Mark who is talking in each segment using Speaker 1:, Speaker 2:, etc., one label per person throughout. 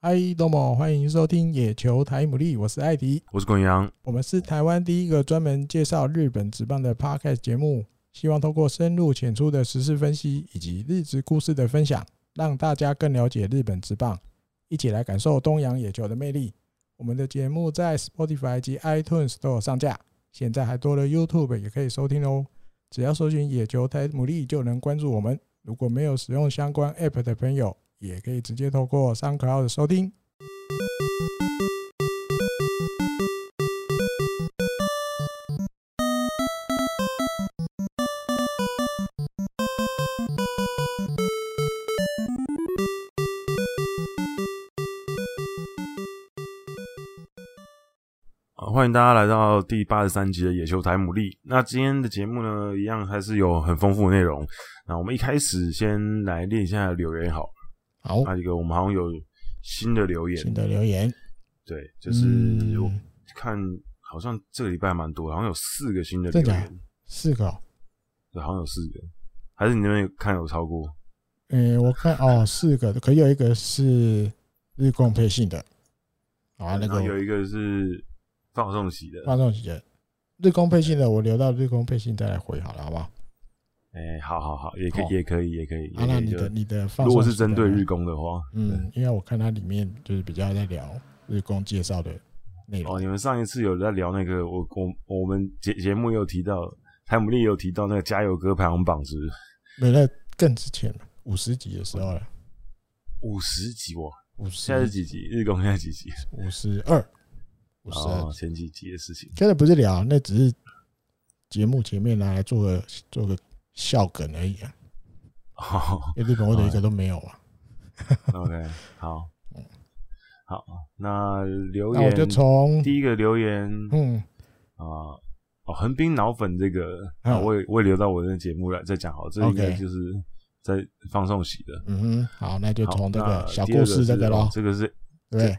Speaker 1: 嗨，多么欢迎收听《野球台姆利》，我是艾迪，
Speaker 2: 我是滚阳，
Speaker 1: 我们是台湾第一个专门介绍日本职棒的 podcast 节目，希望透过深入浅出的时事分析以及日职故事的分享，让大家更了解日本职棒，一起来感受东洋野球的魅力。我们的节目在 Spotify 及 iTunes 都有上架，现在还多了 YouTube 也可以收听哦。只要搜寻“野球台姆利”就能关注我们。如果没有使用相关 App 的朋友，也可以直接透过 SoundCloud 收听。
Speaker 2: 好呃欢迎大家来到第八十三集的野球台牡蛎。那今天的节目呢，一样还是有很丰富的内容。那我们一开始先来念一下留言好了，
Speaker 1: 好，
Speaker 2: 那这个我们好像有新的留言，
Speaker 1: 新的嗯留言，
Speaker 2: 对，就是我看好像这个礼拜蛮多的，好像有四个新的留
Speaker 1: 真假
Speaker 2: 言，
Speaker 1: 四个、哦，
Speaker 2: 对，好像有四个，还是你那边有看有超过？
Speaker 1: 嗯、我看 哦，四个，可有一个是日共配信的，好啊，那
Speaker 2: 然
Speaker 1: 个
Speaker 2: 后有一个是放送席的，
Speaker 1: 放纵级的，日共配信的我留到日共配信再来回好了，好不好？
Speaker 2: 哎，好好好，也可以
Speaker 1: 哦，
Speaker 2: 也可以，也可以，
Speaker 1: 啊，
Speaker 2: 也可
Speaker 1: 那
Speaker 2: 以
Speaker 1: 你
Speaker 2: 就
Speaker 1: 的。你的放
Speaker 2: 如果是
Speaker 1: 纵级的
Speaker 2: 针对
Speaker 1: 呢
Speaker 2: 日，工的话，对
Speaker 1: 嗯，因为我看它里面就是比较在聊日共介绍的内容
Speaker 2: 哦，，你们上一次有在聊那个，我我我们节节目也有提到，台姆利也有提到那个加油歌排行榜是
Speaker 1: 没了更之前五十集的时候了，
Speaker 2: 五十集哇，
Speaker 1: 五
Speaker 2: 现在是
Speaker 1: 十
Speaker 2: 几集？日工现在几集？
Speaker 1: 五十二五十二
Speaker 2: 哦，前几集的事情。
Speaker 1: 真的不是聊，那只是节目前面拿来做个做个笑梗而已啊。
Speaker 2: 哦
Speaker 1: 因为日本我的一个都没有啊，
Speaker 2: ，OK，好， 好，那留
Speaker 1: 嗯那我
Speaker 2: 言
Speaker 1: 就从
Speaker 2: 第一个留言
Speaker 1: 嗯
Speaker 2: 啊、哦，横滨脑粉这个
Speaker 1: 嗯
Speaker 2: 啊，我也我也留到我的节目来再讲好，这应该
Speaker 1: OK
Speaker 2: 就是在放送席的。
Speaker 1: 嗯哼，好，那就
Speaker 2: 好
Speaker 1: 从这
Speaker 2: 那
Speaker 1: 个小
Speaker 2: 第二
Speaker 1: 故事
Speaker 2: 是
Speaker 1: 这个咯
Speaker 2: 哦，这个是
Speaker 1: 对不对？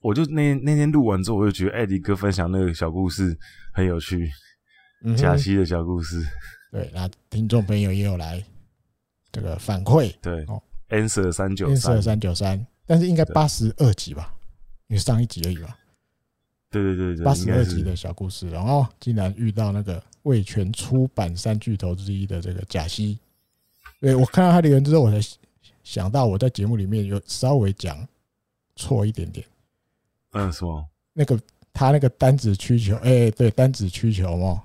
Speaker 2: 我就那那天录完之后，我就觉得艾迪哥分享那个小故事很有趣，
Speaker 1: 嗯
Speaker 2: 假
Speaker 1: 哼，
Speaker 2: 期的小故事，
Speaker 1: 对，那听众朋友也有来这个反馈
Speaker 2: 对、
Speaker 1: 哦
Speaker 2: a n s w e r 三九
Speaker 1: 变色
Speaker 2: 三，
Speaker 1: 三九三，但是应该
Speaker 2: 对
Speaker 1: 八十二集吧，因为上一集而已吧，
Speaker 2: 对对对对，
Speaker 1: 八十
Speaker 2: 应该
Speaker 1: 二
Speaker 2: 是
Speaker 1: 集的小故事，然后竟然遇到那个味全出版三巨头之一的这个贾西，对我看到他留言之后，我才想到我在节目里面有稍微讲错一点点，
Speaker 2: 嗯什么
Speaker 1: 那个他那个单指曲球，哎、对，单指曲球哦，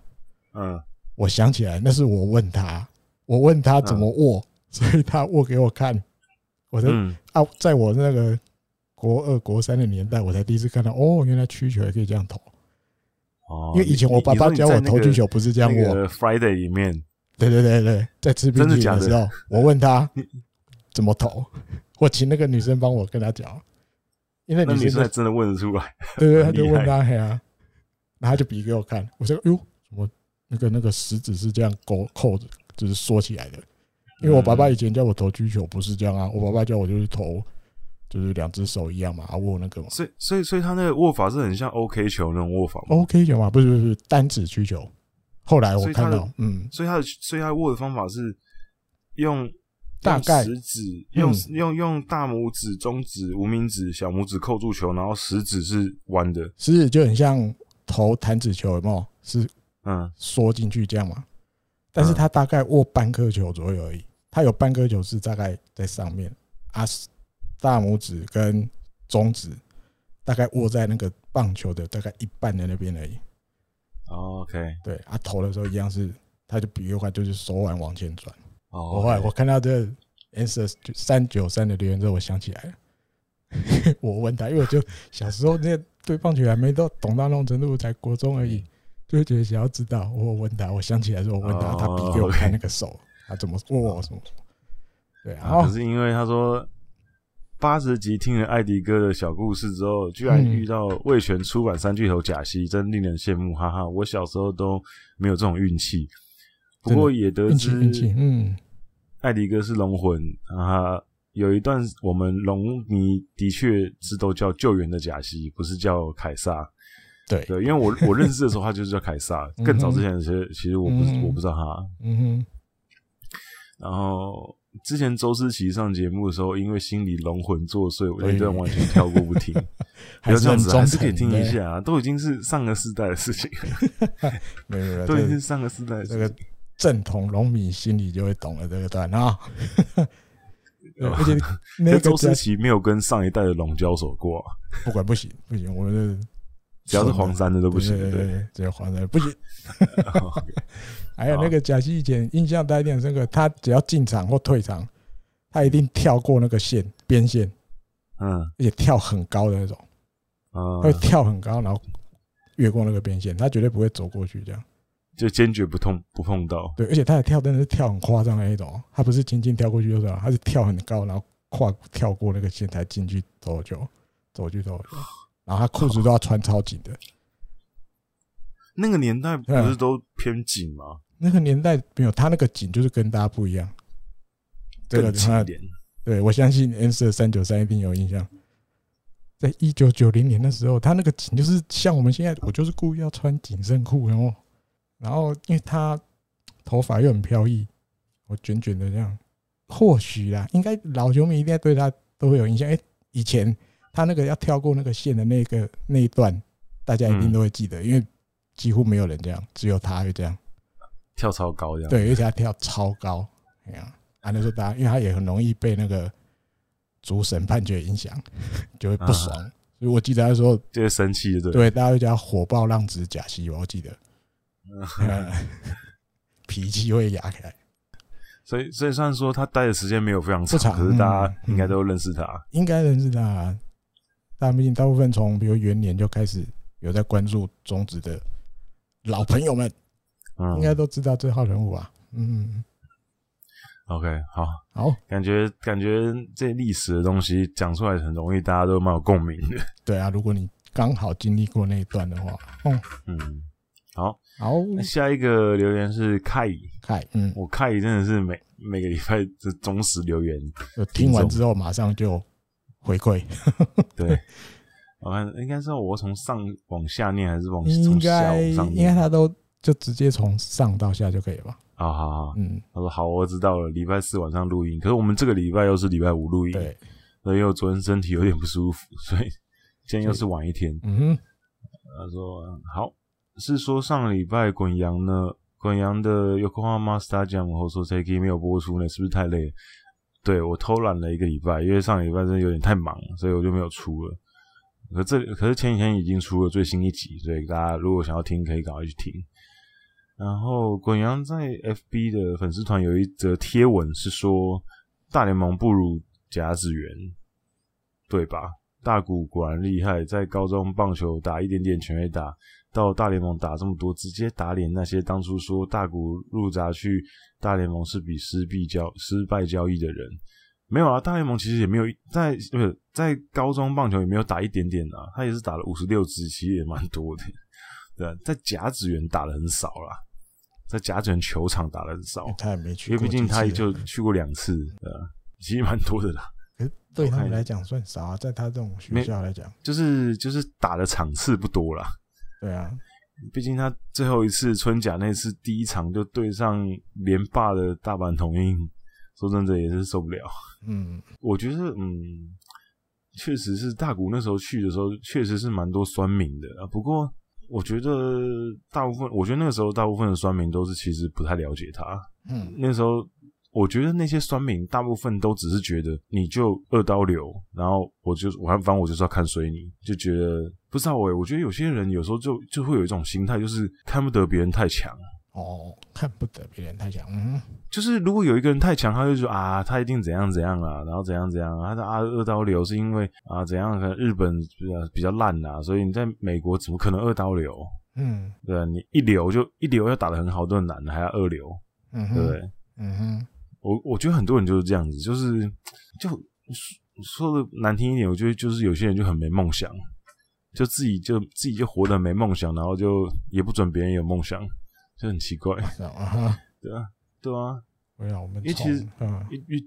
Speaker 2: 嗯
Speaker 1: 我想起来那是我问他，我问他怎么握，所以他握给我看，我才、
Speaker 2: 嗯
Speaker 1: 啊，在我那个国二国三的年代，我才第一次看到，哦，原来曲球也可以这样投。
Speaker 2: 哦，
Speaker 1: 因为以前我爸爸
Speaker 2: 你
Speaker 1: 教我投击，球不是这
Speaker 2: 你说
Speaker 1: 样
Speaker 2: 你在那个那
Speaker 1: 握，
Speaker 2: 个 Friday 里面，
Speaker 1: 对对对对，在吃冰
Speaker 2: 真的
Speaker 1: 淇淋
Speaker 2: 假
Speaker 1: 的
Speaker 2: 的
Speaker 1: 时候，我问他怎么投， 我请那个女生帮我跟他讲，因为
Speaker 2: 那女
Speaker 1: 女
Speaker 2: 生还
Speaker 1: 生
Speaker 2: 真的问得出来，
Speaker 1: 对对，他
Speaker 2: 很
Speaker 1: 就
Speaker 2: 厉
Speaker 1: 问
Speaker 2: 害
Speaker 1: 他嘿啊，然后他就比给我看，我说哟，怎么那个那个食指是这样勾扣着，就是缩起来的，因为我爸爸以前叫我投击球不是这样啊，我爸爸叫我就是投，就是两只手一样嘛，啊握那个嘛
Speaker 2: 所以所以所以他那个握法是很像 OK 球那种握法嘛，
Speaker 1: ，OK 球嘛，不是不是不是单指曲球，后来我
Speaker 2: 所以他
Speaker 1: 看
Speaker 2: 的
Speaker 1: 到嗯。
Speaker 2: 所以他的所以他握的方法是用。
Speaker 1: 大
Speaker 2: 用
Speaker 1: 概
Speaker 2: 食指用、
Speaker 1: 嗯
Speaker 2: 用用大拇指、中指、无名指、小拇指扣住球，然后食指是弯的，
Speaker 1: 食指就很像投弹指球，有没有？是
Speaker 2: 嗯，
Speaker 1: 缩进去这样嘛？但是他大概握半颗球左右而已，他有半颗球是大概在上面啊，大拇指跟中指大概握在那个棒球的大概一半的那边而已。
Speaker 2: 哦 OK，
Speaker 1: 对啊，投的时候一样是，他就比划就是手腕往前转。
Speaker 2: 哦，
Speaker 1: 我后来我看到这 answer 三九三的留言之后，我想起来了， 我问他，因为我就小时候那对棒球还没到懂到那种程度，才国中而
Speaker 2: 嗯
Speaker 1: 已，就会觉得想要知道。我问他，我想起来说，我问他，
Speaker 2: 哦
Speaker 1: 他比给我看那个手，他怎么握什么什么。对，然
Speaker 2: 啊，
Speaker 1: 后
Speaker 2: 可是因为他说八十集听了艾迪哥的小故事之后，居然
Speaker 1: 嗯
Speaker 2: 遇到魏全出版三巨头贾西，真令人羡慕，哈哈！我小时候都没有这种运气，不过也得
Speaker 1: 运气运气
Speaker 2: 知，
Speaker 1: 嗯，
Speaker 2: 艾迪哥是龙魂，啊哈哈。有一段我们龙迷的确是都叫救援的贾西，不是叫凯撒。
Speaker 1: 对，
Speaker 2: 对，因为我我认识的时候他就是叫凯撒，更早之前其实其实我不、
Speaker 1: 嗯
Speaker 2: 我不知道他，
Speaker 1: 嗯哼，
Speaker 2: 然后之前周思琪上节目的时候，因为心理龙魂作祟，我那段完全跳过不 听。不
Speaker 1: 还
Speaker 2: 要
Speaker 1: 是
Speaker 2: 这样
Speaker 1: 很
Speaker 2: 子啊，
Speaker 1: 忠
Speaker 2: 还是可以
Speaker 1: 诚
Speaker 2: 听一
Speaker 1: 的。
Speaker 2: 下啊，都已经是上个世代的事情，
Speaker 1: 没有没有，
Speaker 2: 都已
Speaker 1: 这
Speaker 2: 经是
Speaker 1: 个
Speaker 2: 上个世代的
Speaker 1: 这
Speaker 2: 事
Speaker 1: 个
Speaker 2: 情。
Speaker 1: 正统农民心里就会懂了这个段 啊。对 而且那
Speaker 2: 但
Speaker 1: 个
Speaker 2: 周思
Speaker 1: 只
Speaker 2: 琪没有跟上一代的龙交手过啊，
Speaker 1: 要不管不行不行，我们是
Speaker 2: 只要是黄山的都不行，
Speaker 1: 对
Speaker 2: 对。
Speaker 1: 对，只有黄山不行。
Speaker 2: 哦
Speaker 1: 还有
Speaker 2: 好
Speaker 1: 那个贾西以前印象大一点深刻，他只要进场或退场，他一定跳过那个线边线，
Speaker 2: 嗯
Speaker 1: 而且跳很高的那种，他会
Speaker 2: 啊，
Speaker 1: 跳很高，然后越过那个边线，他绝对不会走过去这样。
Speaker 2: 就坚决不碰不碰到，
Speaker 1: 对，而且他的跳真的是跳很夸张的那一种哦，他不是轻轻跳过去就算了，他是跳很高，然后跨跳过那个线才进去投球，走去投球，然后他裤子都要穿超紧的。
Speaker 2: 那个年代不是都偏 紧吗？
Speaker 1: 那个年代没有他那个紧，就是跟大家不一样。这个
Speaker 2: 更紧
Speaker 1: 他
Speaker 2: 一点。
Speaker 1: 对，我相信 N 四三九三一定有印象。在一九九零年的时候，他那个紧就是像我们现在，我就是故意要穿紧身裤，然后，然后因为他头发又很飘逸，我卷卷的这样，或许啦，应该老球迷应该对他都会有印象。哎、以前他那个要跳过那个线的那个那一段，大家一定
Speaker 2: 嗯
Speaker 1: 都会记得，因为几乎没有人这样，只有他会这样。
Speaker 2: 跳超高这样。，
Speaker 1: 对，而且他跳超高，哎呀、啊，那时候大家，因为他也很容易被那个主审判决影响，就会不爽。所以我记得那时候，
Speaker 2: 就会生气，对不对？
Speaker 1: 对大家会叫他火爆浪子假西吧，我记得，呃脾气会压起来。
Speaker 2: 所以，所以虽然说他待的时间没有非常
Speaker 1: 不长
Speaker 2: 可是大
Speaker 1: 嗯
Speaker 2: 家应该都认识他。
Speaker 1: 应该认识他、啊，但毕竟大部分从比如元年就开始有在关注中职的老朋友们，
Speaker 2: 嗯，
Speaker 1: 应该都知道这号人物啊。嗯，
Speaker 2: OK，好，
Speaker 1: 好，
Speaker 2: 感觉感觉这历史的东西讲出来很容易，大家都蛮有共鸣的。
Speaker 1: 对啊，如果你刚好经历过那一段的话，嗯，
Speaker 2: 嗯，好，
Speaker 1: 好，
Speaker 2: 那下一个留言是凯，
Speaker 1: 看，嗯，
Speaker 2: 我凯真的是每每个礼拜这忠实留言，
Speaker 1: 就听完之后马上就回馈，
Speaker 2: 对。我看应该是我从上往下念，还是往
Speaker 1: 应
Speaker 2: 从下
Speaker 1: 该
Speaker 2: 往上
Speaker 1: 应该
Speaker 2: 念？
Speaker 1: 他都就直接从上到下就可以了吧？
Speaker 2: 好好好，
Speaker 1: 嗯，
Speaker 2: 他说好，我知道了，礼拜四晚上录音。可是我们这个礼拜又是礼拜五录音，
Speaker 1: 对，
Speaker 2: 对，因为我昨天身体有点不舒服，所以今天又是晚一天。
Speaker 1: 嗯哼，
Speaker 2: 他说嗯好，是说上个礼拜滚阳呢，滚阳的 Yokohama Stadium 和 s o t e k i 没有播出呢，是不是太累了？对我偷懒了一个礼拜，因为上个礼拜真的有点太忙，所以我就没有出了。可这可是前几天已经出了最新一集，所以大家如果想要听，可以赶快去听。然后滚阳在 FB 的粉丝团有一则贴文是说，大联盟不如甲子园，对吧？大谷果然厉害，在高中棒球打一点点全垒打，到大联盟打这么多，直接打脸那些当初说大谷入闸去大联盟是比失必交失败交易的人。没有啊，大联盟其实也没有在不是在高中棒球也没有打一点点啊，他也是打了五十六支，其实也蛮多的。对、啊，在甲子园打的很少啦，在甲子园球场打的很少，
Speaker 1: 他也没去
Speaker 2: 哦因为
Speaker 1: 哎过几
Speaker 2: 毕
Speaker 1: 次了，
Speaker 2: 竟他也就去过两次，对、啊，其实蛮多的啦。
Speaker 1: 可是对他们来讲算少啊，在他这种学校来讲，
Speaker 2: 就是就是打的场次不多啦，
Speaker 1: 对啊，
Speaker 2: 毕竟他最后一次春甲那次第一场就对上连霸的大阪桐鹰，说真的也是受不了。
Speaker 1: 嗯，
Speaker 2: 我觉得嗯，确实是大谷那时候去的时候，确实是蛮多酸民的啊。不过我觉得大部分，我觉得那个时候大部分的酸民都是其实不太了解他，
Speaker 1: 嗯，
Speaker 2: 那时候我觉得那些酸民大部分都只是觉得你就二刀流，然后我就我还反正我就是要看水你，就觉得不知道诶、我觉得有些人有时候就就会有一种心态，就是看不得别人太强。
Speaker 1: 哦，看不得别人太强，嗯，
Speaker 2: 就是如果有一个人太强，他就说啊，他一定怎样怎样啊，然后怎样怎样啊，他的啊二刀流是因为啊怎样，可能日本比较比较烂啊，所以你在美国怎么可能二刀流？
Speaker 1: 嗯，
Speaker 2: 对啊，你一流就一流要打得很好都很难，还要二流，
Speaker 1: 嗯
Speaker 2: 对不对？
Speaker 1: 哼，嗯哼，
Speaker 2: 我我觉得很多人就是这样子，就是就说说的难听一点，我觉得就是有些人就很没梦想，就自己就自己就活得没梦想，然后就也不准别人有梦想，就很奇怪，
Speaker 1: 是啊哈，
Speaker 2: 对啊，对啊，
Speaker 1: 我想我们
Speaker 2: 因为其
Speaker 1: 从
Speaker 2: 实
Speaker 1: 嗯，
Speaker 2: 你你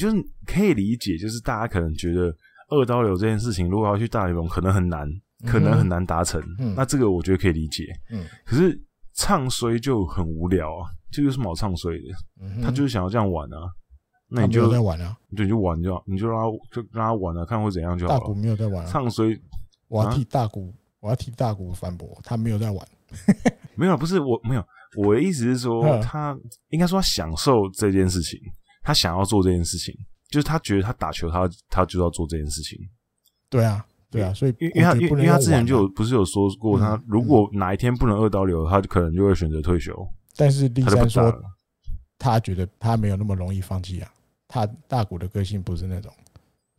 Speaker 2: 就是可以理解，就是大家可能觉得二刀流这件事情，如果要去大联盟，可能很难，可能很难达成，
Speaker 1: 嗯
Speaker 2: 那这个我觉得可以理解，
Speaker 1: 嗯，
Speaker 2: 可是唱衰就很无聊啊，这有什么好唱衰的？
Speaker 1: 嗯哼
Speaker 2: 他就是想要这样玩啊。那
Speaker 1: 他
Speaker 2: 你
Speaker 1: 没
Speaker 2: 就
Speaker 1: 有在玩啊，
Speaker 2: 对，你就玩就好，你就让他就让他玩啊，啊看会怎样就好
Speaker 1: 大谷
Speaker 2: 了。
Speaker 1: 没有在玩啊，
Speaker 2: 唱衰
Speaker 1: 我要替大谷，我要替大谷反驳，他没有在玩，
Speaker 2: 没有，不是我没有，我的意思是说
Speaker 1: 嗯，
Speaker 2: 他应该说他享受这件事情，他想要做这件事情，就是他觉得他打球他，他就要做这件事情。
Speaker 1: 对啊，对啊，所以
Speaker 2: 因为因为他
Speaker 1: 我觉得
Speaker 2: 因为
Speaker 1: 不
Speaker 2: 因
Speaker 1: 能用
Speaker 2: 为他
Speaker 1: 玩啊
Speaker 2: 之前就有不是有说过，
Speaker 1: 嗯
Speaker 2: 他如果哪一天不能二刀流，他就可能就会选择退休，
Speaker 1: 但是立
Speaker 2: 他就不
Speaker 1: 山
Speaker 2: 打
Speaker 1: 说
Speaker 2: 了。
Speaker 1: 他觉得他没有那么容易放弃啊。他大谷的个性不是那种，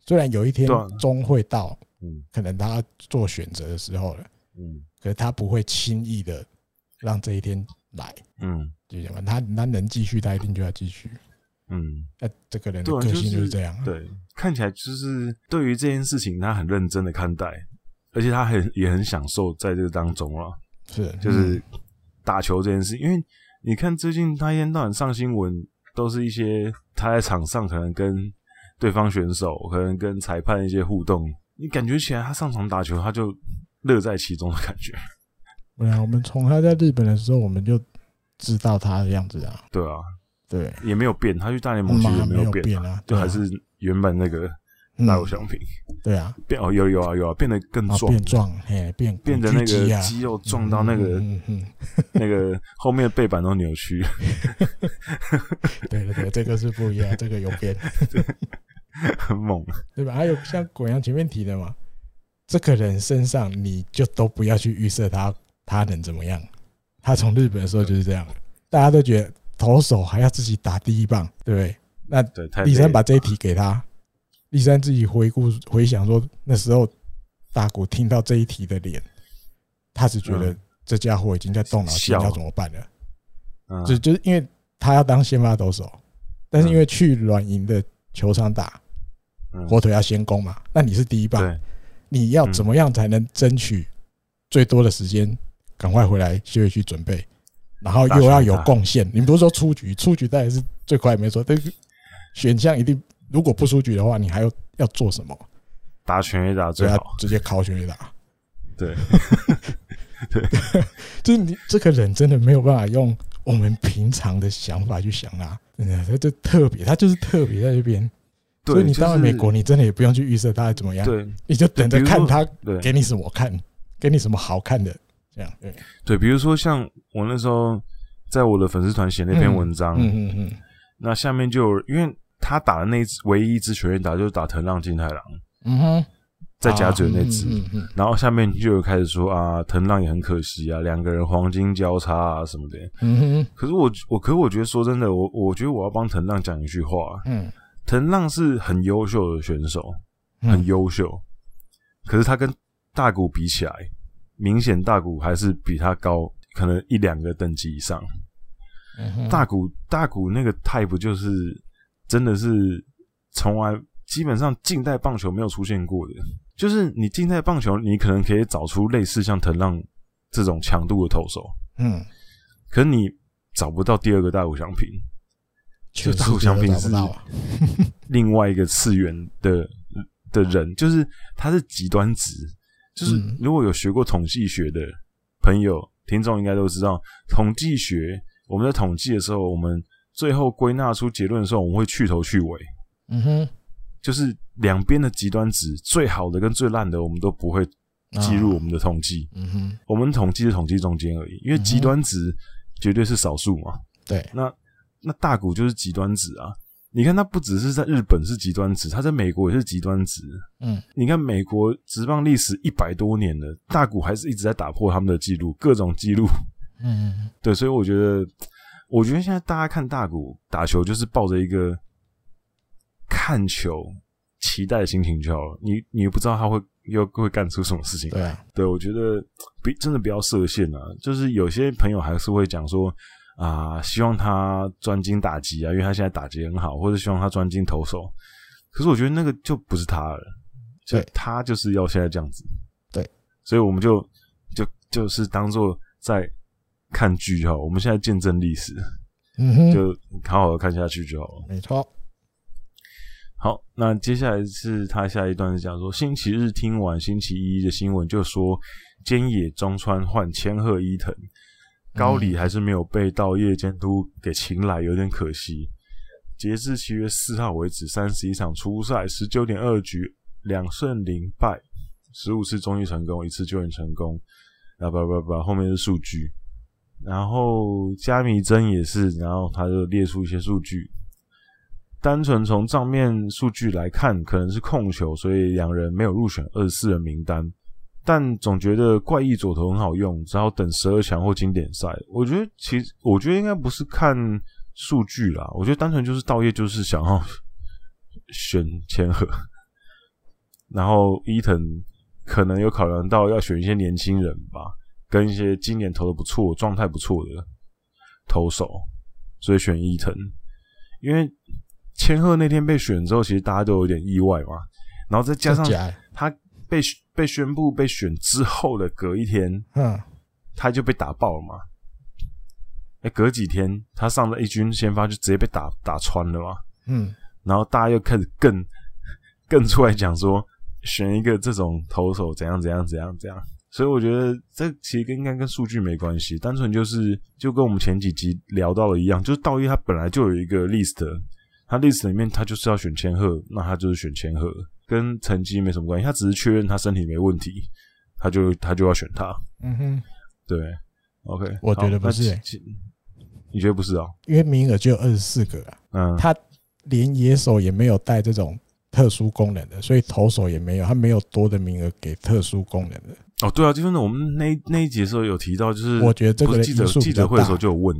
Speaker 1: 虽然有一天
Speaker 2: 对啊
Speaker 1: 终会到，
Speaker 2: 嗯
Speaker 1: 可能他做选择的时候了，
Speaker 2: 嗯
Speaker 1: 可是他不会轻易的让这一天来，
Speaker 2: 嗯
Speaker 1: 理解吗？他他能继续，他一定就要继续。
Speaker 2: 嗯，
Speaker 1: 那这个人的
Speaker 2: 对啊
Speaker 1: 个性就
Speaker 2: 就
Speaker 1: 是是这样啊，
Speaker 2: 对，看起来就是对于这件事情，他很认真的看待，而且他很也很享受在这个当中啊了。
Speaker 1: 是嗯
Speaker 2: 就是打球这件事，因为你看最近他一天到晚上新闻，都是一些他在场上可能跟对方选手，可能跟裁判一些互动，你感觉起来他上场打球，他就乐在其中的感觉，
Speaker 1: 本来我们从他在日本的时候，我们就知道他的样子啊，
Speaker 2: 对啊，
Speaker 1: 对，
Speaker 2: 也没有变，他去大联盟其实
Speaker 1: 妈
Speaker 2: 也
Speaker 1: 没
Speaker 2: 有
Speaker 1: 有
Speaker 2: 变，
Speaker 1: 变啊，
Speaker 2: 就
Speaker 1: 对啊
Speaker 2: 还是原本那个
Speaker 1: 嗯
Speaker 2: 大有相平，
Speaker 1: 对啊，
Speaker 2: 变哦有有啊有啊，变得更
Speaker 1: 啊
Speaker 2: 壮，
Speaker 1: 变壮，嘿，变
Speaker 2: 变得那
Speaker 1: 骨巨肌
Speaker 2: 个
Speaker 1: 啊，
Speaker 2: 肌肉撞到那个、
Speaker 1: 嗯嗯嗯嗯
Speaker 2: 那个后面的背板都扭曲，
Speaker 1: 对对对，这个是不一 样，这个有变，
Speaker 2: 很猛。
Speaker 1: 对吧？还有像果阳前面提的嘛，这个人身上你就都不要去预设他他能怎么样。他从日本的时候就是这样，大家都觉得投手还要自己打第一棒，对不对？那
Speaker 2: 对，太
Speaker 1: 立
Speaker 2: 累
Speaker 1: 山
Speaker 2: 了
Speaker 1: 把这一题给他，立山自己回顾回想说，那时候大谷听到这一题的脸，他是觉得
Speaker 2: 嗯
Speaker 1: 这家伙已经在动脑筋
Speaker 2: 笑
Speaker 1: 要怎么办了。
Speaker 2: 嗯
Speaker 1: 就就是因为他要当先发投手，但是因为去软银的球场打，
Speaker 2: 嗯
Speaker 1: 火腿要先攻嘛，那你是第一棒，
Speaker 2: 对
Speaker 1: 你要怎么样才能争取最多的时间，赶快回来休息区准备，然后又要有贡献。你不是说出局，出局当然是最快没错，但是选项一定如果不出局的话，你还要要做什么？
Speaker 2: 打拳也打
Speaker 1: 所
Speaker 2: 最
Speaker 1: 以要
Speaker 2: 好。
Speaker 1: 直接考选一打。
Speaker 2: 对，
Speaker 1: 就是你这个人真的没有办法用我们平常的想法去想啦，真的，他就特别，他就是特别在这边。
Speaker 2: 对
Speaker 1: 所以你
Speaker 2: 就
Speaker 1: 到了
Speaker 2: 是
Speaker 1: 美国，你真的也不用去预设他怎么样，
Speaker 2: 对
Speaker 1: 你就等着
Speaker 2: 比如
Speaker 1: 看
Speaker 2: 说
Speaker 1: 他
Speaker 2: 对
Speaker 1: 给你什么看，给你什么好看的，这样。对，
Speaker 2: 对，比如说像我那时候在我的粉丝团写那篇文章，
Speaker 1: 嗯嗯嗯
Speaker 2: 那下面就有因为他打的那一支唯一一支全垒打就是打藤浪金太郎，
Speaker 1: 嗯哼，
Speaker 2: 在甲子园那支，
Speaker 1: 嗯嗯嗯
Speaker 2: 然后下面就有开始说啊，藤浪也很可惜啊，两个人黄金交叉啊什么的。
Speaker 1: 嗯哼
Speaker 2: 可是我我可是我觉得说真的，我我觉得我要帮藤浪讲一句话，啊
Speaker 1: 嗯
Speaker 2: 藤浪是很优秀的选手，
Speaker 1: 嗯
Speaker 2: 很优秀，可是他跟大谷比起来，明显大谷还是比他高，可能一两个等级以上。
Speaker 1: 嗯哼
Speaker 2: 大谷大谷那个 type 就是真的是从来基本上近代棒球没有出现过的，就是你近代棒球你可能可以找出类似像藤浪这种强度的投手，
Speaker 1: 嗯，
Speaker 2: 可是你找不到第二个大谷翔平，
Speaker 1: 全世
Speaker 2: 就大
Speaker 1: 界
Speaker 2: 谷翔
Speaker 1: 都
Speaker 2: 平
Speaker 1: 找不
Speaker 2: 是
Speaker 1: 到啊，
Speaker 2: 另外一个次元的的人，就是他是极端值。就是
Speaker 1: 嗯
Speaker 2: 如果有学过统计学的朋友、听众，应该都知道，统计学我们在统计的时候，我们最后归纳出结论的时候，我们会去头去尾，
Speaker 1: 嗯哼，
Speaker 2: 就是两边的极端值，最好的跟最烂的，我们都不会计入我们的统计。
Speaker 1: 嗯哼，
Speaker 2: 我们统计是统计中间而已，因为极端值绝对是少数嘛。
Speaker 1: 对，
Speaker 2: 那那大股就是极端值啊！你看，它不只是在日本是极端值，它在美国也是极端值。
Speaker 1: 嗯，
Speaker 2: 你看美国职棒历史一百多年了，大股还是一直在打破他们的记录，各种记录。
Speaker 1: 嗯嗯
Speaker 2: 对，所以我觉得，我觉得现在大家看大股打球，就是抱着一个看球期待的心情就好了。你你不知道他会又会干出什么事情。
Speaker 1: 对啊，
Speaker 2: 对，我觉得不真的不要设限啊。就是有些朋友还是会讲说啊、希望他专精打击啊，因为他现在打击很好，或者希望他专精投手。可是我觉得那个就不是他了，就
Speaker 1: 对
Speaker 2: 他就是要现在这样子。
Speaker 1: 对，
Speaker 2: 所以我们就就就是当做在看剧就好。我们现在见证历史，
Speaker 1: 嗯哼，
Speaker 2: 就好好的看下去就好了。
Speaker 1: 没错，
Speaker 2: 好，那接下来是他下一段是讲说，星期日听完星期一的新闻，就说菅野中川换千鹤伊藤，高里还是没有被道业监督给擒来，有点可惜。截至七月四号为止，三十一场初赛，十九点二局，两胜零败，十五次中继成功，一次救援成功。啊不不不，后面是数据。然后加米真也是，然后他就列出一些数据。单纯从账面数据来看，可能是控球，所以两人没有入选二十四人名单。但总觉得怪异左投很好用，只好等十二强或经典赛。我觉得其实，我觉得应该不是看数据啦，我觉得单纯就是道业就是想要选千鹤，然后伊藤可能有考量到要选一些年轻人吧，跟一些今年投的不错、状态不错的投手，所以选伊藤。因为千鹤那天被选之后，其实大家都有点意外嘛，然后再加上
Speaker 1: 真假的？
Speaker 2: 他被被宣布被选之后的隔一天，
Speaker 1: 嗯，
Speaker 2: 他就被打爆了嘛。哎、隔几天他上了一军先发就直接被打打穿了嘛。
Speaker 1: 嗯，
Speaker 2: 然后大家又开始更 更出来讲说，选一个这种投手怎样怎样怎样怎样。所以我觉得这其实跟应该跟数据没关系，单纯就是就跟我们前几集聊到的一样，就是道义他本来就有一个 list，他 list 里面他就是要选千鹤，那他就是选千鹤，跟成绩没什么关系，他只是确认他身体没问题，他就他就要选他。
Speaker 1: 嗯哼，
Speaker 2: 对，OK，
Speaker 1: 我觉得
Speaker 2: 好
Speaker 1: 不是
Speaker 2: 那
Speaker 1: 欸
Speaker 2: 其其你觉得不是哦？
Speaker 1: 因为名额只有二十四个啊，
Speaker 2: 嗯，
Speaker 1: 他连野手也没有带这种特殊功能的，所以投手也没有，他没有多的名额给特殊功能的。
Speaker 2: 哦，对啊，就是我们那那一集的时候有提到，就是
Speaker 1: 我觉得这
Speaker 2: 不
Speaker 1: 个的
Speaker 2: 是记者
Speaker 1: 因素比
Speaker 2: 记者
Speaker 1: 较
Speaker 2: 会的时候
Speaker 1: 大，
Speaker 2: 就有问，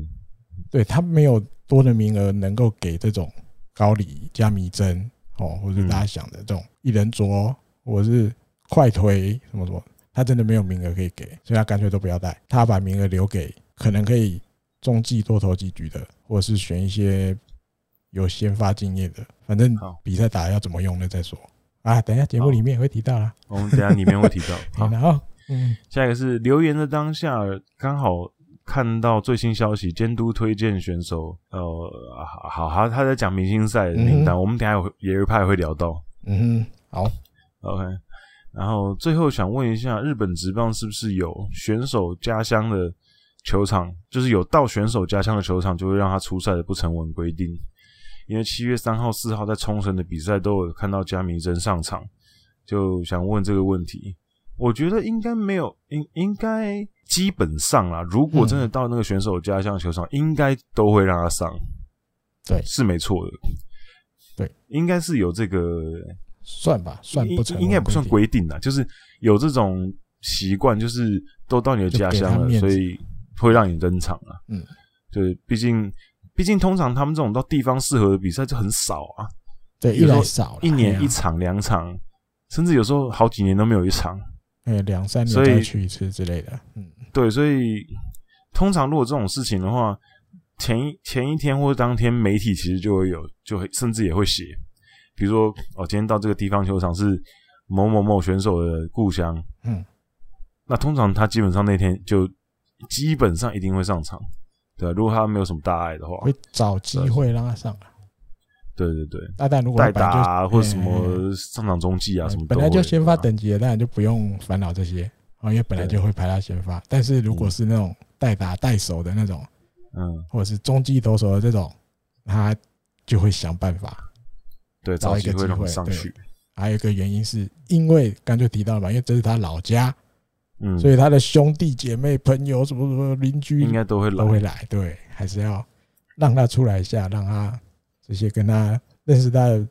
Speaker 1: 对他没有多的名额能够给这种高里加迷针哦，或者
Speaker 2: 嗯
Speaker 1: 大家想的这种一人桌，或是快推什么什么，他真的没有名额可以给，所以他干脆都不要带，他把名额留给可能可以中继多投几局的，或者是选一些有先发经验的，反正
Speaker 2: 好
Speaker 1: 比赛打得要怎么用了再说啊。等一下节目里面也会提到啦，
Speaker 2: 我们等一下里面会提 到。好，
Speaker 1: 然后嗯
Speaker 2: 下一个是留言的当下，刚好看到最新消息，监督推荐选手，呃，好，他他在讲明星赛的名单，
Speaker 1: 嗯
Speaker 2: 我们等一下有也有派会聊到。
Speaker 1: 嗯哼，好，
Speaker 2: OK，然后最后想问一下，日本职棒是不是有选手家乡的球场，就是有到选手家乡的球场就会让他出赛的不成文规定？因为七月三号、四号在冲绳的比赛都有看到加明真上场，就想问这个问题。我觉得应该没有，应应该基本上啦，如果真的到那个选手家乡球场，应该都会让他上，
Speaker 1: 对
Speaker 2: 是没错的，
Speaker 1: 对，
Speaker 2: 应该是有这个
Speaker 1: 算吧，算
Speaker 2: 应
Speaker 1: 不成文定，
Speaker 2: 应该不算规定啦，就是有这种习惯，就是都到你的家乡
Speaker 1: 就给他
Speaker 2: 了，
Speaker 1: 面子
Speaker 2: 所以会让你登场啊。
Speaker 1: 嗯，
Speaker 2: 对，毕竟毕竟通常他们这种到地方适合的比赛就很少啊，
Speaker 1: 对，一
Speaker 2: 有时候
Speaker 1: 来少啦，
Speaker 2: 一年
Speaker 1: 哎
Speaker 2: 一
Speaker 1: 呀
Speaker 2: 场两场，甚至有时候好几年都没有一场。
Speaker 1: 哎，两三年
Speaker 2: 所以
Speaker 1: 再去一次之类的。嗯，
Speaker 2: 对，所以通常如果这种事情的话，前一前一天或者当天，媒体其实就会有，就会甚至也会写，比如说哦，今天到这个地方球场是某某某选手的故乡，
Speaker 1: 嗯，
Speaker 2: 那通常他基本上那天就基本上一定会上场，对、啊，如果他没有什么大碍的话，
Speaker 1: 会找机会让他上啊。
Speaker 2: 对对对，
Speaker 1: 那但如果
Speaker 2: 代
Speaker 1: 本
Speaker 2: 打、
Speaker 1: 来就
Speaker 2: 啊、或者什
Speaker 1: 哎哎
Speaker 2: 么上场中继啊
Speaker 1: 哎
Speaker 2: 什么都
Speaker 1: 本
Speaker 2: 会，
Speaker 1: 来就先发
Speaker 2: 对啊
Speaker 1: 等级的，当然就不用烦恼这些啊，因为本来就会排他先发。但是如果是那种代打代手的那种，
Speaker 2: 嗯，
Speaker 1: 或者是中继投手的这种，他就会想办法。
Speaker 2: 对，
Speaker 1: 找
Speaker 2: 找
Speaker 1: 一
Speaker 2: 机
Speaker 1: 个
Speaker 2: 会
Speaker 1: 机
Speaker 2: 让他
Speaker 1: 会
Speaker 2: 上
Speaker 1: 对
Speaker 2: 去，
Speaker 1: 还有一个原因是因为刚才就提到了嘛，因为这是他老家，
Speaker 2: 嗯，
Speaker 1: 所以他的兄弟姐妹、朋友什么什么邻居
Speaker 2: 应该都会来
Speaker 1: 都，会来，对，还是要让他出来一下，让他这些跟他认识他的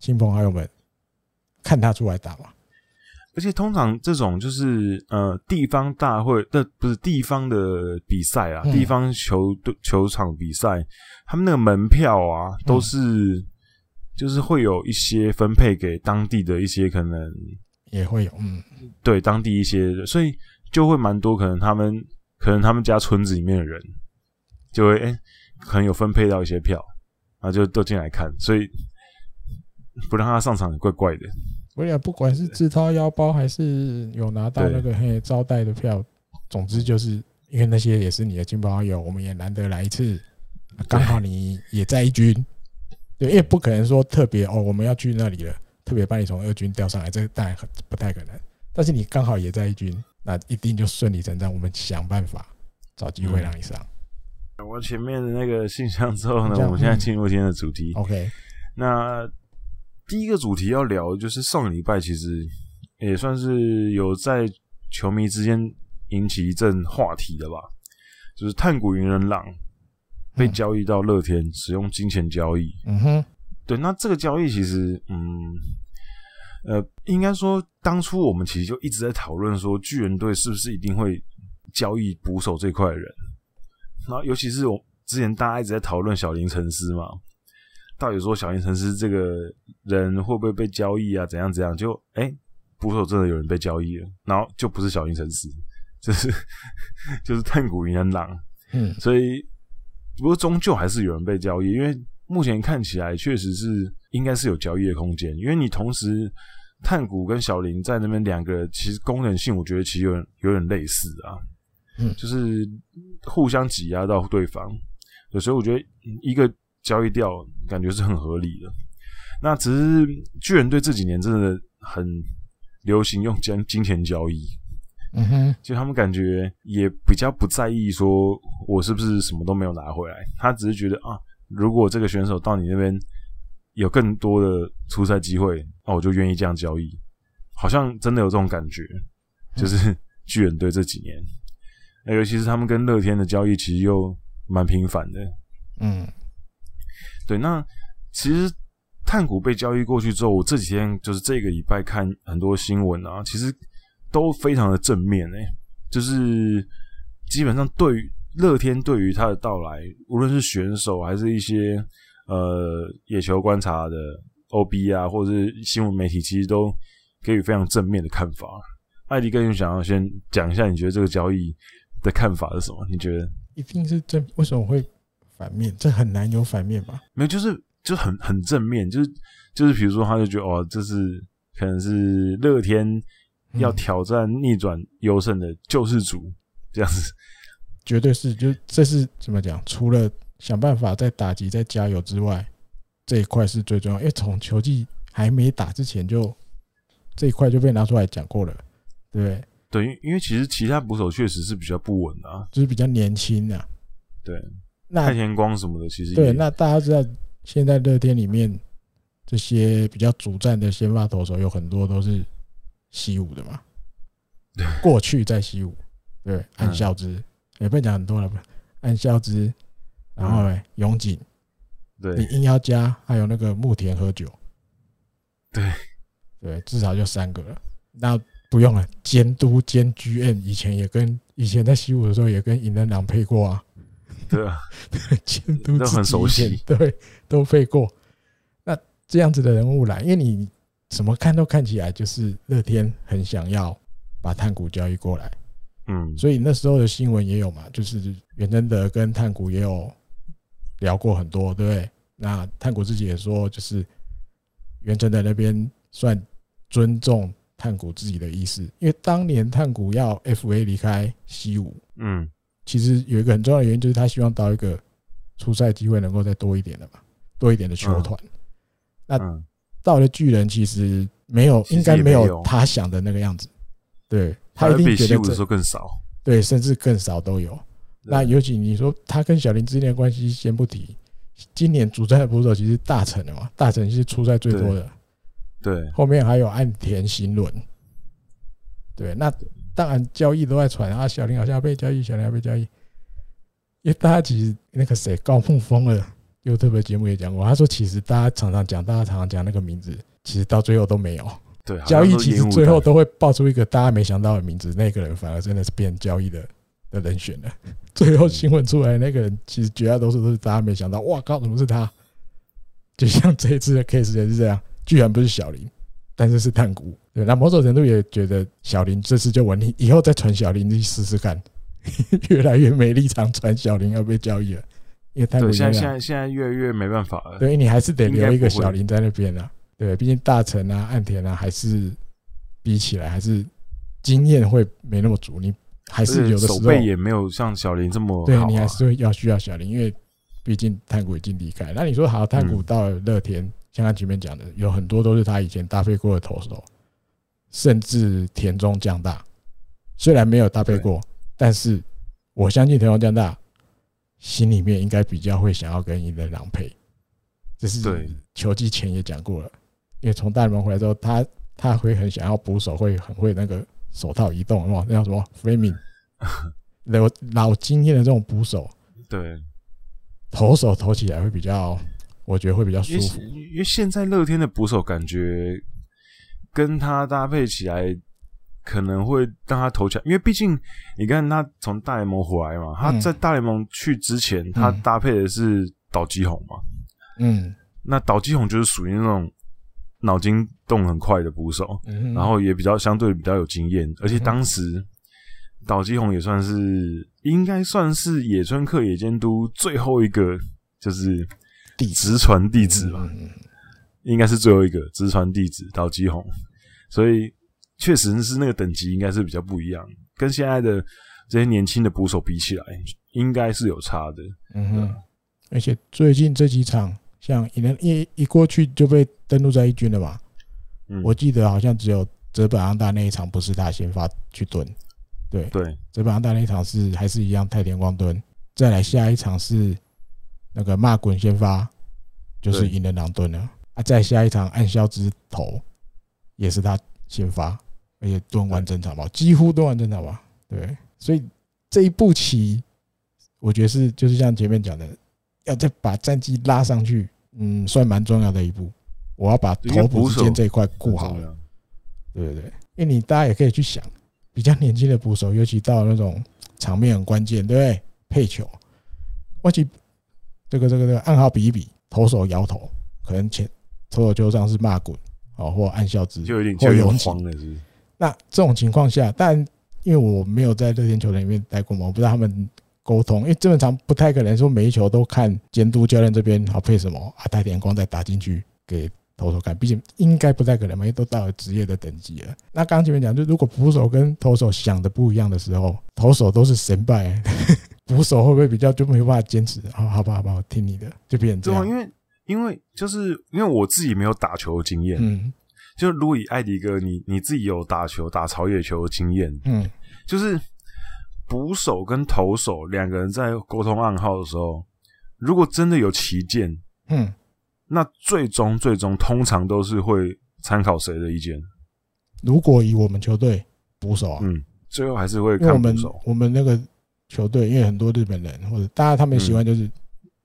Speaker 1: 亲朋好友们看他出来打嘛。
Speaker 2: 而且通常这种就是呃地方大会的不是地方的比赛啊，
Speaker 1: 嗯
Speaker 2: 地方球队球场比赛，他们那个门票啊都是、就是会有一些分配给当地的一些可能
Speaker 1: 也会有，嗯，
Speaker 2: 对当地一些，所以就会蛮多可能他们可能他们家村子里面的人就会哎、诶可能有分配到一些票，然后就都进来看，所以不让他上场也怪怪的。
Speaker 1: 威廉不管是自掏腰包还是有拿到那个嘿招待的票，总之就是因为那些也是你的亲朋好友，我们也难得来一次，啊刚好你也在一军，对，因为不可能说特别哦，我们要去那里了，特别把你从二军调上来，这个当然很不太可能。但是你刚好也在一军，那一定就顺理成章，我们想办法找机会让你上。
Speaker 2: 讲完前面的那个信箱之后
Speaker 1: 信
Speaker 2: 呢，
Speaker 1: 箱
Speaker 2: 我们现在
Speaker 1: 嗯
Speaker 2: 进入今天的主题。
Speaker 1: OK，
Speaker 2: 那第一个主题要聊的就是上礼拜其实也算是有在球迷之间引起一阵话题的吧，就是炭谷云人朗被
Speaker 1: 嗯
Speaker 2: 交易到乐天，使用金钱交易。
Speaker 1: 嗯哼，
Speaker 2: 对，那这个交易其实，嗯，呃，应该说当初我们其实就一直在讨论说，巨人队是不是一定会交易捕手这块的人，然后尤其是我之前大家一直在讨论小林沉思嘛，到底说小林沉思这个人会不会被交易啊？怎样怎样？就哎、捕手真的有人被交易了，然后就不是小林沉思，就是 就是炭谷银人郎，
Speaker 1: 嗯
Speaker 2: 所以不过终究还是有人被交易，因为目前看起来确实是应该是有交易的空间，因为你同时探谷跟小林在那边两个，其实功能性我觉得其实有点有点类似啊，
Speaker 1: 嗯
Speaker 2: 就是互相挤压到对方，对所以我觉得一个交易掉感觉是很合理的。那只是巨人队这几年真的很流行用金金钱交易，
Speaker 1: 嗯哼，
Speaker 2: 就他们感觉也比较不在意说我是不是什么都没有拿回来，他只是觉得啊，如果这个选手到你那边有更多的出赛机会，那我就愿意这样交易。好像真的有这种感觉，就是 巨人队这几年，那尤其是他们跟乐天的交易，其实又蛮频繁的。
Speaker 1: 嗯
Speaker 2: 对，那其实炭谷被交易过去之后，我这几天就是这个礼拜看很多新闻啊，其实都非常的正面诶、就是基本上对于乐天对于他的到来，无论是选手还是一些呃野球观察的 OB 啊，或者是新闻媒体，其实都给予非常正面的看法。艾迪哥，你想要先讲一下，你觉得这个交易的看法是什么？你觉得
Speaker 1: 一定是正，为什么会反面？这很难有反面吧？
Speaker 2: 没有，就是就很很正面，就是就是比如说，他就觉得哦，这是可能是乐天
Speaker 1: 嗯
Speaker 2: 要挑战逆转优胜的救世主这样子。
Speaker 1: 绝对是，就这是怎么讲？除了想办法在打击、在加油之外，这一块是最重要。因为从球季还没打之前就这一块就被拿出来讲过了，对不对？
Speaker 2: 对，因因为其实其他捕手确实是比较不稳的啊，
Speaker 1: 就是比较年轻啊。
Speaker 2: 对，
Speaker 1: 那
Speaker 2: 太田光什么的，其实
Speaker 1: 对，
Speaker 2: 也
Speaker 1: 那大家知道，现在乐天里面这些比较主战的先发投手有很多都是习武的 嘛，
Speaker 2: 对
Speaker 1: 过去在习武，对，
Speaker 2: 嗯
Speaker 1: 暗孝之，也不能讲很多了吧，暗孝之，然后呢，永井，你
Speaker 2: 嗯对
Speaker 1: 硬要加，还有那个木田喝酒，
Speaker 2: 对
Speaker 1: 对，至少就三个了，那。不用了，监督监 GM 以前也跟以前在习武的时候也跟尹能朗配过啊，
Speaker 2: 对啊，
Speaker 1: 监督
Speaker 2: 都
Speaker 1: 自
Speaker 2: 很
Speaker 1: 己
Speaker 2: 熟
Speaker 1: 一点
Speaker 2: 悉
Speaker 1: 对，都配过。那这样子的人物来，因为你怎么看都看起来就是乐天很想要把炭谷交易过来，
Speaker 2: 嗯，
Speaker 1: 所以那时候的新闻也有嘛，就是袁真德跟炭谷也有聊过很多，对不对？那炭谷自己也说，就是袁真德那边算尊重炭谷自己的意思，因为当年炭谷要 FA 离开西武，
Speaker 2: 嗯，
Speaker 1: 其实有一个很重要的原因，就是他希望到一个出赛机会能够再多一点的嘛，多一点的球团。那
Speaker 2: 嗯，
Speaker 1: 到了巨人，其实没有，
Speaker 2: 其实
Speaker 1: 应该没
Speaker 2: 也没
Speaker 1: 有
Speaker 2: 有
Speaker 1: 他想的那个样子。对他一
Speaker 2: 还
Speaker 1: 定
Speaker 2: 比
Speaker 1: 觉
Speaker 2: 西
Speaker 1: 得
Speaker 2: 武的时
Speaker 1: 这
Speaker 2: 候更少。
Speaker 1: 对，甚至更少都有。那
Speaker 2: 对
Speaker 1: 尤其你说他跟小林之间的关系，先不提。今年主战的捕手其实大成的嘛，大成是出赛最多的，
Speaker 2: 对
Speaker 1: 后面还有岸田行轮。对，那当然交易都在传啊，小林好像要被交易，小林要被交易，因为大家其实那个谁高木峰了，又特别节目也讲过，他说其实大家常常讲，大家常常讲那个名字，其实到最后都没有
Speaker 2: 对，好像
Speaker 1: 交易，
Speaker 2: 都
Speaker 1: 其实
Speaker 2: 烟雾
Speaker 1: 最后
Speaker 2: 弹
Speaker 1: 都会爆出一个大家没想到的名字，那个人反而真的是变交易的的人选了。最
Speaker 2: 嗯
Speaker 1: 后新闻出来，那个人其实绝大多数都是大家没想到，哇靠，怎么是他？就像这一次的 case 也是这样，居然不是小林，但是是探谷。对，那某种程度也觉得小林这次就稳定，以后再传小林去试试看， 越来越没立场传小林要被交易了，因为探谷
Speaker 2: 对，现在
Speaker 1: 应该
Speaker 2: 现在现在越来越没办法了。
Speaker 1: 对你还是得
Speaker 2: 应该
Speaker 1: 留一个
Speaker 2: 不会
Speaker 1: 小林在那边啊。对，毕竟大成啊、岸田啊，还是比起来还是经验会没那么足，你还
Speaker 2: 而
Speaker 1: 是
Speaker 2: 且
Speaker 1: 有的时
Speaker 2: 手
Speaker 1: 候
Speaker 2: 背也没有像小林这么
Speaker 1: 对
Speaker 2: 好
Speaker 1: 你还
Speaker 2: 啊。
Speaker 1: 是会要需要小林，因为毕竟炭谷已经离开。那你说好，炭谷
Speaker 2: 嗯
Speaker 1: 到了乐天，像他前面讲的，有很多都是他以前搭配过的投手，甚至田中将大，虽然没有搭配过，但是我相信田中将大心里面应该比较会想要跟伊德朗配。这是
Speaker 2: 对
Speaker 1: 球季前也讲过了，因为从大联盟回来之后，他他会很想要捕手，会很会那个手套移动，哇，那叫什么 framing，老老经验的这种捕手，
Speaker 2: 对，
Speaker 1: 投手投起来会比较，我觉得会比较舒
Speaker 2: 因为
Speaker 1: 服。
Speaker 2: 因为现在乐天的捕手感觉跟他搭配起来，可能会让他投起来，因为毕竟你看他从大联盟回来嘛，他
Speaker 1: 嗯
Speaker 2: 在大联盟去之前，他
Speaker 1: 嗯
Speaker 2: 搭配的是岛基宏嘛，
Speaker 1: 嗯
Speaker 2: 那岛基宏就是属于那种脑筋动很快的捕手，
Speaker 1: 嗯，
Speaker 2: 然后也比较相对比较有经验，而且当时岛基宏也算是应该算是野村克也监督最后一个就是
Speaker 1: 地址
Speaker 2: 直传弟子吧，
Speaker 1: 嗯
Speaker 2: 应该是最后一个直传弟子岛基宏，所以确实是那个等级应该是比较不一样，跟现在的这些年轻的捕手比起来，应该是有差的。
Speaker 1: 嗯哼，而且最近这几场，像一连一一过去就被登录在一军了嘛，
Speaker 2: 嗯，
Speaker 1: 我记得好像只有泽本昂大那一场不是他先发去蹲，
Speaker 2: 对
Speaker 1: 泽本昂大那一场是还是一样太田光蹲，再来下一场是那个骂滚先发，就是
Speaker 2: 对
Speaker 1: 银人狼蹲了啊，再下一场暗消之头也是他先发，而且蹲完整场吧，几乎蹲完整场吧，对，所以这一步棋，我觉得是就是像前面讲的，要再把战绩拉上去，嗯，算蛮重要的一步。我要把
Speaker 2: 因为
Speaker 1: 头部
Speaker 2: 捕
Speaker 1: 之
Speaker 2: 手
Speaker 1: 间这一块顾好
Speaker 2: 很
Speaker 1: 了
Speaker 2: 重。要
Speaker 1: 对对对，因为你大家也可以去想，比较年轻的捕手，尤其到那种场面很关键，对不对？配球，我去这个这个这个暗号比一比，投手摇头，可能前投手球上是骂滚哦，或暗笑之，
Speaker 2: 就有点
Speaker 1: 或
Speaker 2: 就有
Speaker 1: 拥
Speaker 2: 点
Speaker 1: 挤
Speaker 2: 慌了，是不是？
Speaker 1: 那这种情况下，但因为我没有在乐天球队里面待过嘛，我不知道他们沟通，因为基本上不太可能说每一球都看监督教练这边好配什么啊，带点光再打进去给投手看，毕竟应该不太可能嘛，因为都到了职业的等级了。那刚刚前面讲，就如果捕手跟投手想的不一样的时候，投手都是神败、 捕手会不会比较就没有办法坚持？啊，好吧，好吧，我听你的，就变成这
Speaker 2: 对啊，
Speaker 1: 样。
Speaker 2: 因为因为就是因为我自己没有打球的经验，
Speaker 1: 嗯
Speaker 2: 就如果以艾迪哥你你自己有打球打草野球的经验，
Speaker 1: 嗯
Speaker 2: 就是捕手跟投手两个人在沟通暗号的时候，如果真的有旗舰，
Speaker 1: 嗯，
Speaker 2: 那最终最终通常都是会参考谁的意见，
Speaker 1: 如果以我们球队捕手啊，
Speaker 2: 嗯，最后还是会
Speaker 1: 因为我
Speaker 2: 看捕
Speaker 1: 们
Speaker 2: 手，
Speaker 1: 我们那个球队，因为很多日本人或者大家他们习惯
Speaker 2: 嗯
Speaker 1: 就是、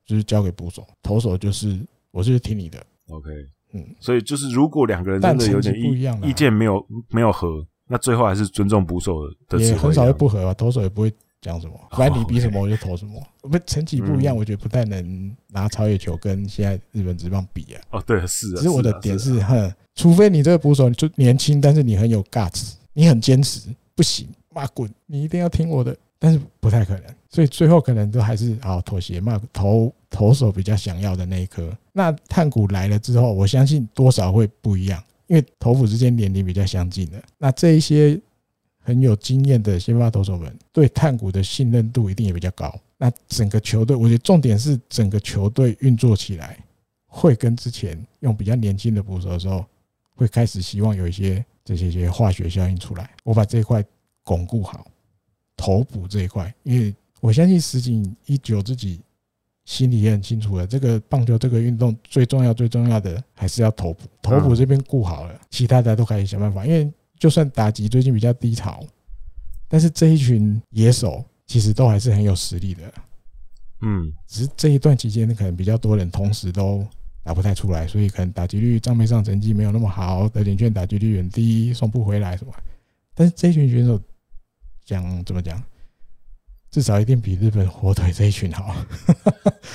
Speaker 1: 就是交给捕手，投手就是我就是听你的，
Speaker 2: OK，
Speaker 1: 嗯，
Speaker 2: 所以就是如果两个人真
Speaker 1: 但
Speaker 2: 的有
Speaker 1: 成绩
Speaker 2: 点
Speaker 1: 不一
Speaker 2: 意
Speaker 1: 样啊啦
Speaker 2: 意见没有没有合，那最后还是尊重捕手的指
Speaker 1: 也
Speaker 2: 挥
Speaker 1: 很少
Speaker 2: 这
Speaker 1: 会
Speaker 2: 样哦
Speaker 1: 不合啊，投手也不会讲什么，反正你比什么我就投什么，我们成绩不一样，
Speaker 2: 嗯
Speaker 1: 我觉得不太能拿超越球跟现在日本职棒比啊。
Speaker 2: 哦，对，是啊。
Speaker 1: 只是我的
Speaker 2: 啊
Speaker 1: 点
Speaker 2: 啊
Speaker 1: 是，哼，除非你这个捕手就年轻，但是你很有 guts，你很坚持，不行，骂滚，你一定要听我的，但是不太可能，所以最后可能都还是好妥协，骂投投手比较想要的那一颗。那探谷来了之后，我相信多少会不一样，因为投捕之间年龄比较相近的，那这一些很有经验的先发投手们对探谷的信任度一定也比较高。那整个球队，我觉得重点是整个球队运作起来会跟之前用比较年轻的捕手的时候，会开始希望有一些这些一些化学效应出来，我把这一块巩固好，头补这一块，因为我相信石井一九自己心里也很清楚了，这个棒球这个运动最重要最重要的还是要头补，头补这边顾好了，其他的都开始想办法，因为就算打击最近比较低潮，但是这一群野手其实都还是很有实力的，
Speaker 2: 嗯，
Speaker 1: 只是这一段期间可能比较多人同时都打不太出来，所以可能打击率账面上成绩没有那么好，得点券打击率很低，送不回来什么。但是这一群选手讲怎么讲，至少一定比日本火腿这一群 好。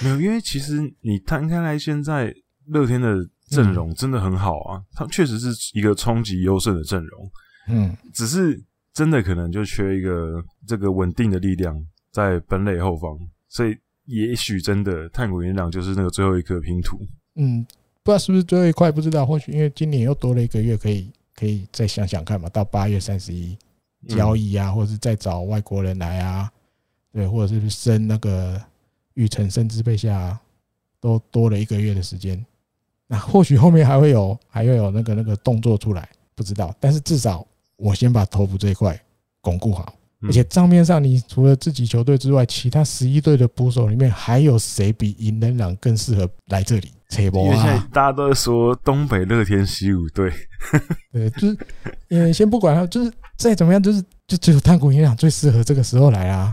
Speaker 2: 没有，因为其实你摊开来，现在乐天的阵
Speaker 1: 嗯
Speaker 2: 容真的很好啊，他确实是一个冲击优胜的阵容，
Speaker 1: 嗯
Speaker 2: 只是真的可能就缺一个这个稳定的力量在本垒后方，所以也许真的炭谷元朗就是那个最后一颗拼图。
Speaker 1: 嗯，不知道是不是最后一块，不知道，或许因为今年又多了一个月，可以可以再想想看嘛。到八月三十一
Speaker 2: 嗯
Speaker 1: 交易啊，或者是再找外国人来啊，对，或者是升那个玉成升支配下、啊，都多了一个月的时间。那或许后面还会有，还会有那个那个动作出来，不知道。但是至少我先把头部这一块巩固好，
Speaker 2: 嗯
Speaker 1: 而且账面上，你除了自己球队之外，其他十一队的捕手里面，还有谁比尹能朗更适合来这里？切
Speaker 2: 因
Speaker 1: 波
Speaker 2: 为现在
Speaker 1: 啊！
Speaker 2: 大家都在说东北乐天西武队，
Speaker 1: 对，就是，嗯，先不管他，就是再怎么样，就是就只有炭谷银朗最适合这个时候来啦。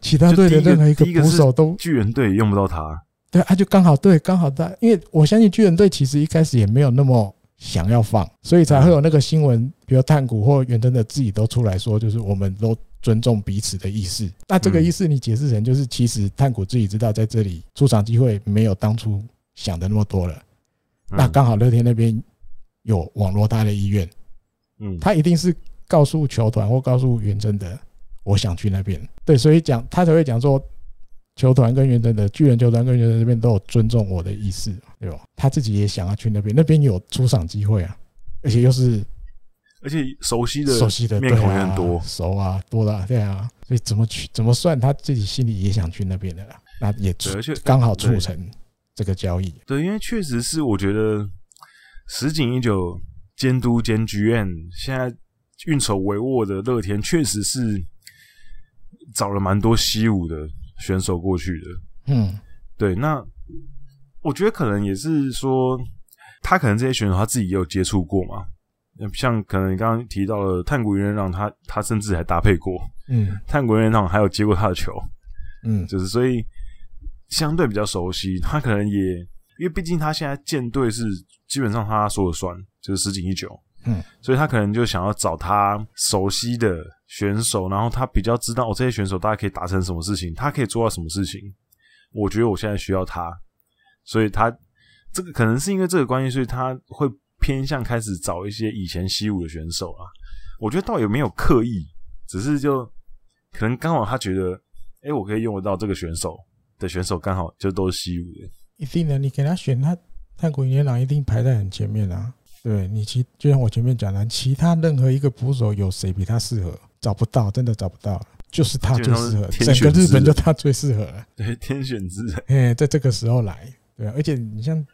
Speaker 1: 其他队的任何一个
Speaker 2: 就第一个
Speaker 1: 捕手都
Speaker 2: 巨人队也用不到他。嗯
Speaker 1: 对啊，就刚好对，刚好在，因为我相信巨人队其实一开始也没有那么想要放，所以才会有
Speaker 2: 嗯
Speaker 1: 那个新闻，比如炭谷或袁真的自己都出来说，就是我们都尊重彼此的意识。那这个
Speaker 2: 嗯
Speaker 1: 意识你解释成就是，其实炭谷自己知道在这里出场机会没有当初想的那么多了，
Speaker 2: 嗯
Speaker 1: 那刚好乐天那边有网络他的意愿，
Speaker 2: 嗯，
Speaker 1: 他一定是告诉球团或告诉袁真的，我想去那边。对，所以讲他才会讲说，球团跟袁真的巨人球团跟袁真这边都有尊重我的意思，对吧？他自己也想要去那边，那边有出场机会啊，而且又是
Speaker 2: 而且熟悉的
Speaker 1: 熟悉的
Speaker 2: 面孔也很
Speaker 1: 对
Speaker 2: 多
Speaker 1: 啊、熟啊，多了，对啊，所以怎么去怎么算，他自己心里也想去那边的啦，那也促
Speaker 2: 对而且
Speaker 1: 刚好促
Speaker 2: 对
Speaker 1: 成这个交易。
Speaker 2: 对，因为确实是我觉得石井一九监督兼 GM，现在运筹帷幄的乐天确实是找了蛮多西武的选手过去的。
Speaker 1: 嗯，
Speaker 2: 对，那我觉得可能也是说，他可能这些选手他自己也有接触过嘛。像可能你刚刚提到了炭谷元让他他甚至还搭配过
Speaker 1: 嗯
Speaker 2: 炭谷元让，还有接过他的球，
Speaker 1: 嗯，
Speaker 2: 就是所以相对比较熟悉，他可能也因为毕竟他现在舰队是基本上他说了算，就是十井一九，
Speaker 1: 嗯，
Speaker 2: 所以他可能就想要找他熟悉的选手，然后他比较知道哦这些选手大家可以达成什么事情，他可以做到什么事情。我觉得我现在需要他，所以他这个可能是因为这个关系，所以他会偏向开始找一些以前西武的选手啊。我觉得倒也没有刻意，只是就可能刚好他觉得，哎、我可以用得到这个选手的选手，刚好就都是西武的。
Speaker 1: 一定的，你给他选，他炭谷银郎一定排在很前面啊。对你其就像我前面讲的，其他任何一个捕手有谁比他适合？找不到，真的找不到，就是他最适合，
Speaker 2: 基
Speaker 1: 整个
Speaker 2: 本上是天选之
Speaker 1: 日
Speaker 2: 人
Speaker 1: 本就他最适合了。
Speaker 2: 对，天选之人，
Speaker 1: 哎，在这个时候来，对啊，而且你像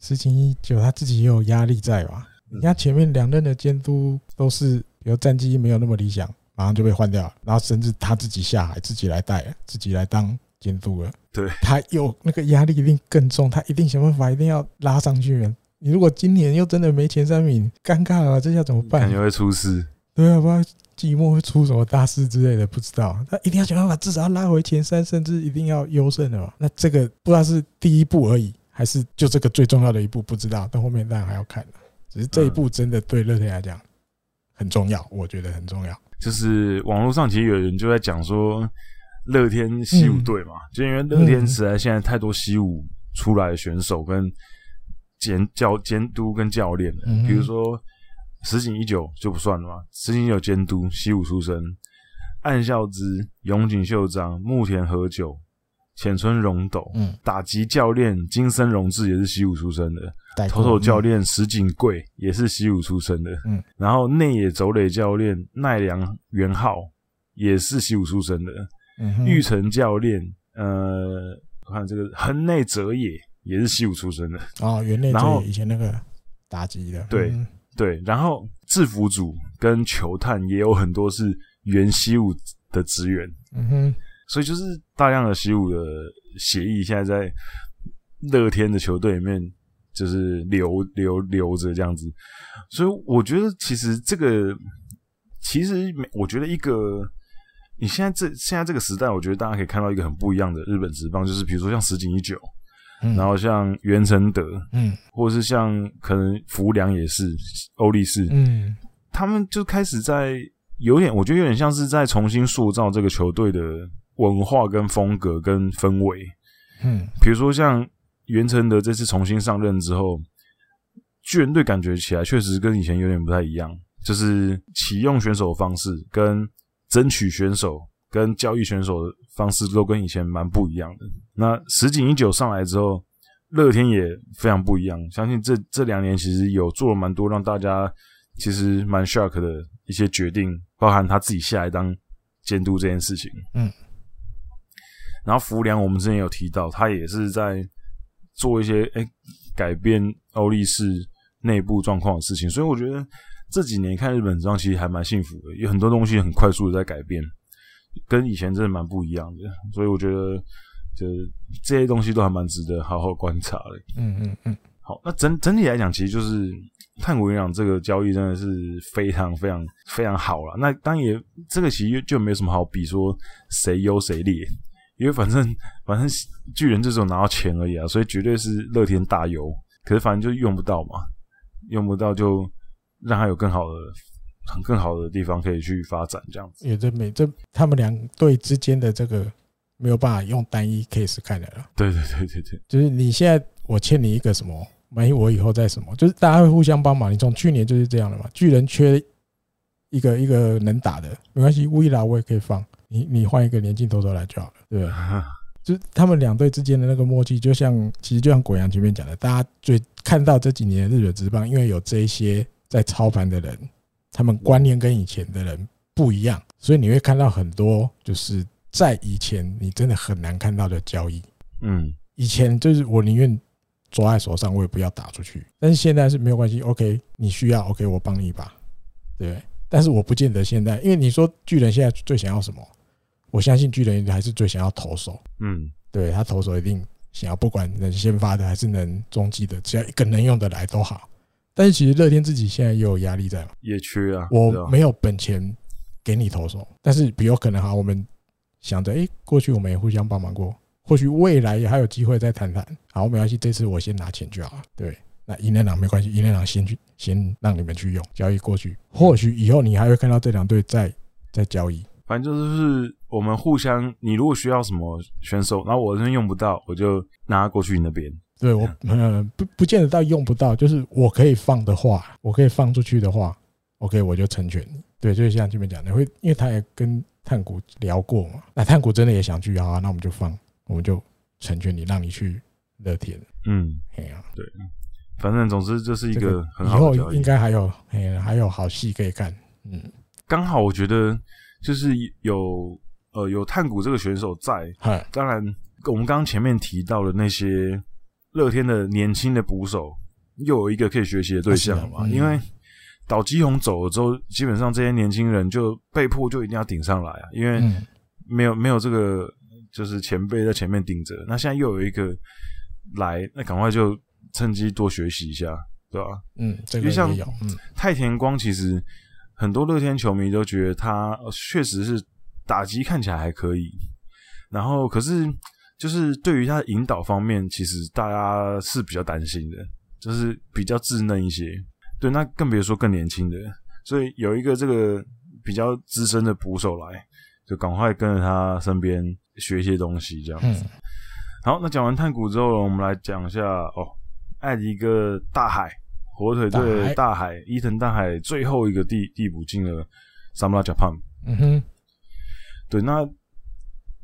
Speaker 1: 石井一九，他自己也有压力在吧？
Speaker 2: 嗯
Speaker 1: 你看前面两任的监督都是，比如战绩没有那么理想，马上就被换掉了，然后甚至他自己下海，自己来带了，自己来当监督了。
Speaker 2: 对
Speaker 1: 他有那个压力一定更重，他一定想办法，一定要拉上去。你如果今年又真的没前三名，尴尬了，这下怎么办
Speaker 2: 感？觉会出事。
Speaker 1: 对啊，不知道季末会出什么大事之类的，不知道。他一定要想办法，至少要拉回前三，甚至一定要优胜的嘛。那这个不知道是第一步而已，还是就这个最重要的一步，不知道。但后面当然还要看了。只是这一步真的对乐天来讲很重要，我觉得很重要。
Speaker 2: 就是网络上其实有人就在讲说，乐天西武队
Speaker 1: 嗯
Speaker 2: 嘛，就因为乐天实在现在太多西武出来的选手跟监教监督跟教练了，
Speaker 1: 嗯哼
Speaker 2: 比如说石井一九就不算了嘛，石井一九监督西武出身，岸孝之、永井秀章、木田和久、浅村荣斗，
Speaker 1: 嗯，
Speaker 2: 打击教练金森荣志也是西武出身的，
Speaker 1: 代
Speaker 2: 投手教，练石井贵也是西武出身的，
Speaker 1: 嗯，
Speaker 2: 然后内野走垒教练奈良元浩也是西武出身的，
Speaker 1: 嗯哼
Speaker 2: 玉成教练，呃，我看这个横内哲也也是西武出身的，
Speaker 1: 哦，原内
Speaker 2: 然后
Speaker 1: 这以前那个打击的，
Speaker 2: 对
Speaker 1: 嗯
Speaker 2: 对，然后制服组跟球探也有很多是原西武的职员，
Speaker 1: 嗯哼，
Speaker 2: 所以就是大量的西武的协议现在在乐天的球队里面就是留留留着这样子，所以我觉得其实这个其实每我觉得一个你现在这现在这个时代，我觉得大家可以看到一个很不一样的日本职棒，就是比如说像石井一九，
Speaker 1: 嗯
Speaker 2: 然后像袁成德，
Speaker 1: 嗯
Speaker 2: 或者是像可能福良也是欧力士，
Speaker 1: 嗯
Speaker 2: 他们就开始在有点，我觉得有点像是在重新塑造这个球队的文化、跟风格、跟氛围。
Speaker 1: 嗯
Speaker 2: 比如说像袁成德这次重新上任之后，巨人队感觉起来确实跟以前有点不太一样，就是启用选手的方式、跟争取选手、跟交易选手的方式都跟以前蛮不一样的。那石井一九上来之后，乐天也非常不一样，相信这这两年其实有做了蛮多让大家其实蛮 shock 的一些决定，包含他自己下来当监督这件事情。然后福良我们之前有提到，他也是在做一些哎、诶改变欧力士内部状况的事情，所以我觉得这几年看日本职棒其实还蛮幸福的，有很多东西很快速的在改变，跟以前真的蛮不一样的。所以我觉得，就是这些东西都还蛮值得好好观察的。
Speaker 1: 嗯嗯嗯，
Speaker 2: 好，那整整体来讲，其实就是炭谷营养这个交易真的是非常非常非常好了。那当然也这个其实就没什么好比说谁优谁劣，因为反正反正巨人这种拿到钱而已啊，所以绝对是乐天大优。可是反正就用不到嘛，用不到就让他有更好的、更好的地方可以去发展，这样子。
Speaker 1: 也这没这他们两队之间的这个没有办法用单一 case 看的了。
Speaker 2: 对对对对 对，
Speaker 1: 就是你现在我欠你一个什么，没我以后再什么，就是大家会互相帮忙。你从去年就是这样的嘛，巨人缺一个一个能打的，没关系，乌伊拉我也可以放你，你换一个年轻投手来就好了，对不对？就是他们两队之间的那个默契，就像其实就像果阳前面讲的，大家最看到这几年的日本职棒，因为有这一些在操盘的人，他们观念跟以前的人不一样，所以你会看到很多就是在以前你真的很难看到的交易。
Speaker 2: 嗯，
Speaker 1: 以前就是我宁愿抓在手上，我也不要打出去。但是现在是没有关系，OK，你需要 OK，我帮你一把，对不对？但是我不见得现在，因为你说巨人现在最想要什么？我相信巨人还是最想要投手，
Speaker 2: 嗯，
Speaker 1: 对他投手一定想要，不管能先发的还是能中继的，只要一个能用的来都好。但是其实乐天自己现在也有压力在嘛，
Speaker 2: 也缺啊，对
Speaker 1: 我
Speaker 2: 啊
Speaker 1: 没有本钱给你投手，但是比有可能哈，我们想着，诶，过去我们也互相帮忙过，或许未来也还有机会再谈谈。好，没关系，这次我先拿钱就好了。对，那银联党没关系，银联党先去，先让你们去用交易过去，或许以后你还会看到这两队在在交易。
Speaker 2: 反正就是我们互相，你如果需要什么选手，然后我这边用不到，我就拿过去你那边。
Speaker 1: 对我，呃，不不见得到用不到，就是我可以放的话，我可以放出去的话，OK，我就成全你。对，就是像这边讲的，会因为他也跟探谷聊过嘛，那探谷真的也想去，好啊，那我们就放，我们就成全你，让你去乐天。
Speaker 2: 嗯，
Speaker 1: 哎呀、
Speaker 2: 反正总之这是一
Speaker 1: 这
Speaker 2: 个
Speaker 1: 以
Speaker 2: 很好的交
Speaker 1: 后应
Speaker 2: 易。
Speaker 1: 该还有，哎呀，还有好戏可以看。嗯，
Speaker 2: 刚好我觉得就是有呃有炭谷这个选手在，
Speaker 1: 嗨，
Speaker 2: 当然我们刚刚前面提到的那些乐天的年轻的捕手，又有一个可以学习的对象了嘛，
Speaker 1: 啊是啊嗯
Speaker 2: 因为。岛基宏走了之后，基本上这些年轻人就被迫就一定要顶上来啊，因为
Speaker 1: 嗯，
Speaker 2: 没有没有这个就是前辈在前面顶着，那现在又有一个来，那赶快就趁机多学习一下，对吧、
Speaker 1: 嗯，这个
Speaker 2: 就像
Speaker 1: 也有，嗯，
Speaker 2: 太田光其实很多乐天球迷都觉得他呃确实是打击看起来还可以，然后可是就是对于他的引导方面，其实大家是比较担心的，就是比较稚嫩一些。对，那更别说更年轻的，所以有一个这个比较资深的捕手来，就赶快跟着他身边学一些东西，这样子。
Speaker 1: 嗯
Speaker 2: 好，那讲完炭谷之后，我们来讲一下哦，艾迪哥大海火腿队的大海伊藤大海最后一个地地补进了 Samra Japan。
Speaker 1: 嗯哼，
Speaker 2: 对，那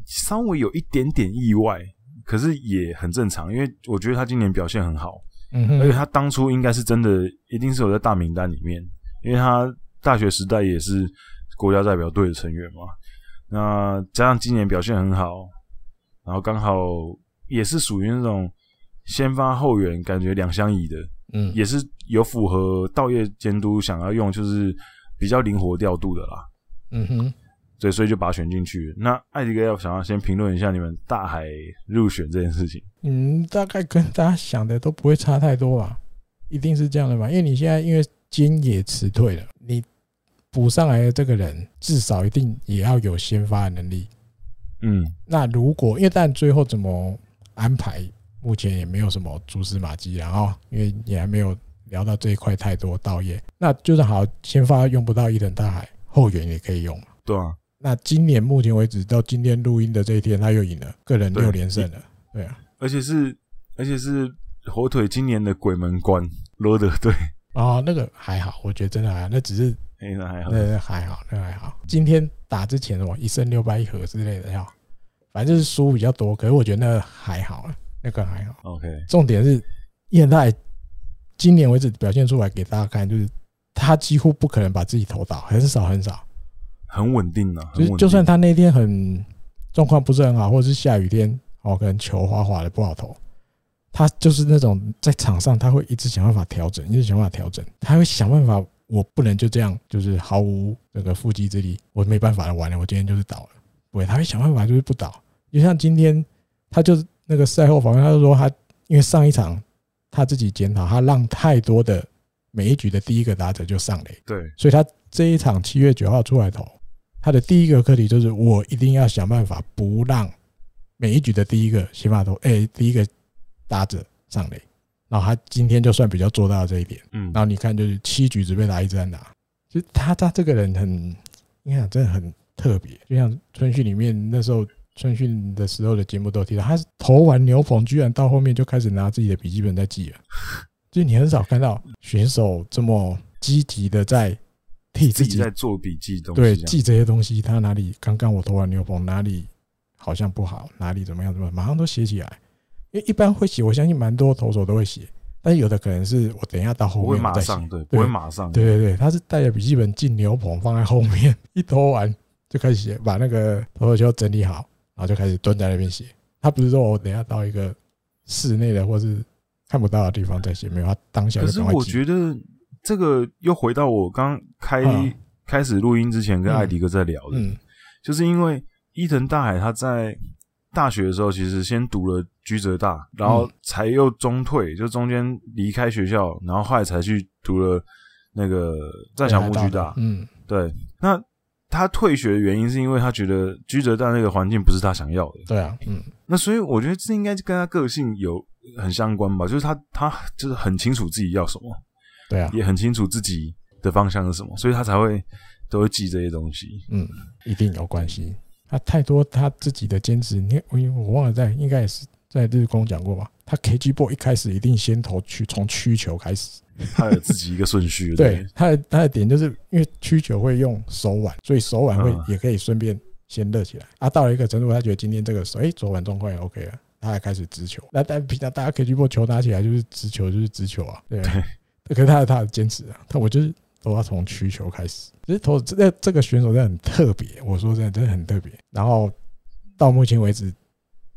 Speaker 2: 稍微有一点点意外，可是也很正常，因为我觉得他今年表现很好，
Speaker 1: 嗯
Speaker 2: 而
Speaker 1: 哼，
Speaker 2: 且他当初应该是真的一定是有在大名单里面，因为他大学时代也是国家代表队的成员嘛。那加上今年表现很好，然后刚好也是属于那种先发后援，感觉两相宜的，
Speaker 1: 嗯，
Speaker 2: 也是有符合道业监督想要用，就是比较灵活调度的啦。
Speaker 1: 嗯哼，
Speaker 2: 对，所以就把他选进去。那艾迪哥要想要先评论一下你们大海入选这件事情。
Speaker 1: 嗯，大概跟大家想的都不会差太多吧，一定是这样的吧？因为你现在因为菅野辞退了，你补上来的这个人至少一定也要有先发的能力。
Speaker 2: 嗯
Speaker 1: 那如果因为但最后怎么安排，目前也没有什么蛛丝马迹啦，然后因为也还没有聊到这一块太多道业，那就是好先发用不到伊藤大海，后援也可以用嘛。
Speaker 2: 对啊，
Speaker 1: 那今年目前为止到今天录音的这一天，他又赢了，个人
Speaker 2: 对
Speaker 1: 六连胜了，对啊。
Speaker 2: 而且是而且是火腿今年的鬼门关罗德队，
Speaker 1: 哦，那个还好，我觉得真的还好，那只是
Speaker 2: 哎、那还好。
Speaker 1: 那那还好，那还好。今天打之前什么一胜六败一和之类的哈，反正就是输比较多，可是我觉得那个还好啊，那个还好。
Speaker 2: OK，
Speaker 1: 重点是燕太今年为止表现出来给大家看，就是他几乎不可能把自己投倒，很少很少。
Speaker 2: 很稳定啊，很
Speaker 1: 就
Speaker 2: 稳
Speaker 1: 是
Speaker 2: 定
Speaker 1: 就算他那天很状况不是很好，或者是下雨天哦，可能球滑滑的不好投，他就是那种在场上他会一直想办法调整，一直想办法调整，他会想办法我不能就这样，就是毫无这个腹肌之力，我没办法玩了，我今天就是倒了。不会，他会想办法就是不倒。就像今天，他就那个赛后访问，他就说他因为上一场他自己检讨，他让太多的每一局的第一个打者就上垒，
Speaker 2: 对，
Speaker 1: 所以他这一场七月九号出来投，他的第一个课题就是我一定要想办法不让每一局的第一个起码投，哎、第一个打者上垒。然后他今天就算比较做到了这一点。
Speaker 2: 嗯
Speaker 1: 然，后你看，就是七局只被打一支安打，其实他他这个人很，你看真的很特别，就像春训里面那时候春训的时候的节目都有提到，他是投完牛棚，居然到后面就开始拿自己的笔记本在记了，就你很少看到选手这么积极的在替
Speaker 2: 自
Speaker 1: 自
Speaker 2: 己
Speaker 1: 己
Speaker 2: 在做笔记东西，
Speaker 1: 对
Speaker 2: 这样
Speaker 1: 记这些东西，他哪里刚刚我投完牛棚哪里好像不好，哪里怎么样怎么样，马上都写起来。因为一般会写，我相信蛮多投手都会写，但是有的可能是我等一下到后
Speaker 2: 不
Speaker 1: 面
Speaker 2: 会
Speaker 1: 我
Speaker 2: 马
Speaker 1: 再写
Speaker 2: 上，对，不会马上，
Speaker 1: 对对对，他是带着笔记本进牛棚，放在后面， 一投完就开始写，把那个投球球整理好，然后就开始蹲在那边写。他不是说我等一下到一个室内的或是看不到的地方再写，没有，他当下
Speaker 2: 可
Speaker 1: 就是赶快
Speaker 2: 我
Speaker 1: 记
Speaker 2: 觉得这个又回到我刚开、
Speaker 1: 嗯
Speaker 2: 开始录音之前跟
Speaker 1: 嗯
Speaker 2: 艾迪哥在聊的，
Speaker 1: 嗯
Speaker 2: 就是因为伊藤大海他在大学的时候，其实先读了居泽大，然后才又中退，就中间离开学校，然后后来才去读了那个战小木居大。
Speaker 1: 嗯
Speaker 2: 对，那他退学的原因是因为他觉得居泽大那个环境不是他想要的。
Speaker 1: 对啊嗯
Speaker 2: 那所以我觉得这应该跟他个性有很相关吧，就是他他就是很清楚自己要什么，
Speaker 1: 对啊
Speaker 2: 也很清楚自己的方向是什么，所以他才会都会记这些东西。
Speaker 1: 嗯，一定有关系。他太多他自己的坚持，你我我忘了在应该也是在日工讲过吧？他 KG b o y 一开始一定先投去从曲球开始，
Speaker 2: 他有自己一个顺序，
Speaker 1: 对，他的他的点就是因为曲球会用手腕，所以手腕会
Speaker 2: 嗯
Speaker 1: 也可以顺便先热起来啊。到了一个程度，他觉得今天这个手，哎，左腕状况也 OK 了，他还开始直球。那但平常大家可以去过球拿起来就是直球就是直球啊，对啊。 可是他有他的坚持啊，他我就是都要从曲球开始。其实投这个这个选手真的很特别，我说真的真的很特别。然后到目前为止。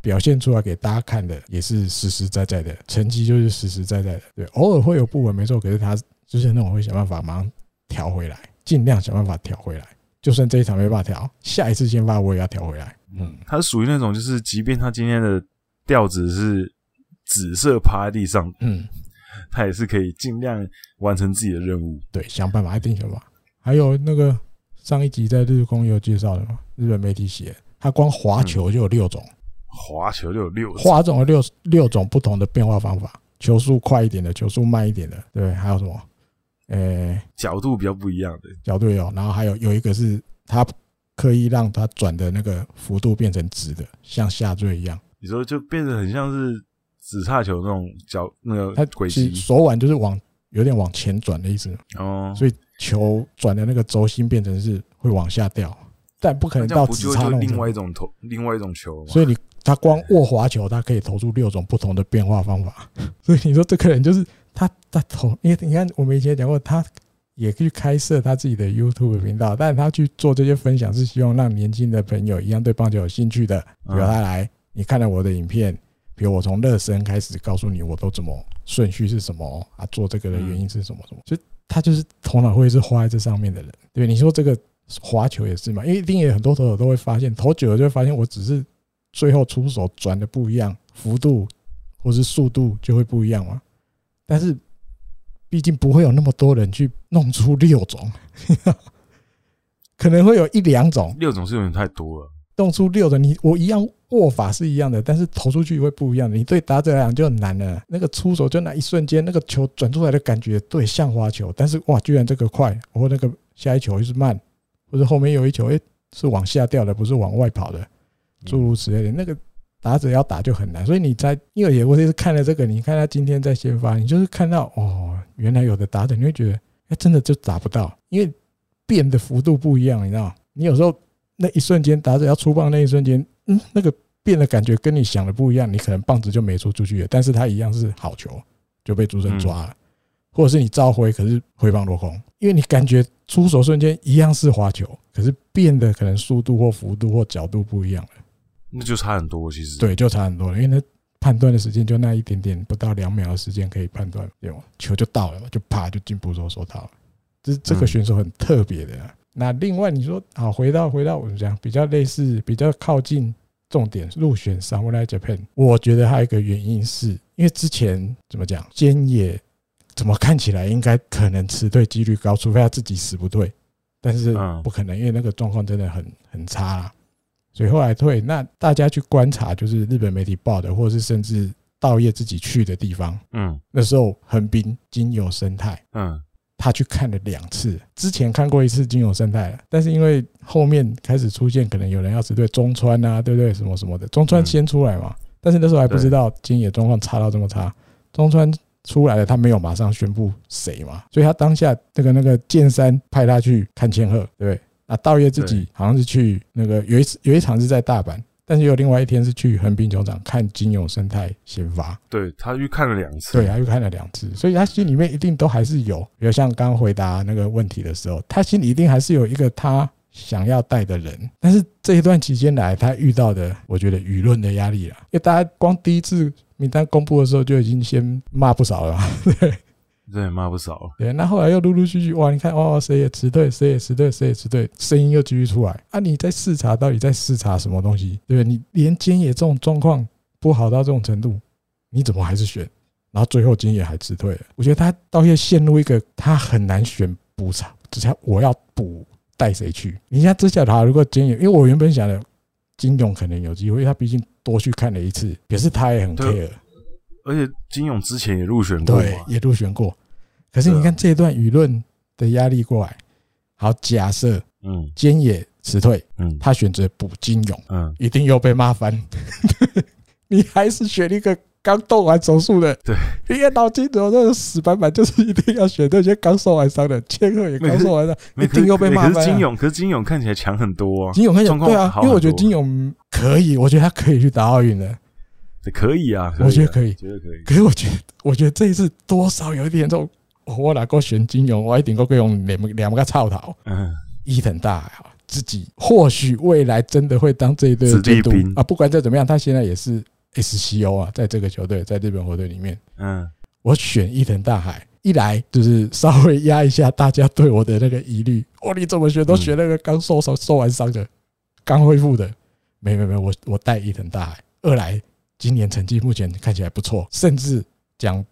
Speaker 1: 表现出来给大家看的也是实实在在的成绩，就是实实在在的。对，偶尔会有不稳，没错。可是他就是那种会想办法马上调回来，尽量想办法调回来。就算这一场没办法调，下一次先发我也要调回来。嗯，
Speaker 2: 他是属于那种就是，即便他今天的调子是紫色趴在地上，
Speaker 1: 嗯，
Speaker 2: 他也是可以尽量完成自己的任务。
Speaker 1: 对，想办法，一定想办法。还有那个上一集在日工有介绍的嘛，日本媒体写，他光滑球就有六种，
Speaker 2: 滑球就有六次，
Speaker 1: 滑种有六六种不同的变化方法，球速快一点的，球速慢一点的，对，还有什么？呃、
Speaker 2: 角度比较不一样的，
Speaker 1: 角度哦有，然后还有有一个是他刻意让他转的那个幅度变成直的，像下坠一样。
Speaker 2: 你说就变得很像是紫叉球那种角那
Speaker 1: 它
Speaker 2: 个呃轨
Speaker 1: 其
Speaker 2: 迹
Speaker 1: 实手腕就是往有点往前转的意思，
Speaker 2: 哦，
Speaker 1: 所以球转的那个轴心变成是会往下掉，但不可
Speaker 2: 那
Speaker 1: 能
Speaker 2: 这
Speaker 1: 到
Speaker 2: 样不
Speaker 1: 直
Speaker 2: 就
Speaker 1: 插
Speaker 2: 就
Speaker 1: 那
Speaker 2: 另
Speaker 1: 种。
Speaker 2: 外一种投另外一种球了吗？
Speaker 1: 所以你他光握滑球，他可以投出六种不同的变化方法。 所以你说这个人就是他他投，因为你看我们以前讲过，他也去开设他自己的 YouTube 频道，但他去做这些分享是希望让年轻的朋友一样对棒球有兴趣的，比如
Speaker 2: 嗯
Speaker 1: 他来，你看了我的影片，比如我从热身开始告诉你我都怎么顺序是什么啊，做这个的原因是什么什么，所以他就是头脑会是花在这上面的人。对，你说这个滑球也是嘛，因为一定也很多投手都会发现，投久了就会发现我只是最后出手转的不一样，幅度或是速度就会不一样嘛。但是毕竟不会有那么多人去弄出六种， 可能会有一两种，
Speaker 2: 六种是有点太多了，
Speaker 1: 动出六的，你我一样握法是一样的，但是投出去会不一样的。你对打者来讲就很难了，那个出手就那一瞬间，那个球转出来的感觉，对，像滑球，但是哇，居然这个快，或那个下一球又是慢，或者后面有一球，诶、是往下掉的，不是往外跑的，诸如此类的，那个打者要打就很难。所以你在因为也我也是看了这个，你看他今天在先发，你就是看到哦，原来有的打者你会觉得，哎、真的就打不到，因为变的幅度不一样，你知道吗，你有时候那一瞬间打者要出棒那一瞬间，嗯，那个变的感觉跟你想的不一样，你可能棒子就没出出去了，但是他一样是好球，就被主审抓了。或者是你召回，可是回棒落空，因为你感觉出手瞬间一样是滑球，可是变的可能速度或幅度或角度不一样了，
Speaker 2: 那就差很多。其实，
Speaker 1: 对，就差很多了。因为那判断的时间就那一点点，不到两秒的时间可以判断，对吗？球就到了嘛，就啪就进捕手手套了，这这这个
Speaker 2: 嗯
Speaker 1: 选手很特别的、啊。那另外你说好，回到回到我们讲比较类似、比较靠近重点入选 Samurai Japan，我觉得还有一个原因是因为之前怎么讲，菅野怎么看起来应该可能辞退几率高，除非他自己死不退，但是
Speaker 2: 嗯
Speaker 1: 不可能，因为那个状况真的很很差啦。所以后来退，那大家去观察，就是日本媒体报的，或者是甚至道业自己去的地方，
Speaker 2: 嗯
Speaker 1: 那时候横滨金有生态，
Speaker 2: 嗯
Speaker 1: 他去看了两次，之前看过一次金有生态了，但是因为后面开始出现可能有人要只对中川啊，对不对？什么什么的，中川
Speaker 2: 嗯
Speaker 1: 先出来嘛，但是那时候还不知道金野状况差到这么差，中川出来了，他没有马上宣布谁嘛，所以他当下那个那个剑山派他去看千鹤，对不对？啊，道业自己好像是去那个有一次有一场是在大阪，但是有另外一天是去横滨球场看金有生态先发，
Speaker 2: 对他去看了两次，
Speaker 1: 对，他又看了两次，所以他心里面一定都还是有，比如像刚回答那个问题的时候，他心里一定还是有一个他想要带的人。但是这一段期间来，他遇到的，我觉得舆论的压力啊，因为大家光第一次名单公布的时候就已经先骂不少了嘛，
Speaker 2: 真的骂不少了。
Speaker 1: 对，那后来又陆陆续续，哇，你看，哇，谁也辞退，谁也辞退，谁也辞退，声音又继续出来啊！你在视察到底在视察什么东西？对不对？你连菅野这种状况不好到这种程度，你怎么还是选？然后最后菅野还辞退了，我觉得他到现在陷入一个他很难选补偿，只差我要补带谁去？你像之前他如果菅野，因为我原本想的金勇可能有机会，因为他毕竟多去看了一次，可是他也很
Speaker 2: 对
Speaker 1: care。
Speaker 2: 而且金勇之前也入选过
Speaker 1: 对
Speaker 2: 嘛，，
Speaker 1: 也入选过。可是
Speaker 2: 对啊
Speaker 1: 你看这一段舆论的压力过来，好，假设
Speaker 2: 嗯
Speaker 1: 菅野辞退，
Speaker 2: 嗯
Speaker 1: 他选择补金勇，
Speaker 2: 嗯，
Speaker 1: 一定又被骂翻。 你还是选一个刚动完手术的，
Speaker 2: 对，
Speaker 1: 因为脑筋轴那个死板板，就是一定要选那些刚受完伤的，千鹤也刚受完伤，
Speaker 2: 没
Speaker 1: 一定又被
Speaker 2: 可是
Speaker 1: 骂
Speaker 2: 可
Speaker 1: 翻
Speaker 2: 是金
Speaker 1: 啊。
Speaker 2: 勇，可是金勇看起来强很多啊，
Speaker 1: 金勇可以
Speaker 2: 状况
Speaker 1: 对啊
Speaker 2: 好，很
Speaker 1: 因为我觉得
Speaker 2: 多
Speaker 1: 金勇可以，我觉得他可以去打奥运的，
Speaker 2: 可以啊，
Speaker 1: 我觉得
Speaker 2: 啊
Speaker 1: 可以。
Speaker 2: 觉得可以。
Speaker 1: 可是我觉得，我觉得这一次多少有一点这种，哦我哪个选金哦融，我一定够用两两个操头，
Speaker 2: 嗯，
Speaker 1: 伊藤大海啊，自己或许未来真的会当这一队的
Speaker 2: 子弟
Speaker 1: 监督
Speaker 2: 兵
Speaker 1: 啊。不管再怎么样，他现在也是 SCO 啊，在这个球队，在日本火队里面，
Speaker 2: 嗯，
Speaker 1: 我选伊藤大海。一来就是稍微压一下大家对我的那个疑虑，哦，你怎么选都选那个刚受伤、受完伤的、刚恢复的，没没没，我我带伊藤大海。二来今年成绩目前看起来不错，甚至讲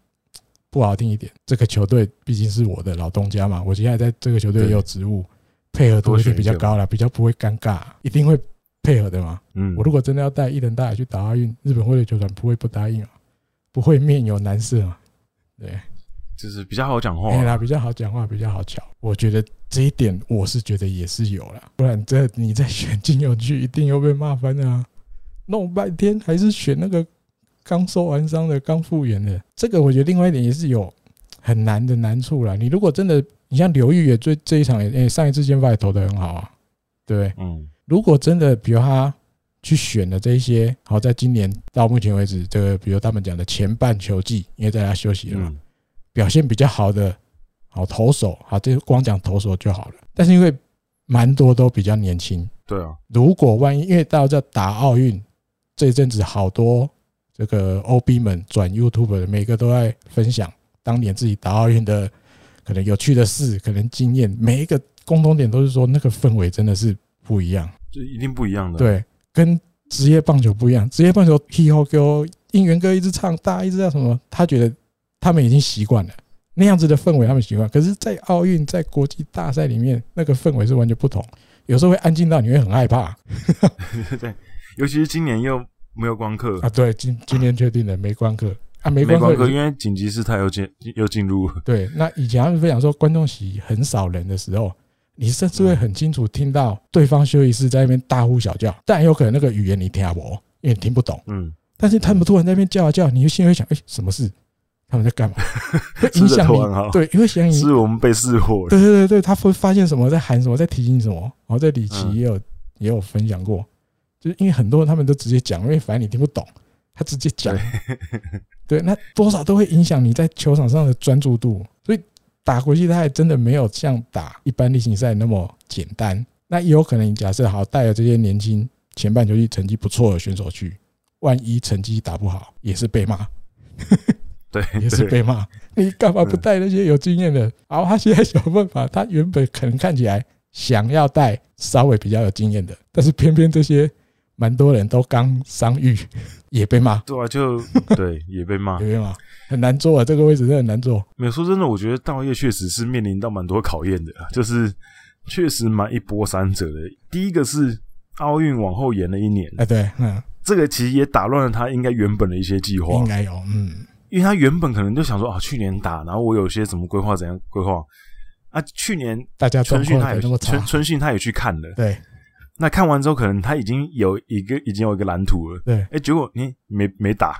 Speaker 1: 不好听一点，这个球队毕竟是我的老东家嘛，我现在在这个球队也有职务，配合度一定比较高了，比较不会尴尬，一定会配合的嘛。
Speaker 2: 嗯，
Speaker 1: 我如果真的要带伊藤大海去打奥运，日本会的球团不会不答应啊，不会面有难色啊。对，
Speaker 2: 就是比较好讲话啊
Speaker 1: 哎、啦，比较好讲话，比较好巧。我觉得这一点我是觉得也是有啦，不然这你再选金友去，一定又被骂翻啊！弄半天还是选那个刚受完伤的、刚复原的。这个我觉得另外一点也是有很难的难处啦。你如果真的，你像刘玉也最这一场也、哎上一次先发也投的很好啊，对不对？
Speaker 2: 嗯
Speaker 1: 如果真的，比如他去选了这一些，好，在今年到目前为止，这个比如他们讲的前半球季，因为大家休息了嘛，
Speaker 2: 嗯
Speaker 1: 表现比较好的，好投手，好，这光讲投手就好了。但是因为蛮多都比较年轻，
Speaker 2: 对啊，
Speaker 1: 如果万一因为大家知道打奥运这一阵子，好多这个 OB 们转 YouTube 的，每个都在分享当年自己打奥运的可能有趣的事，可能经验，每一个共同点都是说那个氛围真的是不一样。
Speaker 2: 就一定不一样的。，
Speaker 1: 对，跟职业棒球不一样。职业棒球 h 后给我应援歌一直唱，大家一直叫什么，他觉得他们已经习惯了那样子的氛围，他们习惯。可是，在奥运、在国际大赛里面，那个氛围是完全不同。有时候会安静到你会很害怕
Speaker 2: 对，尤其是今年又没有光课，
Speaker 1: 啊！对，今今天确定了没观课啊，没
Speaker 2: 没
Speaker 1: 观课
Speaker 2: 课，因为紧急事态又进又进入了。
Speaker 1: 对，那以前他们分享说，观众席很少人的时候，你甚至会很清楚听到对方休息室在那边大呼小叫，但有可能那个语言你听不懂，因为你听不懂。
Speaker 2: 嗯，
Speaker 1: 但是他们突然在那边叫啊叫，你就心里会想，哎、什么事？他们在 干嘛？会
Speaker 2: 吃
Speaker 1: 影
Speaker 2: 的
Speaker 1: 响
Speaker 2: 头很好
Speaker 1: 你，对，因为响你，
Speaker 2: 是我们被识破了。
Speaker 1: 对对对对，他会发现什么，在喊什么，在提醒你什么。然后在李琦
Speaker 2: 嗯
Speaker 1: 也有、也有分享过，就是因为很多人他们都直接讲，因为反正你听不懂，他直接讲， 对，那多少都会影响你在球场上的专注度。所以打国际赛真的没有像打一般例行赛那么简单。那也有可能，假设好带了这些年轻前半球季成绩不错的选手去，万一成绩打不好，也是被骂。
Speaker 2: 对，
Speaker 1: 也是
Speaker 2: 对
Speaker 1: 被骂。你干嘛不带那些有经验的？好，他现在想办法，他原本可能看起来想要带稍微比较有经验的，但是偏偏这些蛮多人都刚伤愈，也被骂，
Speaker 2: 对 啊，就对也被骂
Speaker 1: 也。被骂，很难做啊，这个位置真的很难做。
Speaker 2: 没有说真的，我觉得道业确实是面临到蛮多考验的啊，就是确实蛮一波三折的。第一个是奥运往后延了一年，
Speaker 1: 哎，对，嗯，
Speaker 2: 这个其实也打乱了他应该原本的一些计划
Speaker 1: 应，该有，嗯，
Speaker 2: 因为他原本可能就想说啊，去年打，然后我有些怎么规划怎样规划啊，去年
Speaker 1: 大家状
Speaker 2: 春训
Speaker 1: 况
Speaker 2: 他
Speaker 1: 没那么
Speaker 2: 也春
Speaker 1: 差，
Speaker 2: 春训他也去看了，
Speaker 1: 对
Speaker 2: 那看完之后可能他已经有一个已经有一个蓝图了，
Speaker 1: 对，
Speaker 2: 哎，结果你没没打，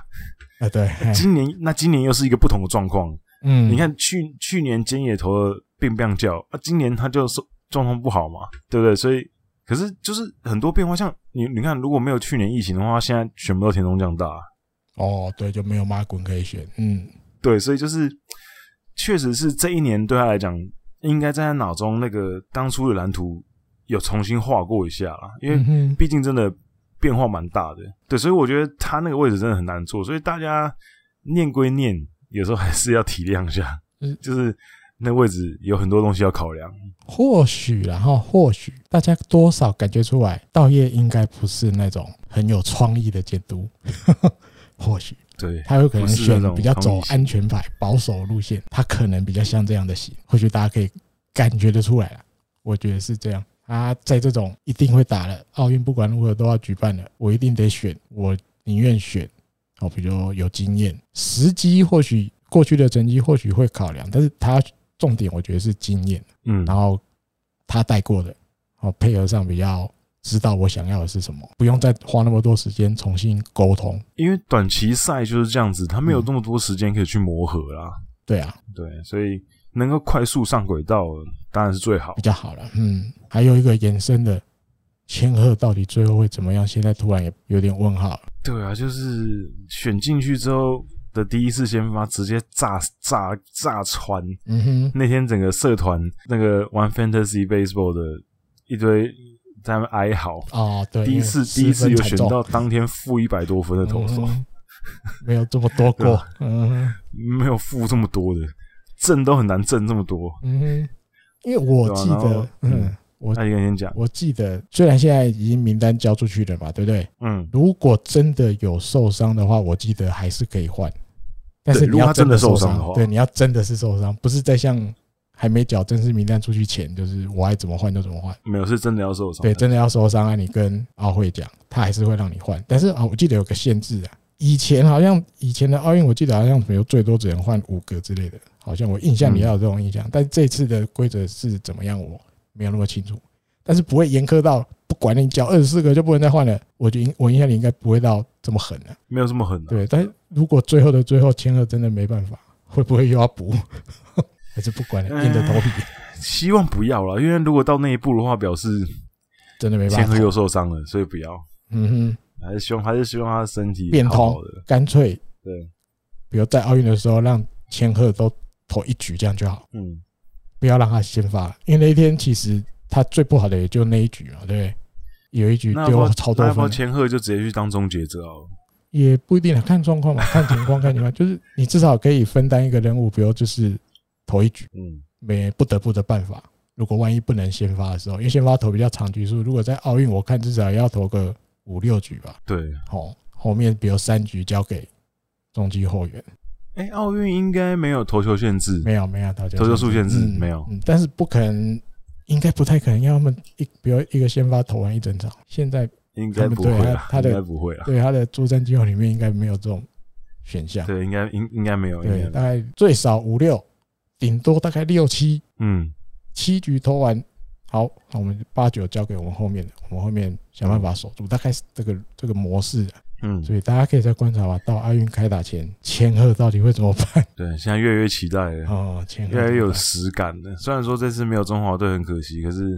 Speaker 1: 哎对，哎
Speaker 2: 今年那今年又是一个不同的状况，
Speaker 1: 嗯，
Speaker 2: 你看去去年菅野投了病病叫啊，今年他就是状况不好嘛，对不对？所以可是就是很多变化，像你你看，如果没有去年疫情的话，现在全部都田中将大，啊
Speaker 1: 哦，对，就没有马滚可以选，嗯，
Speaker 2: 对，所以就是确实是这一年对他来讲，应该在他脑中那个当初的蓝图有重新画过一下啦，因为
Speaker 1: 嗯哼，
Speaker 2: 毕竟真的变化蛮大的，对，所以我觉得他那个位置真的很难做，所以大家念归念，有时候还是要体谅一下
Speaker 1: 嗯，
Speaker 2: 就是那位置有很多东西要考量，
Speaker 1: 或许然后或许大家多少感觉出来，道业应该不是那种很有创意的监督， 或许
Speaker 2: 对，
Speaker 1: 他有可能
Speaker 2: 不是那
Speaker 1: 选
Speaker 2: 种
Speaker 1: 比较
Speaker 2: 创
Speaker 1: 走
Speaker 2: 意型
Speaker 1: 安全牌、保守路线，他可能比较像这样的型，或许大家可以感觉得出来啦。我觉得是这样。他在这种一定会打了，奥运不管如何都要举办了，我一定得选，我宁愿选，哦，比如说有经验，时机或许过去的成绩或许会考量，但是他重点我觉得是经验。
Speaker 2: 嗯，
Speaker 1: 然后他带过的，哦，配合上比较知道我想要的是什么，不用再花那么多时间重新沟通。
Speaker 2: 因为短期赛就是这样子，他没有
Speaker 1: 嗯
Speaker 2: 那么多时间可以去磨合啦，
Speaker 1: 对啊，
Speaker 2: 对，所以能够快速上轨道当然是最好
Speaker 1: 比，较好了。嗯，还有一个延伸的，千鹤到底最后会怎么样？现在突然也有点问号了。
Speaker 2: 对啊，就是选进去之后的第一次先发直接炸炸炸穿。
Speaker 1: 嗯哼，
Speaker 2: 那天整个社团那个玩 Fantasy Baseball 的一堆在那边哀嚎，
Speaker 1: 哦，对，
Speaker 2: 第一次第一次有选到
Speaker 1: 到
Speaker 2: 当天负一百多分的投手，
Speaker 1: 嗯
Speaker 2: 啊
Speaker 1: 没有这么多过。嗯哼
Speaker 2: 没有负这么多的，挣都很难挣这么多。
Speaker 1: 嗯哼，因为我记
Speaker 2: 对啊然后
Speaker 1: 得，嗯
Speaker 2: 嗯，
Speaker 1: 我
Speaker 2: 那你跟先讲，
Speaker 1: 我记得，虽然现在已经名单交出去了嘛，对不对？
Speaker 2: 嗯，
Speaker 1: 如果真的有受伤的话，我记得还是可以换。但是
Speaker 2: 对
Speaker 1: 你
Speaker 2: 如
Speaker 1: 要
Speaker 2: 果他真的
Speaker 1: 受
Speaker 2: 受伤的话
Speaker 1: 对，你要真的是受伤，不是在像还没缴正式名单出去前，就是我爱怎么换就怎么换。
Speaker 2: 没有是真的要受伤
Speaker 1: 对，
Speaker 2: 的，
Speaker 1: 真的要受伤啊，你跟奥会讲，他还是会让你换。但是啊，我记得有个限制啊，以前好像以前的奥运，我记得好像没有最多只能换五个之类的，好像我印象里要有这种印象。但这次的规则是怎么样，我没有那么清楚。但是不会严苛到不管你缴二十四个就不能再换了，我觉得应我印象里应该不会到这么狠的、啊
Speaker 2: 没有这么狠的、
Speaker 1: 对，但是如果最后的最后签了真的没办法，会不会又要补？ 还是不管了，硬着头皮，
Speaker 2: 希望不要了，因为如果到那一步的话，表示
Speaker 1: 真的没
Speaker 2: 千
Speaker 1: 办
Speaker 2: 鹤
Speaker 1: 法。
Speaker 2: 又受伤了，所以不要。
Speaker 1: 嗯哼。
Speaker 2: 还是希望，还是希望他的身体
Speaker 1: 变
Speaker 2: 好
Speaker 1: 通
Speaker 2: 好的。，
Speaker 1: 干脆
Speaker 2: 对，
Speaker 1: 比如在奥运的时候让千鹤都投一局这样就好，
Speaker 2: 嗯，
Speaker 1: 不要让他先发，因为那一天其实他最不好的也就那一局啊嘛，对不对？有一局
Speaker 2: 那要不
Speaker 1: 丢
Speaker 2: 要
Speaker 1: 嗯超
Speaker 2: 那
Speaker 1: 多
Speaker 2: 要不要
Speaker 1: 分，
Speaker 2: 千鹤就直接去当终结者好了
Speaker 1: 也不一定啊，看状况嘛，看情况，看情况，就是你至少可以分担一个任务，比如就是投一局，
Speaker 2: 嗯，
Speaker 1: 没不得不的办法。如果万一不能先发的时候，因为先发投比较长局数，如果在奥运，我看至少也要投个五六局吧。
Speaker 2: 对，
Speaker 1: 哦，后面比如三局交给中继后援，
Speaker 2: 哎、奥运应该没有投球限制，
Speaker 1: 没有没有投球
Speaker 2: 投球数限制
Speaker 1: 嗯
Speaker 2: 没有
Speaker 1: 嗯，但是不可能，应该不太可能要他们一比如一个先发投完一整场。现在
Speaker 2: 应该不会
Speaker 1: 对
Speaker 2: 啦
Speaker 1: 他，他的
Speaker 2: 应该不会啦，
Speaker 1: 对他的作战计划里面应该没有这种选项，
Speaker 2: 对，应该应应该没有，应
Speaker 1: 对，
Speaker 2: 该没
Speaker 1: 大
Speaker 2: 有
Speaker 1: 概最少五六，顶多大概六七
Speaker 2: 嗯，
Speaker 1: 七局投完。好，那我们八九交给我们后面的，我们后面想办法守住，大概是这个这个模式啊、
Speaker 2: 嗯，
Speaker 1: 所以大家可以再观察吧，到奥运开打前，千鹤到底会怎么办？
Speaker 2: 对，现在越来越期待了，
Speaker 1: 哦，千鹤
Speaker 2: 越来越有
Speaker 1: 怎么办
Speaker 2: 实感了。虽然说这次没有中华队很可惜，可是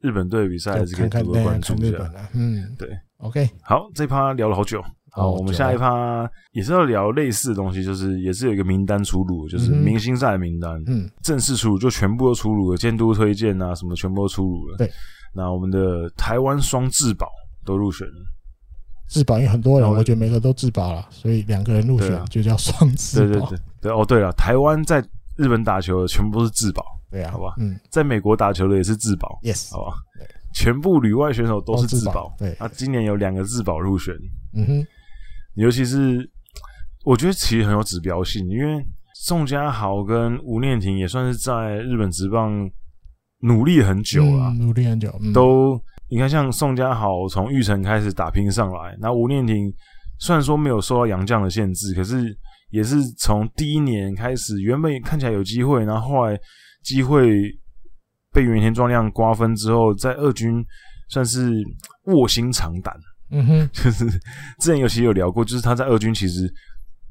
Speaker 2: 日本队的比赛还是
Speaker 1: 就
Speaker 2: 可以
Speaker 1: 看看
Speaker 2: 多
Speaker 1: 对
Speaker 2: 多
Speaker 1: 啊
Speaker 2: 关注
Speaker 1: 看
Speaker 2: 一
Speaker 1: 日
Speaker 2: 下
Speaker 1: 本。啊，嗯，
Speaker 2: 对
Speaker 1: ，OK，
Speaker 2: 好，这趴聊了好久，好，我们下一
Speaker 1: 趴，
Speaker 2: 趴也是要聊类似的东西，就是也是有一个名单出炉，就是
Speaker 1: 嗯哼
Speaker 2: 明星赛的名单，
Speaker 1: 嗯，
Speaker 2: 正式出炉就全部都出炉了，监督推荐啊什么全部都出炉了。
Speaker 1: 对，
Speaker 2: 那我们的台湾双至宝都入选了。
Speaker 1: 自保，因为很多人
Speaker 2: 那我
Speaker 1: 我觉得每个都自保了，所以两个人入
Speaker 2: 对
Speaker 1: 选
Speaker 2: 啊
Speaker 1: 就叫双自
Speaker 2: 对对
Speaker 1: 保。
Speaker 2: 对对哦，对了，台湾在日本打球的全部都是自保，
Speaker 1: 对啊，
Speaker 2: 好吧
Speaker 1: 嗯
Speaker 2: 在美国打球的也是自保，
Speaker 1: ，yes，
Speaker 2: 好吧
Speaker 1: 对？
Speaker 2: 全部旅外选手都是自保
Speaker 1: 保，。对，
Speaker 2: 啊，今年有两个自保入选，
Speaker 1: 嗯哼，
Speaker 2: 尤其是我觉得其实很有指标性，因为宋佳豪跟吴念婷也算是在日本职棒努力很久啊了、
Speaker 1: 嗯努力很久，嗯，
Speaker 2: 都你看像宋佳豪从玉成开始打拼上来，那吴念婷虽然说没有受到洋将的限制，可是也是从第一年开始，原本看起来有机会，然后后来机会被原田壮亮瓜分之后，在二军算是卧薪尝胆。
Speaker 1: 嗯哼，
Speaker 2: 就是之前有其实有聊过，就是他在二军其实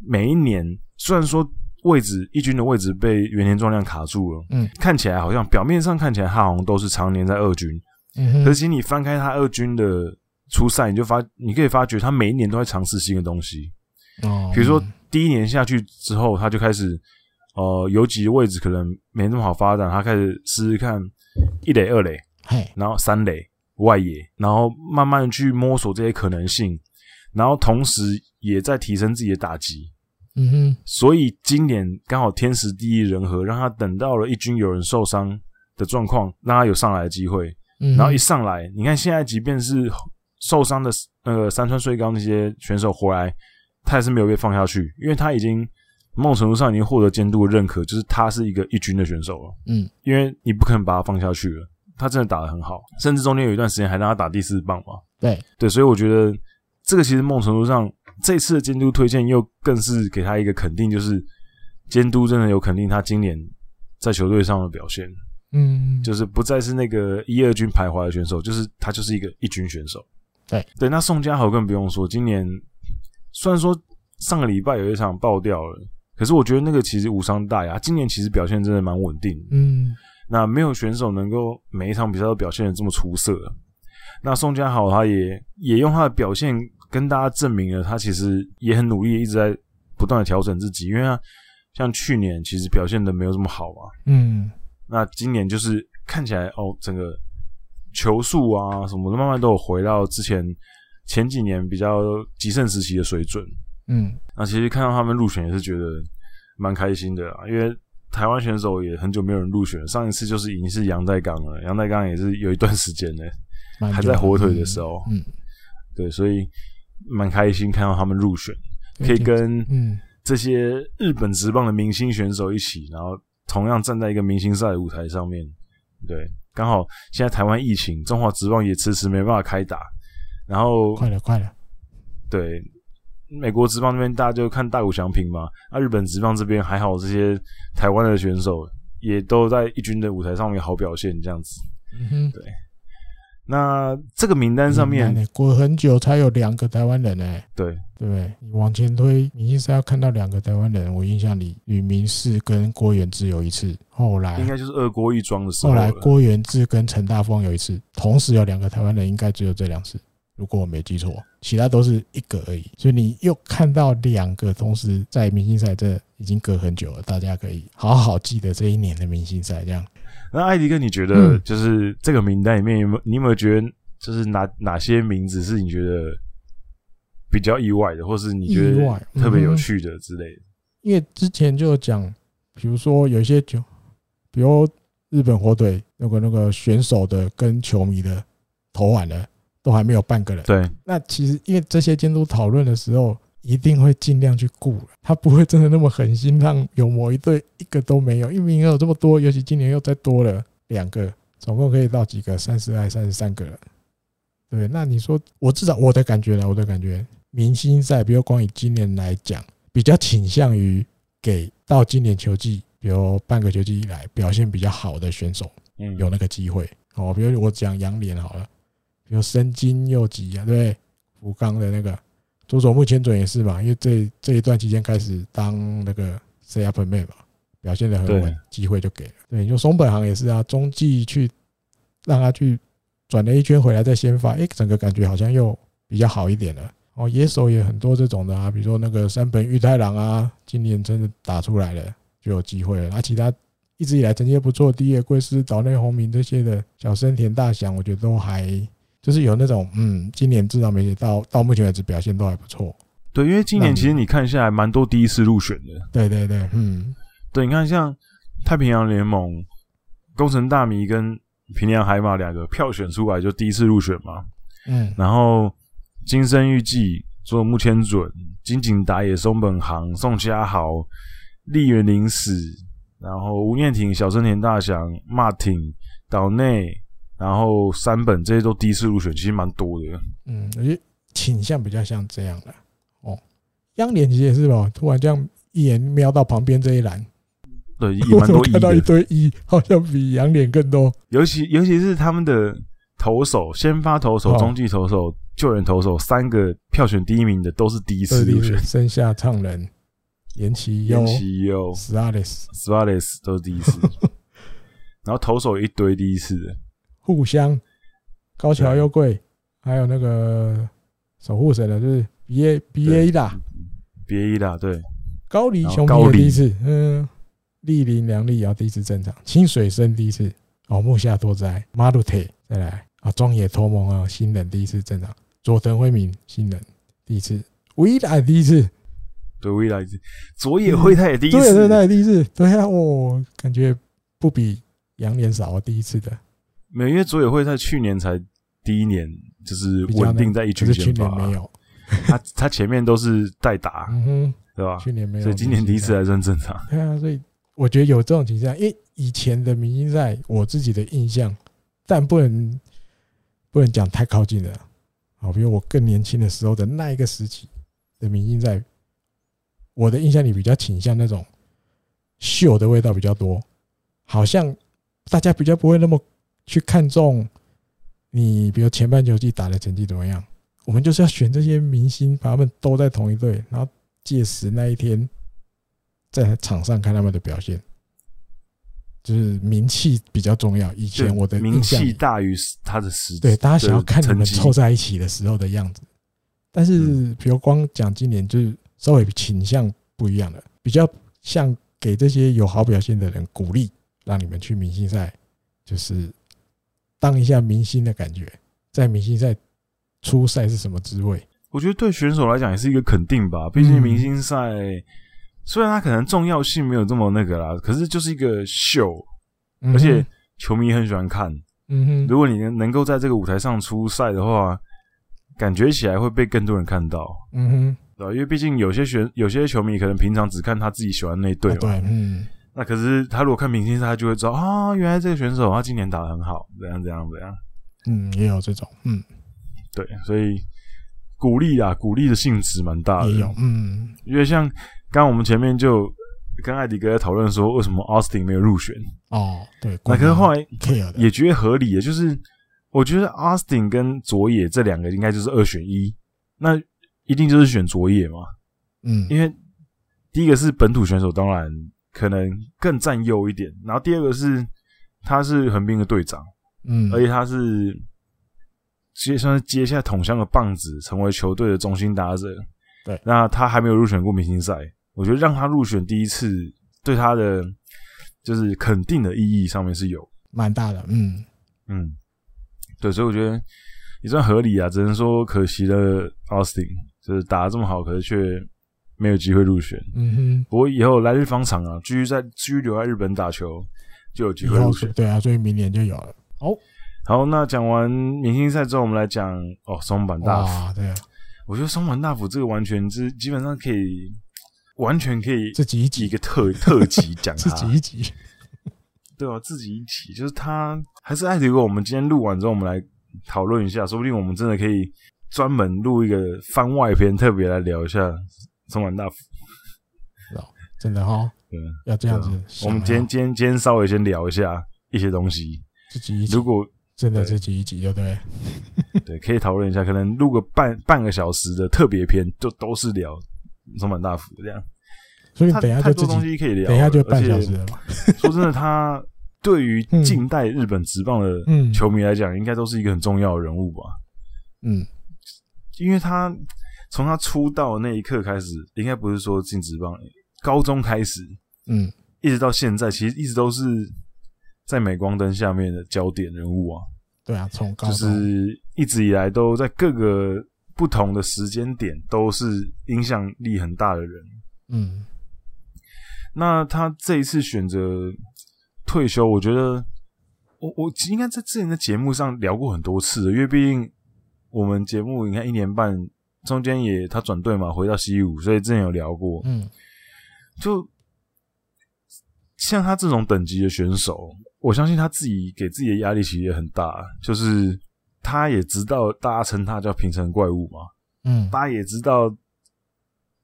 Speaker 2: 每一年虽然说位置一军的位置被原田壮亮卡住了，
Speaker 1: 嗯，
Speaker 2: 看起来好像表面上看起来他好像都是常年在二军，
Speaker 1: 嗯
Speaker 2: 可是
Speaker 1: 哼，
Speaker 2: 其实你翻开他二军的初赛，你就发你可以发觉他每一年都在尝试新的东西，
Speaker 1: 哦，
Speaker 2: 比如说
Speaker 1: 嗯
Speaker 2: 第一年下去之后，他就开始呃有几个位置可能没那么好发展，他开始试试看一垒、二垒，
Speaker 1: 嘿，
Speaker 2: 然后三垒、外野，然后慢慢地去摸索这些可能性，然后同时也在提升自己的打击。
Speaker 1: 嗯哼，
Speaker 2: 所以今年刚好天时地利人和，让他等到了一军有人受伤的状况，让他有上来的机会。
Speaker 1: 嗯哼，
Speaker 2: 然后一上来，你看现在即便是受伤的那个山川穗高那些选手回来，他也是没有被放下去，因为他已经某种程度上已经获得监督的认可，就是他是一个一军的选手了。
Speaker 1: 嗯，
Speaker 2: 因为你不可能把他放下去了，他真的打得很好，甚至中间有一段时间还让他打第四棒嘛。
Speaker 1: 对，
Speaker 2: 对，所以我觉得这个其实某种程度上，这次的监督推荐又更是给他一个肯定，就是监督真的有肯定他今年在球队上的表现。
Speaker 1: 嗯，
Speaker 2: 就是不再是那个一二军徘徊的选手，就是他就是一个一军选手。
Speaker 1: 对
Speaker 2: 对，那宋佳豪更不用说，今年虽然说上个礼拜有一场爆掉了，可是我觉得那个其实无伤大雅。今年其实表现真的蛮稳定的，
Speaker 1: 嗯，
Speaker 2: 那没有选手能够每一场比赛都表现的这么出色。那宋佳豪他也也用他的表现跟大家证明了，他其实也很努力，一直在不断的调整自己，因为他像去年其实表现的没有这么好啊嘛，
Speaker 1: 嗯，
Speaker 2: 那今年就是看起来哦，整个球速啊什么的，慢慢都有回到之前前几年比较极盛时期的水准。
Speaker 1: 嗯，
Speaker 2: 那其实看到他们入选也是觉得蛮开心的啦，因为台湾选手也很久没有人入选了，上一次就是已经是杨代刚了，杨代刚也是有一段时间呢，
Speaker 1: 蛮
Speaker 2: 还
Speaker 1: 久
Speaker 2: 在
Speaker 1: 的
Speaker 2: 火腿的
Speaker 1: 嗯
Speaker 2: 时候，
Speaker 1: 嗯，
Speaker 2: 对，所以蛮开心看到他们入选，可以跟
Speaker 1: 嗯
Speaker 2: 这些日本职棒的明星选手一起，然后同样站在一个明星赛的舞台上面。对，刚好现在台湾疫情，中华职棒也迟迟没办法开打，然后
Speaker 1: 快了快了，
Speaker 2: 对美国职棒那边大家就看大谷翔平嘛，那、日本职棒这边还好，这些台湾的选手也都在一军的舞台上面好表现这样子。
Speaker 1: 嗯哼，
Speaker 2: 那这个名单上面，
Speaker 1: 嗯过很久才有两个台湾人哎、
Speaker 2: 对
Speaker 1: 对不对？你往前推，明星赛要看到两个台湾人，我印象里吕明士跟郭元志有一次，后
Speaker 2: 应
Speaker 1: 来
Speaker 2: 该就是二锅一庄的时候
Speaker 1: 后来
Speaker 2: 了。
Speaker 1: 郭元志跟陈大峰有一次，同时有两个台湾人，应该只有这两次，如果我没记错，其他都是一个而已。所以你又看到两个同时在明星赛，这已经隔很久了，大家可以好好记得这一年的明星赛，这样
Speaker 2: 那艾迪哥，你觉得
Speaker 1: 嗯
Speaker 2: 就是这个名单里面有没有你有没有觉得就是哪哪些名字是你觉得比较意外的，或是你觉
Speaker 1: 意
Speaker 2: 得
Speaker 1: 外
Speaker 2: 特别有
Speaker 1: 嗯
Speaker 2: 趣的之类的？
Speaker 1: 因为之前就有讲，比如说有一些球，比如日本火腿那个那个选手的跟球迷的投完了，都还没有半个人。
Speaker 2: 对，
Speaker 1: 那其实因为这些监督讨论的时候，一定会尽量去顾了，他不会真的那么狠心让有某一队一个都没有，因为名额有这么多，尤其今年又再多了两个，总共可以到几个？三十还三十三个人。对，那你说，我至少我的感觉呢，我的感觉，明星赛，比如光以今年来讲，比较倾向于给到今年球季，比如半个球季以来表现比较好的选手
Speaker 2: 嗯，
Speaker 1: 有那个机会哦。比如我讲杨莲好了，比如深津佑吉啊，对不对？福冈的那个佐佐木千准也是嘛，因为这这一段期间开始当那个 C up man 嘛，表现的很
Speaker 2: 对
Speaker 1: 稳，机会就给了。对，你说松本航也是啊，中继去让他去转了一圈回来再先发，诶，整个感觉好像又比较好一点了。哦，野手也很多这种的啊，比如说那个山本裕太郎啊，今年真的打出来了，就有机会了。那、啊其他一直以来成绩也不错，第一也贵司、岛内宏明这些的小森田大响，我觉得都还就是有那种嗯，今年至少没到到目前为止表现都还不错。
Speaker 2: 对，因为今年其实你看下来，蛮多第一次入选的。
Speaker 1: 对对对，嗯，
Speaker 2: 对，你看像太平洋联盟、工程大迷跟平凉海马两个票选出来就第一次入选嘛，
Speaker 1: 嗯，
Speaker 2: 然后金生玉纪、佐木千准、金井打野、松本航、宋佳豪、立原绫史，然后吴念挺、小森田大翔、马挺、岛内，然后山本这些都第一次入选，其实蛮多的。
Speaker 1: 嗯，我觉得倾向比较像这样的哦。央联其实也是吧，突然这样一眼瞄到旁边这一栏，
Speaker 2: 对，也
Speaker 1: 我
Speaker 2: 蛮
Speaker 1: 怎么
Speaker 2: 多意义
Speaker 1: 看到一
Speaker 2: 的，
Speaker 1: 堆一，好像比杨脸更多。
Speaker 2: 尤其尤其是他们的投手、先发投手、
Speaker 1: 哦
Speaker 2: 中继投手、救援投手三个票选第一名的都是第一
Speaker 1: 这
Speaker 2: 次
Speaker 1: 里
Speaker 2: 入选
Speaker 1: 是，生下唱人，岩崎优
Speaker 2: 岩、崎佑、
Speaker 1: s a r i s
Speaker 2: s v a l e s 都是第一次，然后投手一堆第一次的，
Speaker 1: 互相高桥优贵，还有那个守护神的，就是 B A B A 啦，
Speaker 2: 别一啦，对，
Speaker 1: 高梨
Speaker 2: 然后
Speaker 1: 雄
Speaker 2: 哦高
Speaker 1: 平也
Speaker 2: 梨
Speaker 1: 第一次，嗯，立林良利也要第一次正常，清水生第一次，哦，木下多哉，马鲁铁再来啊，庄野拓梦啊，新人第一次正常，佐藤辉明新人第一次，维莱第一次，
Speaker 2: 对，未来佐野辉他也第一次，
Speaker 1: 对对对，第一次，对啊，我感觉不比杨连少啊，第一次的，
Speaker 2: 没有，因为佐野辉在去年才第一年，就是
Speaker 1: 比较
Speaker 2: 稳定在一
Speaker 1: 可是
Speaker 2: 军
Speaker 1: 去
Speaker 2: 先发
Speaker 1: 年
Speaker 2: 啊，
Speaker 1: 没有，
Speaker 2: 他 他前面都是代打，
Speaker 1: 嗯哼，
Speaker 2: 对吧？
Speaker 1: 去年没有，
Speaker 2: 啊所以今年第一次还算正常，
Speaker 1: 对啊，所以我觉得有这种倾向，因为以前的明星赛，我自己的印象，但不能不能讲太靠近了啊。好，比如我更年轻的时候的那一个时期的明星赛，我的印象里比较倾向那种秀的味道比较多，好像大家比较不会那么去看重你，比如前半球季打的成绩怎么样。我们就是要选这些明星，把他们都在同一队，然后届时那一天在场上看他们的表现，就是名气比较重要。以前我的
Speaker 2: 名
Speaker 1: 印象里
Speaker 2: 气大于他的实
Speaker 1: 对，大家想要看你
Speaker 2: 成
Speaker 1: 们
Speaker 2: 绩
Speaker 1: 凑在一起的时候的样子。但
Speaker 2: 嗯
Speaker 1: 是，比如光讲今年，就是稍微倾向不一样了，比较像给这些有好表现的人鼓励，让你们去明星赛，就是当一下明星的感觉，在明星赛初赛是什么滋味？
Speaker 2: 我觉得对选手来讲也是一个肯定
Speaker 1: 嗯
Speaker 2: 吧，毕竟明星赛、虽然它可能重要性没有这么那个啦，可是就是一个秀，
Speaker 1: 嗯哼
Speaker 2: 而且，球迷很喜欢看。
Speaker 1: 嗯
Speaker 2: 如
Speaker 1: 哼，
Speaker 2: 果你能能够在这个舞台上出赛的话，感觉起来会被更多人看到，
Speaker 1: 嗯哼，
Speaker 2: 对啊吧因为毕竟有些选有些球迷可能平常只看他自己喜欢那队
Speaker 1: 啊
Speaker 2: 嘛，
Speaker 1: 对，嗯，
Speaker 2: 那可是他如果看明星赛，他就会知道啊，原来这个选手他今年打得很好，怎样怎样怎样，
Speaker 1: 嗯，也有这种，嗯，
Speaker 2: 对，所以鼓励啊，鼓励的性质蛮大的，
Speaker 1: 也有，嗯，
Speaker 2: 因为像刚刚我们前面就跟艾迪哥在讨论说，为什么 Austin 没有入选？
Speaker 1: 哦，对，
Speaker 2: 那可是后来
Speaker 1: care 的，
Speaker 2: 也觉得合理的，就是我觉得 Austin 跟佐野这两个应该就是二选一，那一定就是选佐野嘛，
Speaker 1: 嗯，
Speaker 2: 因为第一个是本土选手，当然可能更占优一点，然后第二个是他是横滨的队长，
Speaker 1: 嗯，
Speaker 2: 而且他是接算是接下桶箱的棒子，成为球队的中心打者。
Speaker 1: 对，
Speaker 2: 那他还没有入选过明星赛，我觉得让他入选第一次，对他的就是肯定的意义上面是有，
Speaker 1: 蛮大的，嗯，
Speaker 2: 嗯，对，所以我觉得也算合理啊，只能说可惜了 Austin，就是打得这么好，可是却没有机会入选。
Speaker 1: 嗯哼。
Speaker 2: 不过以后来日方长啊，继续在继续留在日本打球，就有机会
Speaker 1: 以
Speaker 2: 入
Speaker 1: 后
Speaker 2: 选
Speaker 1: 是。对啊，所以明年就有了。哦
Speaker 2: 好，那讲完明星赛之后，我们来讲哦，松坂大辅。
Speaker 1: 哇，对啊，
Speaker 2: 我觉得松坂大辅这个完全是基本上可以，完全可以
Speaker 1: 自己一
Speaker 2: 一
Speaker 1: 集，
Speaker 2: 个特特辑 讲
Speaker 1: 自
Speaker 2: 他，
Speaker 1: 己一 集，
Speaker 2: 对吧、自己一起，就是他还是艾迪哥。我们今天录完之后，我们来讨论一下，说不定我们真的可以专门录一个番外篇，特别来聊一下松坂大辅。
Speaker 1: 哦真的哈
Speaker 2: 对，
Speaker 1: 要这样子
Speaker 2: 我
Speaker 1: 想啊。
Speaker 2: 们今天今天今天稍微先聊一下一些东西，
Speaker 1: 自己一集
Speaker 2: 如，果
Speaker 1: 真的
Speaker 2: 对
Speaker 1: 自己一集，对不对？
Speaker 2: 对，可以讨论一下，可能录个半半个小时的特别篇，就都是聊松坂大辅这样。
Speaker 1: 所以
Speaker 2: 他
Speaker 1: 嗯等一下
Speaker 2: 太
Speaker 1: 就自
Speaker 2: 多东
Speaker 1: 己，
Speaker 2: 西可以聊了，
Speaker 1: 等一下就
Speaker 2: 而
Speaker 1: 半
Speaker 2: 且
Speaker 1: 小时了嘛。
Speaker 2: 说真的，他对于近代日本职棒的
Speaker 1: 嗯
Speaker 2: 球迷来讲，应该都是一个很重要的人物吧？
Speaker 1: 嗯，
Speaker 2: 因为他从他出道那一刻开始，应该不是说进职棒，高中开始
Speaker 1: 嗯，
Speaker 2: 一直到现在，其实一直都是在镁光灯下面的焦点人物啊。
Speaker 1: 对啊，从高
Speaker 2: 就
Speaker 1: 中
Speaker 2: 是一直以来都在各个不同的时间点都是影响力很大的人。
Speaker 1: 嗯
Speaker 2: 那他这一次选择退休，我觉得我我应该在之前的节目上聊过很多次了，因为毕竟我们节目你看一年半中间也他转队嘛，回到西武，所以之前有聊过。
Speaker 1: 嗯
Speaker 2: 就像他这种等级的选手，我相信他自己给自己的压力其实也很大，就是他也知道大家称他叫平成怪物嘛，
Speaker 1: 嗯
Speaker 2: 大家也知道，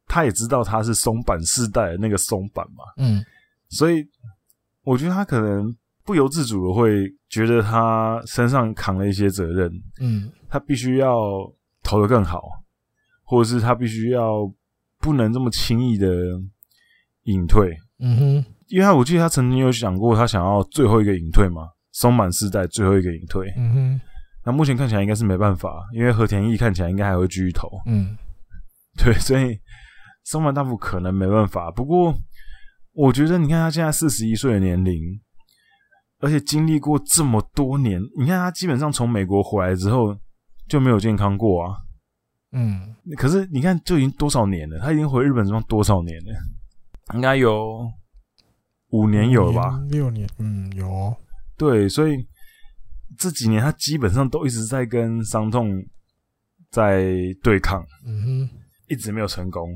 Speaker 2: 他也知道他是松板世代的那个松板嘛，
Speaker 1: 嗯
Speaker 2: 所以我觉得他可能不由自主的会觉得他身上扛了一些责任，
Speaker 1: 嗯
Speaker 2: 他必须要投的更好，或者是他必须要不能这么轻易的隐退，
Speaker 1: 嗯哼，
Speaker 2: 因为他我记得他曾经有讲过，他想要最后一个隐退嘛，松满世代最后一个隐退。
Speaker 1: 嗯哼，
Speaker 2: 那目前看起来应该是没办法，因为和田义看起来应该还会继续投，
Speaker 1: 嗯
Speaker 2: 对，所以松满大辅可能没办法。不过我觉得，你看他现在四十一岁的年龄，而且经历过这么多年，你看他基本上从美国回来之后就没有健康过啊。
Speaker 1: 嗯
Speaker 2: 可是你看，就已经多少年了？他已经回日本这方多少年了？应该有五年有了吧？
Speaker 1: 五年？六年？嗯，有哦。
Speaker 2: 对，所以这几年他基本上都一直在跟伤痛在对抗，
Speaker 1: 嗯
Speaker 2: 一直没有成功。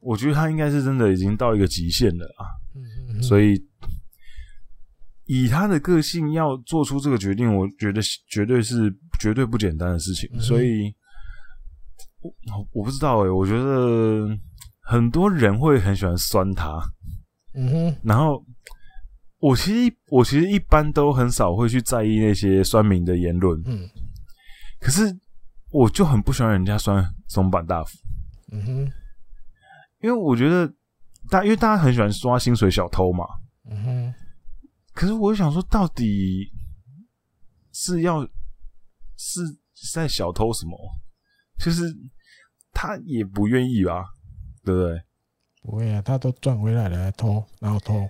Speaker 2: 我觉得他应该是真的已经到一个极限了啊！
Speaker 1: 哼，嗯哼，
Speaker 2: 所
Speaker 1: 以
Speaker 2: 以以他的个性要做出这个决定，我觉得绝对是绝对不简单的事情。
Speaker 1: 嗯
Speaker 2: 所以我我不知道诶、欸我觉得很多人会很喜欢酸他，
Speaker 1: 嗯哼，
Speaker 2: 然后我其实我其实一般都很少会去在意那些酸民的言论，
Speaker 1: 嗯
Speaker 2: 可是我就很不喜欢人家酸松坂大辅，
Speaker 1: 嗯哼，
Speaker 2: 因为我觉得大因为大家很喜欢刷薪水小偷嘛，
Speaker 1: 嗯哼，
Speaker 2: 可是我就想说到底是要是在小偷什么？就是他也不愿意吧，对不对？
Speaker 1: 不会啊，他都赚回来了，还偷，然后偷，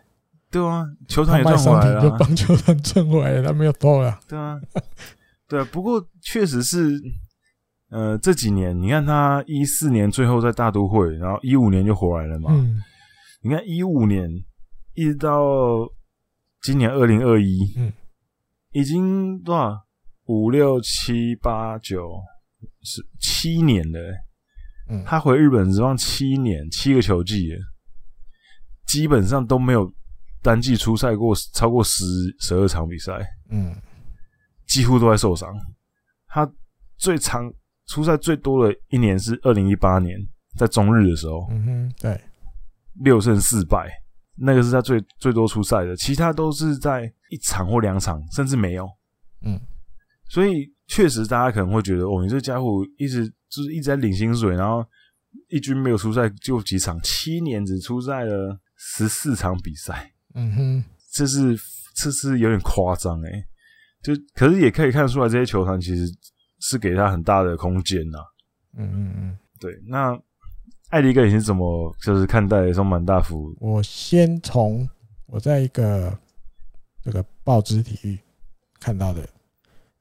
Speaker 2: 对啊，球场
Speaker 1: 他
Speaker 2: 也
Speaker 1: 卖
Speaker 2: 赚回
Speaker 1: 商
Speaker 2: 来
Speaker 1: 品
Speaker 2: 了
Speaker 1: 就
Speaker 2: 啊、
Speaker 1: 帮球团挣回来了，他没有偷了。
Speaker 2: 对啊，对啊。不过确实是，呃，这几年你看他一四年最后在大都会，然后一五年就回来了嘛。
Speaker 1: 嗯
Speaker 2: 你看一五年一直到今年二零二一，
Speaker 1: 嗯
Speaker 2: 已经多少五六七八九十七年了欸、
Speaker 1: 嗯，
Speaker 2: 他回日本职棒七年，七个球季了，基本上都没有单季出赛过超过十十二场比赛。
Speaker 1: 嗯
Speaker 2: 几乎都在受伤。他最长出赛最多的一年是二零一八年，在中日的时候，
Speaker 1: 嗯哼，对，
Speaker 2: 六胜四败，那个是他最最多出赛的，其他都是在一场或两场，甚至没有。
Speaker 1: 嗯
Speaker 2: 所以确实，大家可能会觉得，哦，你这家伙一直就是一直在领薪水，然后一军没有出赛就几场，七年只出赛了十四场比赛。
Speaker 1: 嗯哼，
Speaker 2: 这是这是有点夸张哎，就可是也可以看出来，这些球团其实是给他很大的空间呐、
Speaker 1: 嗯嗯嗯。
Speaker 2: 对，那艾迪哥你是怎么就是看待松满大辅？
Speaker 1: 我先从我在一个这个报纸体育看到的，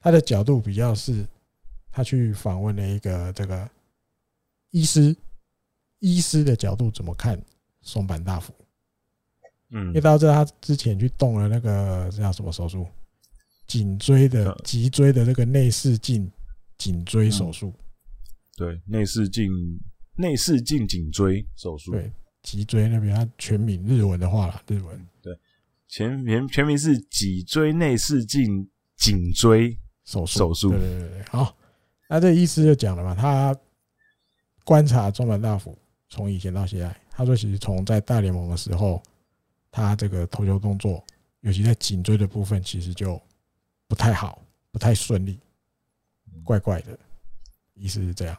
Speaker 1: 他的角度比较是，他去访问了一个这个医师，医师的角度怎么看松坂大辅？
Speaker 2: 嗯
Speaker 1: 因为大家知道他之前去动了那个这叫什么手术，颈椎的
Speaker 2: 嗯
Speaker 1: 脊椎的这个内视镜颈椎手术，
Speaker 2: 对，内视镜内视镜颈椎手术，
Speaker 1: 对脊椎那边他全名日文的话啦，日文
Speaker 2: 全全全名是脊椎内视镜颈椎，
Speaker 1: 手术，
Speaker 2: 手术
Speaker 1: 对对对对，好，那这医师就讲了嘛，他观察中本大辅从以前到现在，他说其实从在大联盟的时候，他这个投球动作，尤其在颈椎的部分，其实就不太好，不太顺利，怪怪的，意思是这样。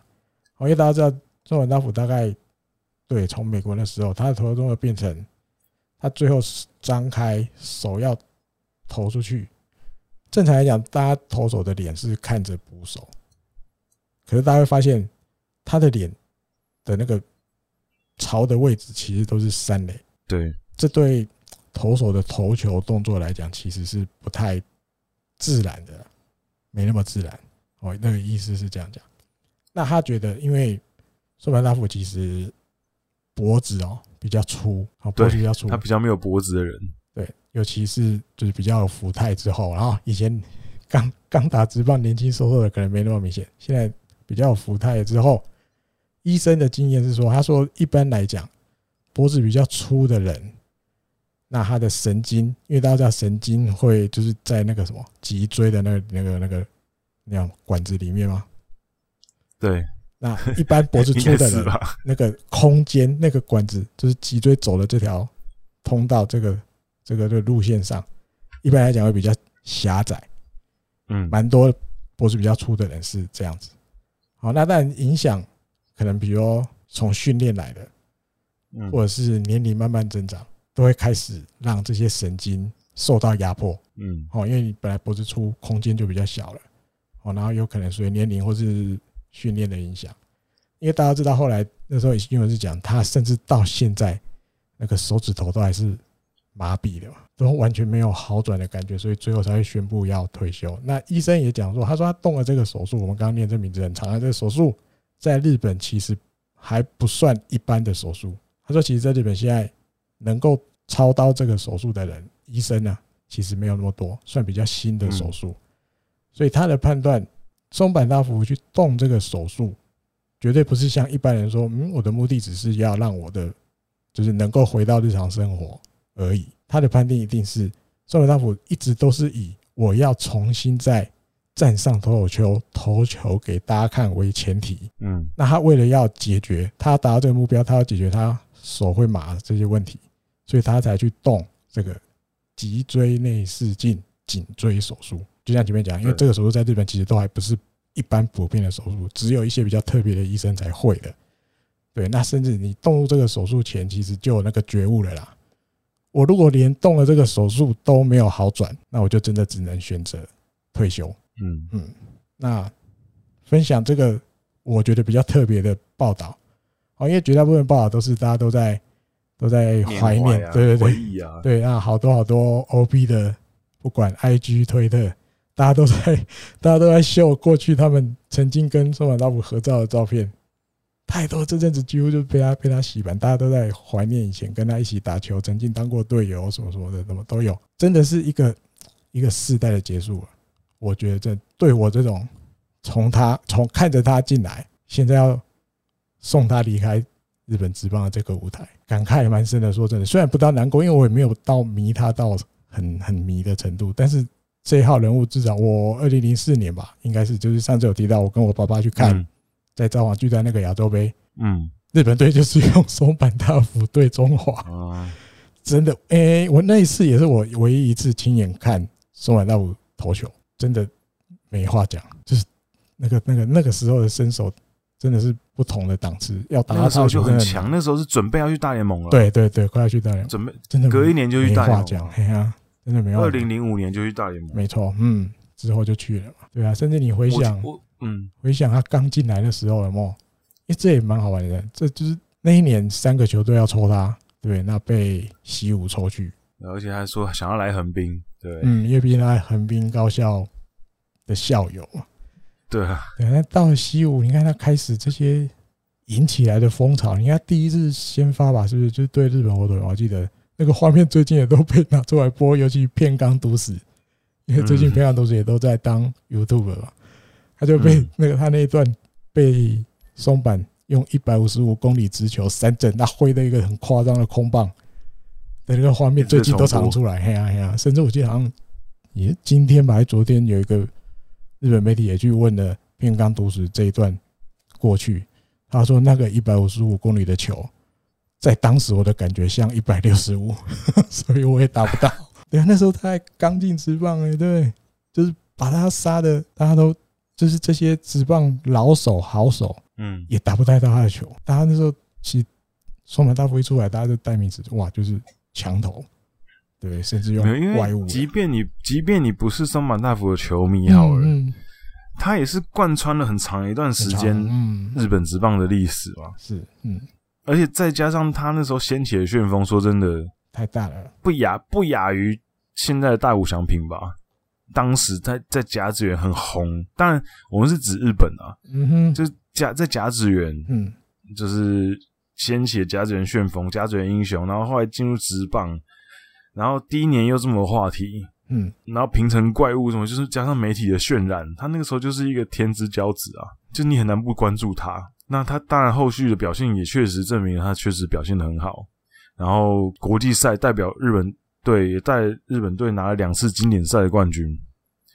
Speaker 1: 好，因为大家知道中本大辅大概对从美国的时候，他的投球动作变成他最后张开手要投出去。正常来讲，大家投手的脸是看着捕手，可是大家会发现他的脸的那个朝的位置其实都是三垒，
Speaker 2: 对，
Speaker 1: 这对投手的投球动作来讲，其实是不太自然的，没那么自然。哦，那个意思是这样讲。那他觉得，因为苏门答甫其实脖子哦比较粗，哦脖子
Speaker 2: 对
Speaker 1: 比较粗
Speaker 2: 他，比较没有脖子的人，
Speaker 1: 对，尤其是就是比较有福态之后，然后以前刚刚打直棒年轻瘦瘦的可能没那么明显，现在比较有福态之后，医生的经验是说，他说一般来讲，脖子比较粗的人，那他的神经，因为大家知道神经会就是在那个什么脊椎的那个那个那个那样管子里面嘛，
Speaker 2: 对，
Speaker 1: 那一般 脖子
Speaker 2: 应
Speaker 1: 粗
Speaker 2: 该
Speaker 1: 的
Speaker 2: 是
Speaker 1: 人，
Speaker 2: 吧？
Speaker 1: 那个空间那个管子，就是脊椎走的这条通道，这个这个这个路线上，一般来讲会比较狭窄，
Speaker 2: 嗯，
Speaker 1: 蛮多脖子比较粗的人是这样子。好，那当然影响可能比如说从训练来的，
Speaker 2: 嗯
Speaker 1: 或者是年龄慢慢增长，都会开始让这些神经受到压迫。
Speaker 2: 嗯
Speaker 1: 哦，因为你本来脖子粗，空间就比较小了，哦，然后有可能随年龄或是训练的影响，因为大家知道后来那时候新闻是讲他甚至到现在那个手指头都还是麻痹的嘛，都完全没有好转的感觉，所以最后才会宣布要退休。那医生也讲说，他说他动了这个手术，我们刚刚念这名字很长啊，这个手术在日本其实还不算一般的手术。他说，其实在日本现在能够操刀这个手术的人，医生呢、其实没有那么多，算比较新的手术。所以他的判断，松坂大辅去动这个手术，绝对不是像一般人说，嗯，我的目的只是要让我的就是能够回到日常生活而已。他的判定一定是松本大辅一直都是以我要重新再站上投手球投球给大家看为前提，
Speaker 2: 嗯
Speaker 1: 那他为了要解决他达到这个目标，他要解决他手会麻的这些问题，所以他才去动这个脊椎内视镜颈椎手术。就像前面讲，因为
Speaker 2: 对
Speaker 1: 这个手术在日本其实都还不是一般普遍的手术，只有一些比较特别的医生才会的。对，那甚至你动入这个手术前，其实就有那个觉悟了啦。我如果连动了这个手术都没有好转，那我就真的只能选择退休。
Speaker 2: 嗯
Speaker 1: 嗯，那分享这个我觉得比较特别的报道，哦，因为绝大部分报道都是大家都在都在怀念，
Speaker 2: 啊，
Speaker 1: 对对
Speaker 2: 回
Speaker 1: 对
Speaker 2: 忆啊，
Speaker 1: 对，那好多好多 OB 的，不管 IG、推特，大家都在大家都在秀过去他们曾经跟松坂大辅合照的照片，太多，这阵子几乎就被他被他洗版，大家都在怀念以前跟他一起打球，曾经当过队友什么什么的，什么都有，真的是一个一个世代的结束啊了。我觉得这对我这种从他从看着他进来，现在要送他离开日本职棒的这个舞台，感慨蛮深的。说真的，虽然不到难过，因为我也没有到迷他到很 很迷的程度，但是这一号人物至少我二零零四年吧，应该是就是上次有提到，我跟我爸爸去看。
Speaker 2: 嗯
Speaker 1: 在札幌巨蛋那个亚洲杯，
Speaker 2: 嗯
Speaker 1: 日本队就是用松坂大辅对中华，
Speaker 2: 啊，
Speaker 1: 真的，诶、我那一次也是我唯一一次亲眼看松坂大辅投球，真的没话讲，就是那个那个那个时候的身手真的是不同的档次，要打
Speaker 2: 那
Speaker 1: 到
Speaker 2: 个时
Speaker 1: 大
Speaker 2: 候
Speaker 1: 球
Speaker 2: 就
Speaker 1: 真
Speaker 2: 很
Speaker 1: 的
Speaker 2: 强，那时候是准备要去大联盟了，，
Speaker 1: 对对对，快要去大连，
Speaker 2: 准备
Speaker 1: 真的
Speaker 2: 隔一
Speaker 1: 没
Speaker 2: 年就去
Speaker 1: 没
Speaker 2: 大
Speaker 1: 话
Speaker 2: 联
Speaker 1: 讲，
Speaker 2: 盟，
Speaker 1: 嘿啊，真的没话
Speaker 2: 二
Speaker 1: 讲
Speaker 2: 零，零五年就去大联盟，
Speaker 1: 没错，嗯，之后就去了嘛，对啊，甚至你回
Speaker 2: 我
Speaker 1: 想，
Speaker 2: 我嗯
Speaker 1: 回想他刚进来的时候，有没有？因为这也蛮好玩的，这就是那一年三个球队要抽他，对，那被习武抽去，
Speaker 2: 而且还说想要来横滨，对、
Speaker 1: 嗯，因为毕竟他横滨高校的校友嘛。
Speaker 2: 对啊，
Speaker 1: 对，那到了习武，你看他开始这些引起来的风潮，你看他第一次先发吧，是不是？就是对日本火腿，我记得那个画面最近也都被拿出来播，尤其片冈都史，因为最近
Speaker 2: 嗯
Speaker 1: 片冈都史也都在当 YouTube 嘛，他就被
Speaker 2: 嗯
Speaker 1: 那个他那一段被松坂用一百五十五公里直球三振，他挥的一个很夸张的空棒的那个画面，
Speaker 2: 一直
Speaker 1: 最
Speaker 2: 在
Speaker 1: 近都常
Speaker 2: 重播
Speaker 1: 出来，嘿啊呀嘿呀，甚至我记得好像也是今天吧，还是昨天有一个日本媒体也去问了片冈都史这一段过去，他说那个一百五十五公里的球，在当时我的感觉像一百六十五， 所以我也打不 到。对啊，那时候他还刚进职棒哎、对，就是把他杀的，大家都就是这些职棒老手好手
Speaker 2: 嗯，
Speaker 1: 也打不太到他的球。大家那时候其实双板大夫一出来，大家就代名词哇，就是墙头，对，甚至用
Speaker 2: 没有，因
Speaker 1: 外物
Speaker 2: 为即便你即便你不是松坂大辅的球迷好了，
Speaker 1: 嗯，嗯
Speaker 2: 他也是贯穿了很长一段时间
Speaker 1: 很长嗯，
Speaker 2: 日本职棒的历史嘛，
Speaker 1: 是，嗯，
Speaker 2: 而且再加上他那时候掀起的旋风，说真的
Speaker 1: 太大了，
Speaker 2: 不亚不亚于现在的大谷翔平吧。当时在在甲子园很红，当然我们是指日本啊，
Speaker 1: 嗯哼，
Speaker 2: 就是甲在甲子园
Speaker 1: 嗯
Speaker 2: 就是先写甲子园旋风、甲子园英雄，然后后来进入职棒，然后第一年又这么有话题，
Speaker 1: 嗯
Speaker 2: 然后平成怪物什么，就是加上媒体的渲染，他那个时候就是一个天之骄子啊，就你很难不关注他。那他当然后续的表现也确实证明了他确实表现的很好，然后国际赛代表日本队也带日本队拿了两次经典赛的冠军，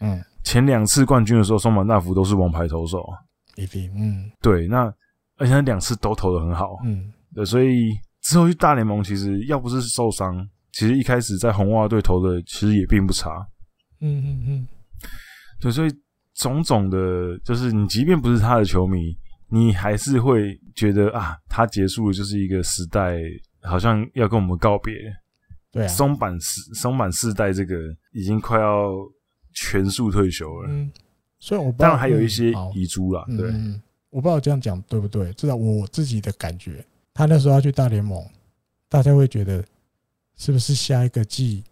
Speaker 1: 嗯，
Speaker 2: 前两次冠军的时候，松坂大辅都是王牌投手啊，
Speaker 1: 一定，嗯
Speaker 2: 对，那而且他两次都投的很好，
Speaker 1: 嗯
Speaker 2: 对，所以之后去大联盟，其实要不是受伤，其实一开始在红袜队投的其实也并不差。
Speaker 1: 嗯嗯嗯，
Speaker 2: 对，所以种种的，就是你即便不是他的球迷，你还是会觉得啊，他结束了就是一个时代，好像要跟我们告别。
Speaker 1: 对啊，
Speaker 2: 松坂世松坂世代这个已经快要全速退休了，
Speaker 1: 嗯，所以我不知道
Speaker 2: 当然还有一些
Speaker 1: 嗯好
Speaker 2: 遗珠啦，
Speaker 1: 嗯
Speaker 2: 对，
Speaker 1: 嗯，我不知道我这样讲对不对，至少我自己的感觉，他那时候要去大联盟，大家会觉得是不是下一个季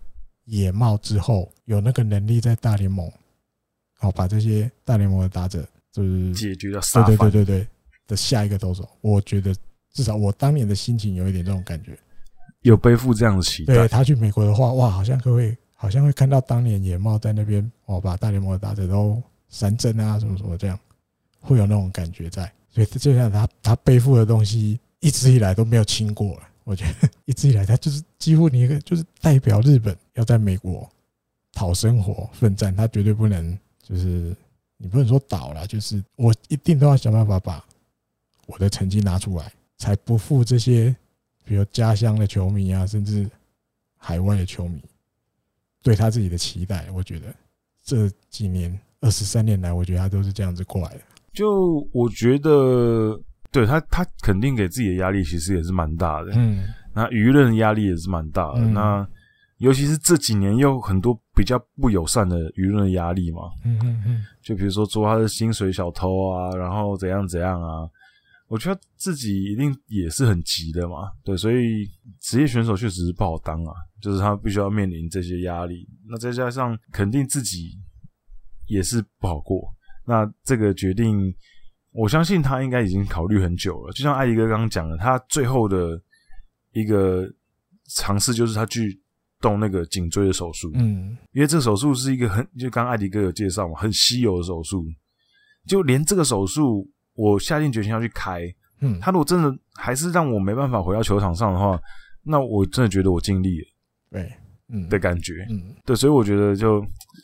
Speaker 1: 野茂之后有那个能力在大联盟，好把这些大联盟的打者，就是
Speaker 2: 解决掉
Speaker 1: 对
Speaker 2: 杀
Speaker 1: 对
Speaker 2: 饭
Speaker 1: 对。对对的下一个投手，我觉得至少我当年的心情有一点这种感觉。
Speaker 2: 有背负这样的期
Speaker 1: 对
Speaker 2: 待，
Speaker 1: 他去美国的话，哇，好像各位好像会看到当年野茂在那边哦，把大联盟的打者都三振啊，什么什么这样，会有那种感觉在。所以就像他他背负的东西，一直以来都没有轻过了。我觉得一直以来他就是几乎你一个就是代表日本要在美国讨生活奋战，他绝对不能就是你不能说倒了，就是我一定都要想办法把我的成绩拿出来，才不负这些比如家乡的球迷啊，甚至海外的球迷对他自己的期待，我觉得这几年二十三年来，我觉得他都是这样子过来的。
Speaker 2: 就我觉得，对他，他肯定给自己的压力其实也是蛮大的。
Speaker 1: 嗯
Speaker 2: 那舆论压力也是蛮大的。
Speaker 1: 嗯
Speaker 2: 那尤其是这几年又很多比较不友善的舆论的压力嘛，
Speaker 1: 嗯嗯嗯
Speaker 2: 就比如说说他是薪水小偷啊，然后怎样怎样啊。我觉得自己一定也是很急的嘛，对，所以职业选手确实是不好当啊，就是他必须要面临这些压力，那再加上肯定自己也是不好过，那这个决定，我相信他应该已经考虑很久了。就像艾迪哥刚刚讲的，他最后的一个尝试就是他去动那个颈椎的手术，
Speaker 1: 嗯，
Speaker 2: 因为这个手术是一个很，就刚刚艾迪哥有介绍嘛，很稀有的手术，就连这个手术，我下定决心要去开。
Speaker 1: 嗯，
Speaker 2: 他如果真的还是让我没办法回到球场上的话，那我真的觉得我尽力了
Speaker 1: 对，嗯
Speaker 2: 的，感觉。
Speaker 1: 嗯
Speaker 2: 对，所以我觉得就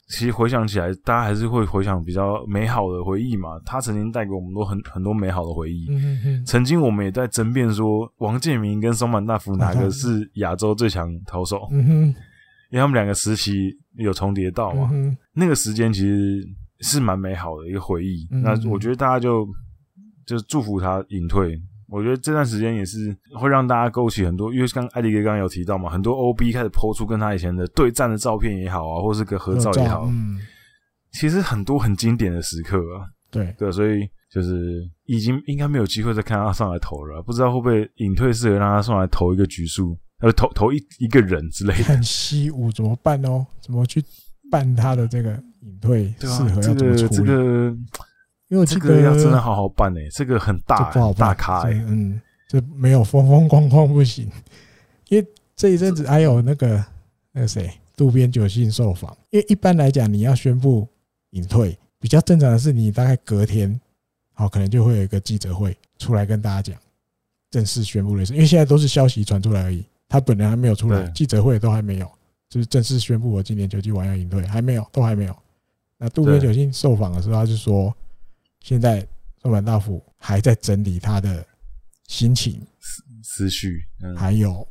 Speaker 2: 其实回想起来，大家还是会回想比较美好的回忆嘛。他曾经带给我们都很很多美好的回忆。
Speaker 1: 嗯嗯
Speaker 2: 曾经我们也在争辩说，王建民跟松坂大辅哪个是亚洲最强投手，
Speaker 1: 嗯
Speaker 2: 因为他们两个时期有重叠到嘛。
Speaker 1: 嗯
Speaker 2: 那个时间其实是蛮美好的一个回忆。
Speaker 1: 嗯
Speaker 2: 那我觉得大家就就祝福他隐退。我觉得这段时间也是会让大家勾起很多，因为刚艾迪哥刚刚有提到嘛，很多 OB 开始抛出跟他以前的对战的照片也好啊，或是个合照也好，
Speaker 1: 嗯，
Speaker 2: 其实很多很经典的时刻啊。
Speaker 1: 对，
Speaker 2: 对，所以就是已经应该没有机会再看他上来投了啊，不知道会不会隐退适合让他上来投一个局数，呃，投投一一个人之类的。
Speaker 1: 看西武怎么办哦？怎么去办他的这个隐退适
Speaker 2: 对啊，
Speaker 1: 合
Speaker 2: 这
Speaker 1: 要怎么
Speaker 2: 个
Speaker 1: 处
Speaker 2: 这
Speaker 1: 理？
Speaker 2: 个
Speaker 1: 因为我记
Speaker 2: 这
Speaker 1: 得
Speaker 2: 个要真的好好办诶、这个很
Speaker 1: 这
Speaker 2: 大欸
Speaker 1: 不好
Speaker 2: 大
Speaker 1: 办
Speaker 2: 咖
Speaker 1: 这
Speaker 2: 欸诶、
Speaker 1: 嗯，这没有风风光光不行，因为这一阵子还有那个那个谁渡边久信受访，因为一般来讲你要宣布隐退，比较正常的是你大概隔天，好可能就会有一个记者会出来跟大家讲正式宣布的事，因为现在都是消息传出来而已，他本人还没有出来，
Speaker 2: 对
Speaker 1: 记者会都还没有，就是正式宣布我今年球季完要隐退，还没有，都还没有。那渡边
Speaker 2: 对
Speaker 1: 久信受访的时候，他就说，现在松坂大辅还在整理他的心情，
Speaker 2: 思绪，嗯，
Speaker 1: 还有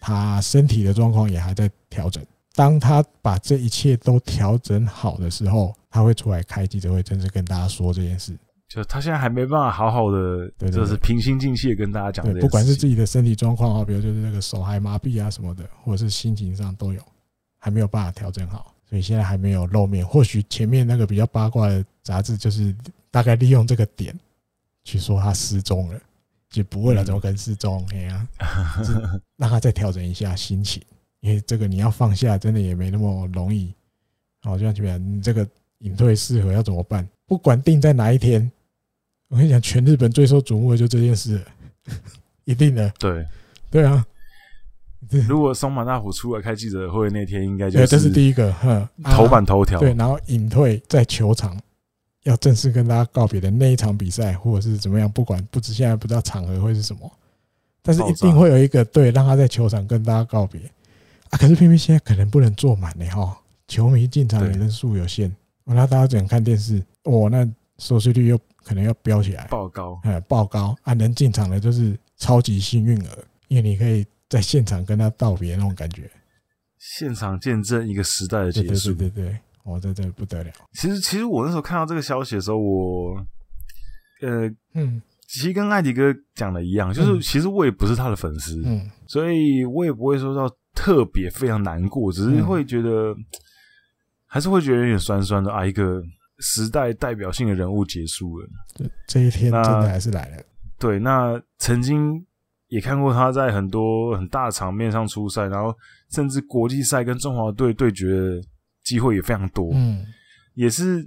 Speaker 1: 他身体的状况也还在调整。当他把这一切都调整好的时候，他会出来开记者会，正式跟大家说这件事。
Speaker 2: 就他现在还没办法好好的，
Speaker 1: 对对对
Speaker 2: 就是平心静气的跟大家讲这
Speaker 1: 对
Speaker 2: 件事，情，
Speaker 1: 不管是自己的身体状况啊，比如就是那个手还麻痹啊什么的，或者是心情上都有，还没有办法调整好，所以现在还没有露面。或许前面那个比较八卦的杂志，就是大概利用这个点去说他失踪了，就不会了，
Speaker 2: 嗯
Speaker 1: 怎么可能失踪？哎呀、就是让他再调整一下心情，因为这个你要放下，真的也没那么容易。哦，就像前面讲你这个隐退适合要怎么办？不管定在哪一天，我跟你讲，全日本最受瞩目的就这件事了， 一定的，
Speaker 2: 对，
Speaker 1: 对啊，对
Speaker 2: 如果松马大虎出来开记者会那天，应该就
Speaker 1: 哎对，这是第一个，哼，啊
Speaker 2: 头版头条。
Speaker 1: 对，然后隐退在球场要正式跟大家告别的那一场比赛，或者是怎么样，不管不知现在不知道场合会是什么，但是一
Speaker 2: 爆
Speaker 1: 定
Speaker 2: 炸
Speaker 1: 会有一个对让他在球场跟大家告别啊。可是偏偏现在可能不能坐满呢哈，球迷进场的
Speaker 2: 对
Speaker 1: 人数有限，哦那大家只能看电视，哦，那收视率又可能要飙起来，
Speaker 2: 报告，
Speaker 1: 呃，爆高啊，能进场的就是超级幸运儿，因为你可以在现场跟他道别那种感觉，
Speaker 2: 现场见证一个时代的
Speaker 1: 对
Speaker 2: 结
Speaker 1: 对
Speaker 2: 束
Speaker 1: 对。对对，哦，这这不得了，
Speaker 2: 其实，其实我那时候看到这个消息的时候，我呃，
Speaker 1: 嗯
Speaker 2: 其实跟艾迪哥讲的一样，就是
Speaker 1: 嗯
Speaker 2: 其实我也不是他的粉丝，
Speaker 1: 嗯。
Speaker 2: 所以我也不会说到特别非常难过，只是会觉得、还是会觉得有点酸酸的啊，一个时代代表性的人物结束了。
Speaker 1: 这这一天真
Speaker 2: 那
Speaker 1: 的还是来了，
Speaker 2: 对，那曾经也看过他在很多很大的场面上出赛，然后甚至国际赛跟中华队对决的机会也非常多，
Speaker 1: 嗯，
Speaker 2: 也是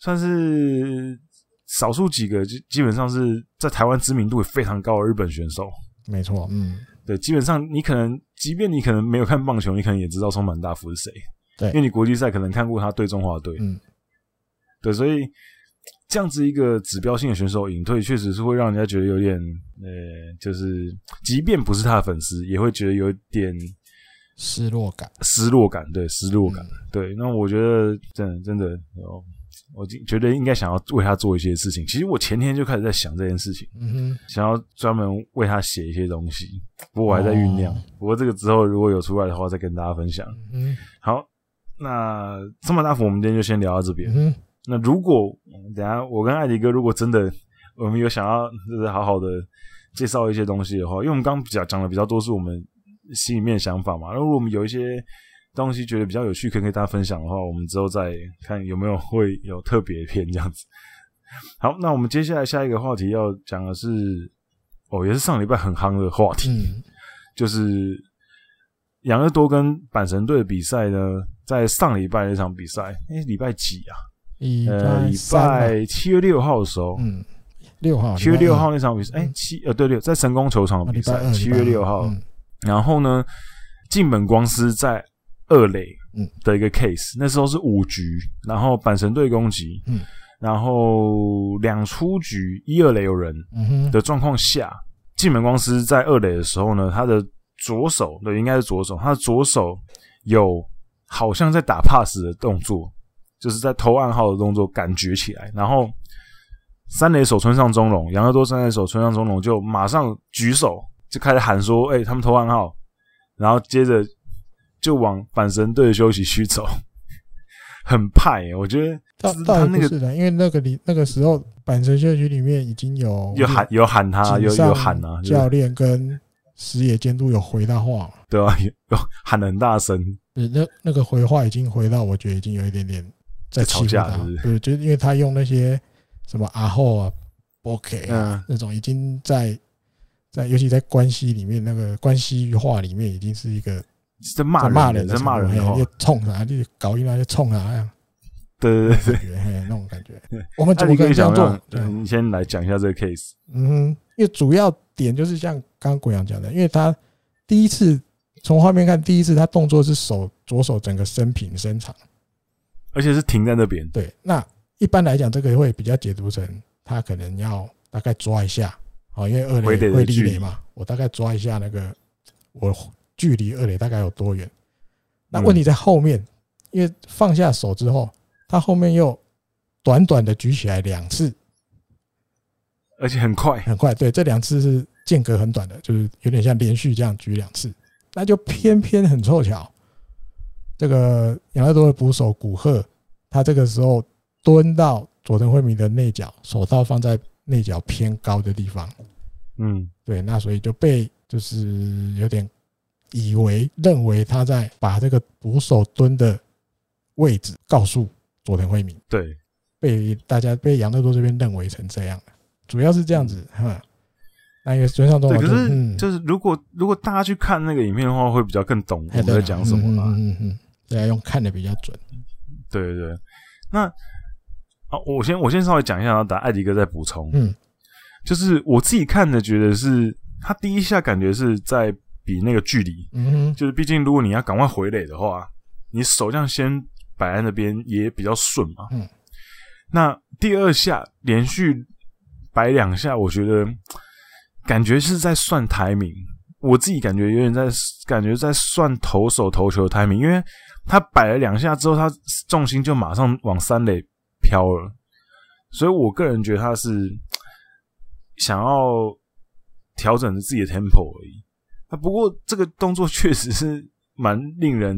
Speaker 2: 算是少数几个，基基本上是在台湾知名度也非常高的日本选手。
Speaker 1: 没错，嗯，
Speaker 2: 对，基本上你可能，即便你可能没有看棒球，你可能也知道松坂大辅是谁，
Speaker 1: 对
Speaker 2: 因为你国际赛可能看过他对中华队，
Speaker 1: 嗯，
Speaker 2: 对，所以这样子一个指标性的选手隐退，确实是会让人家觉得有点，呃，就是即便不是他的粉丝，也会觉得有点
Speaker 1: 失落感，
Speaker 2: 失落感，对，失落感，
Speaker 1: 嗯
Speaker 2: 对。那我觉得真的真的，哦我觉得应该想要为他做一些事情。其实我前天就开始在想这件事情。
Speaker 1: 嗯哼，
Speaker 2: 想要专门为他写一些东西，不过我还在酝酿。
Speaker 1: 哦
Speaker 2: 不过这个之后如果有出来的话，再跟大家分享。
Speaker 1: 嗯
Speaker 2: 好，那松坂大辅我们今天就先聊到这边。
Speaker 1: 嗯哼，
Speaker 2: 那如果嗯等一下我跟艾迪哥如果真的呃我们有想要就是好好的介绍一些东西的话，因为我们刚刚比较讲的比较多是我们心里面的想法嘛。那如果我们有一些东西觉得比较有趣，可以跟大家分享的话，我们之后再看有没有会有特别篇这样子。好，那我们接下来下一个话题要讲的是，哦，也是上礼拜很夯的话题，
Speaker 1: 嗯，
Speaker 2: 就是养乐多跟阪神队的比赛呢，在上礼拜那场比赛，哎、礼拜几啊？
Speaker 1: 礼
Speaker 2: 呃，礼
Speaker 1: 三啊，
Speaker 2: 拜七月六号的时候，
Speaker 1: 嗯，六号，
Speaker 2: 七月六
Speaker 1: 二
Speaker 2: 号，那场比赛，哎、
Speaker 1: 嗯
Speaker 2: 七呃对对，在神宫球场
Speaker 1: 啊
Speaker 2: 的比
Speaker 1: 礼拜
Speaker 2: 赛，
Speaker 1: 二，
Speaker 2: 七
Speaker 1: 礼拜
Speaker 2: 月
Speaker 1: 二
Speaker 2: 六号。
Speaker 1: 嗯
Speaker 2: 然后呢，近本光司在二垒
Speaker 1: 嗯
Speaker 2: 的一个 case，、那时候是五局，然后阪神队攻击，
Speaker 1: 嗯
Speaker 2: 然后两出局一二垒有人
Speaker 1: 嗯哼，
Speaker 2: 的状况下，近本光司在二垒的时候呢，他的左手对应该是左手，他的左手有好像在打 pass 的动作，就是在投暗号的动作，感觉起来。然后三垒手村上中龙，杨乐多三垒手村上中龙就马上举手就开始喊说：“哎、他们投暗号。”然后接着就往阪神队的休息区走， 很派、我觉得
Speaker 1: 到
Speaker 2: 就是他
Speaker 1: 到
Speaker 2: 那
Speaker 1: 底
Speaker 2: 个
Speaker 1: 不是的，因为那个里那个时候阪神社区里面已经有
Speaker 2: 有喊有喊他，
Speaker 1: 哦井
Speaker 2: 有
Speaker 1: 上
Speaker 2: 有喊啊，就是
Speaker 1: 教练跟石野监督有回他话嘛，
Speaker 2: 对啊，有有喊得很大声，
Speaker 1: 对，那那个回话已经回到，我觉得已经有一点点在
Speaker 2: 吵
Speaker 1: 欺负
Speaker 2: 架
Speaker 1: 他
Speaker 2: 是不是，
Speaker 1: 对，就是因为他用那些什么阿后啊、OK 啊
Speaker 2: 嗯，
Speaker 1: 那种已经在在，尤其在关系里面，那个关系化里面已经是一个
Speaker 2: 在骂
Speaker 1: 在
Speaker 2: 人，
Speaker 1: 骂人的
Speaker 2: 在
Speaker 1: 程
Speaker 2: 骂
Speaker 1: 度，
Speaker 2: 人的哦话
Speaker 1: 嘿，就冲啥就搞一来就冲啥 呀，
Speaker 2: 对对
Speaker 1: 那种
Speaker 2: 对对。
Speaker 1: 感觉，嘿，那种感觉。我们
Speaker 2: 那
Speaker 1: 怎
Speaker 2: 你
Speaker 1: 么可
Speaker 2: 可以
Speaker 1: 嗯以这
Speaker 2: 想
Speaker 1: 样
Speaker 2: 让
Speaker 1: 做？对，
Speaker 2: 你先来讲一下这个 case，
Speaker 1: 嗯哼，因为主要点就是像刚刚鬼阳讲的，因为他第一次从画面看，第一次他动作是手左手整个伸平伸长。
Speaker 2: 而且是停在那边，
Speaker 1: 对，那一般来讲，这个会比较解读成他可能要大概抓一下，好，因为二
Speaker 2: 回垒
Speaker 1: 垒
Speaker 2: 的
Speaker 1: 会立
Speaker 2: 距离
Speaker 1: 垒嘛，我大概抓一下那个我距离二垒大概有多远。那
Speaker 2: 嗯
Speaker 1: 问题在后面，因为放下手之后，他后面又短短的举起来两次，
Speaker 2: 而且很快，
Speaker 1: 很快，对，这两次是间隔很短的，就是有点像连续这样举两次，那就偏偏很凑巧，这个养乐多的捕手古贺，他这个时候蹲到佐藤惠明的内角，手套放在内角偏高的地方，
Speaker 2: 嗯，
Speaker 1: 对，那所以就被就是有点以为认为他在把这个捕手蹲的位置告诉佐藤惠明。
Speaker 2: 对，
Speaker 1: 被大家被杨乐多这边认为成这样的，主要是这样子哈。那因为村上中
Speaker 2: 对。
Speaker 1: 华
Speaker 2: 可
Speaker 1: 就是嗯
Speaker 2: 就是如果如果大家去看那个影片的话，会比较更懂我
Speaker 1: 哎
Speaker 2: 们
Speaker 1: 对
Speaker 2: 在
Speaker 1: 啦
Speaker 2: 讲什么啦。
Speaker 1: 嗯嗯嗯嗯，大家用看的比较准，
Speaker 2: 对对对，那啊，我先我先稍微讲一下，然后等艾迪哥再补充。
Speaker 1: 嗯，
Speaker 2: 就是我自己看的，觉得是他第一下感觉是在比那个距离，
Speaker 1: 嗯哼，
Speaker 2: 就是毕竟如果你要赶快回垒的话，你手这样先摆在那边也比较顺嘛。
Speaker 1: 嗯，
Speaker 2: 那第二下连续摆两下，我觉得感觉是在算台名，我自己感觉有点在感觉在算投手投球台名，因为他摆了两下之后，他重心就马上往三垒飘了，所以我个人觉得他是想要调整自己的 tempo 而已。啊，不过这个动作确实是蛮令人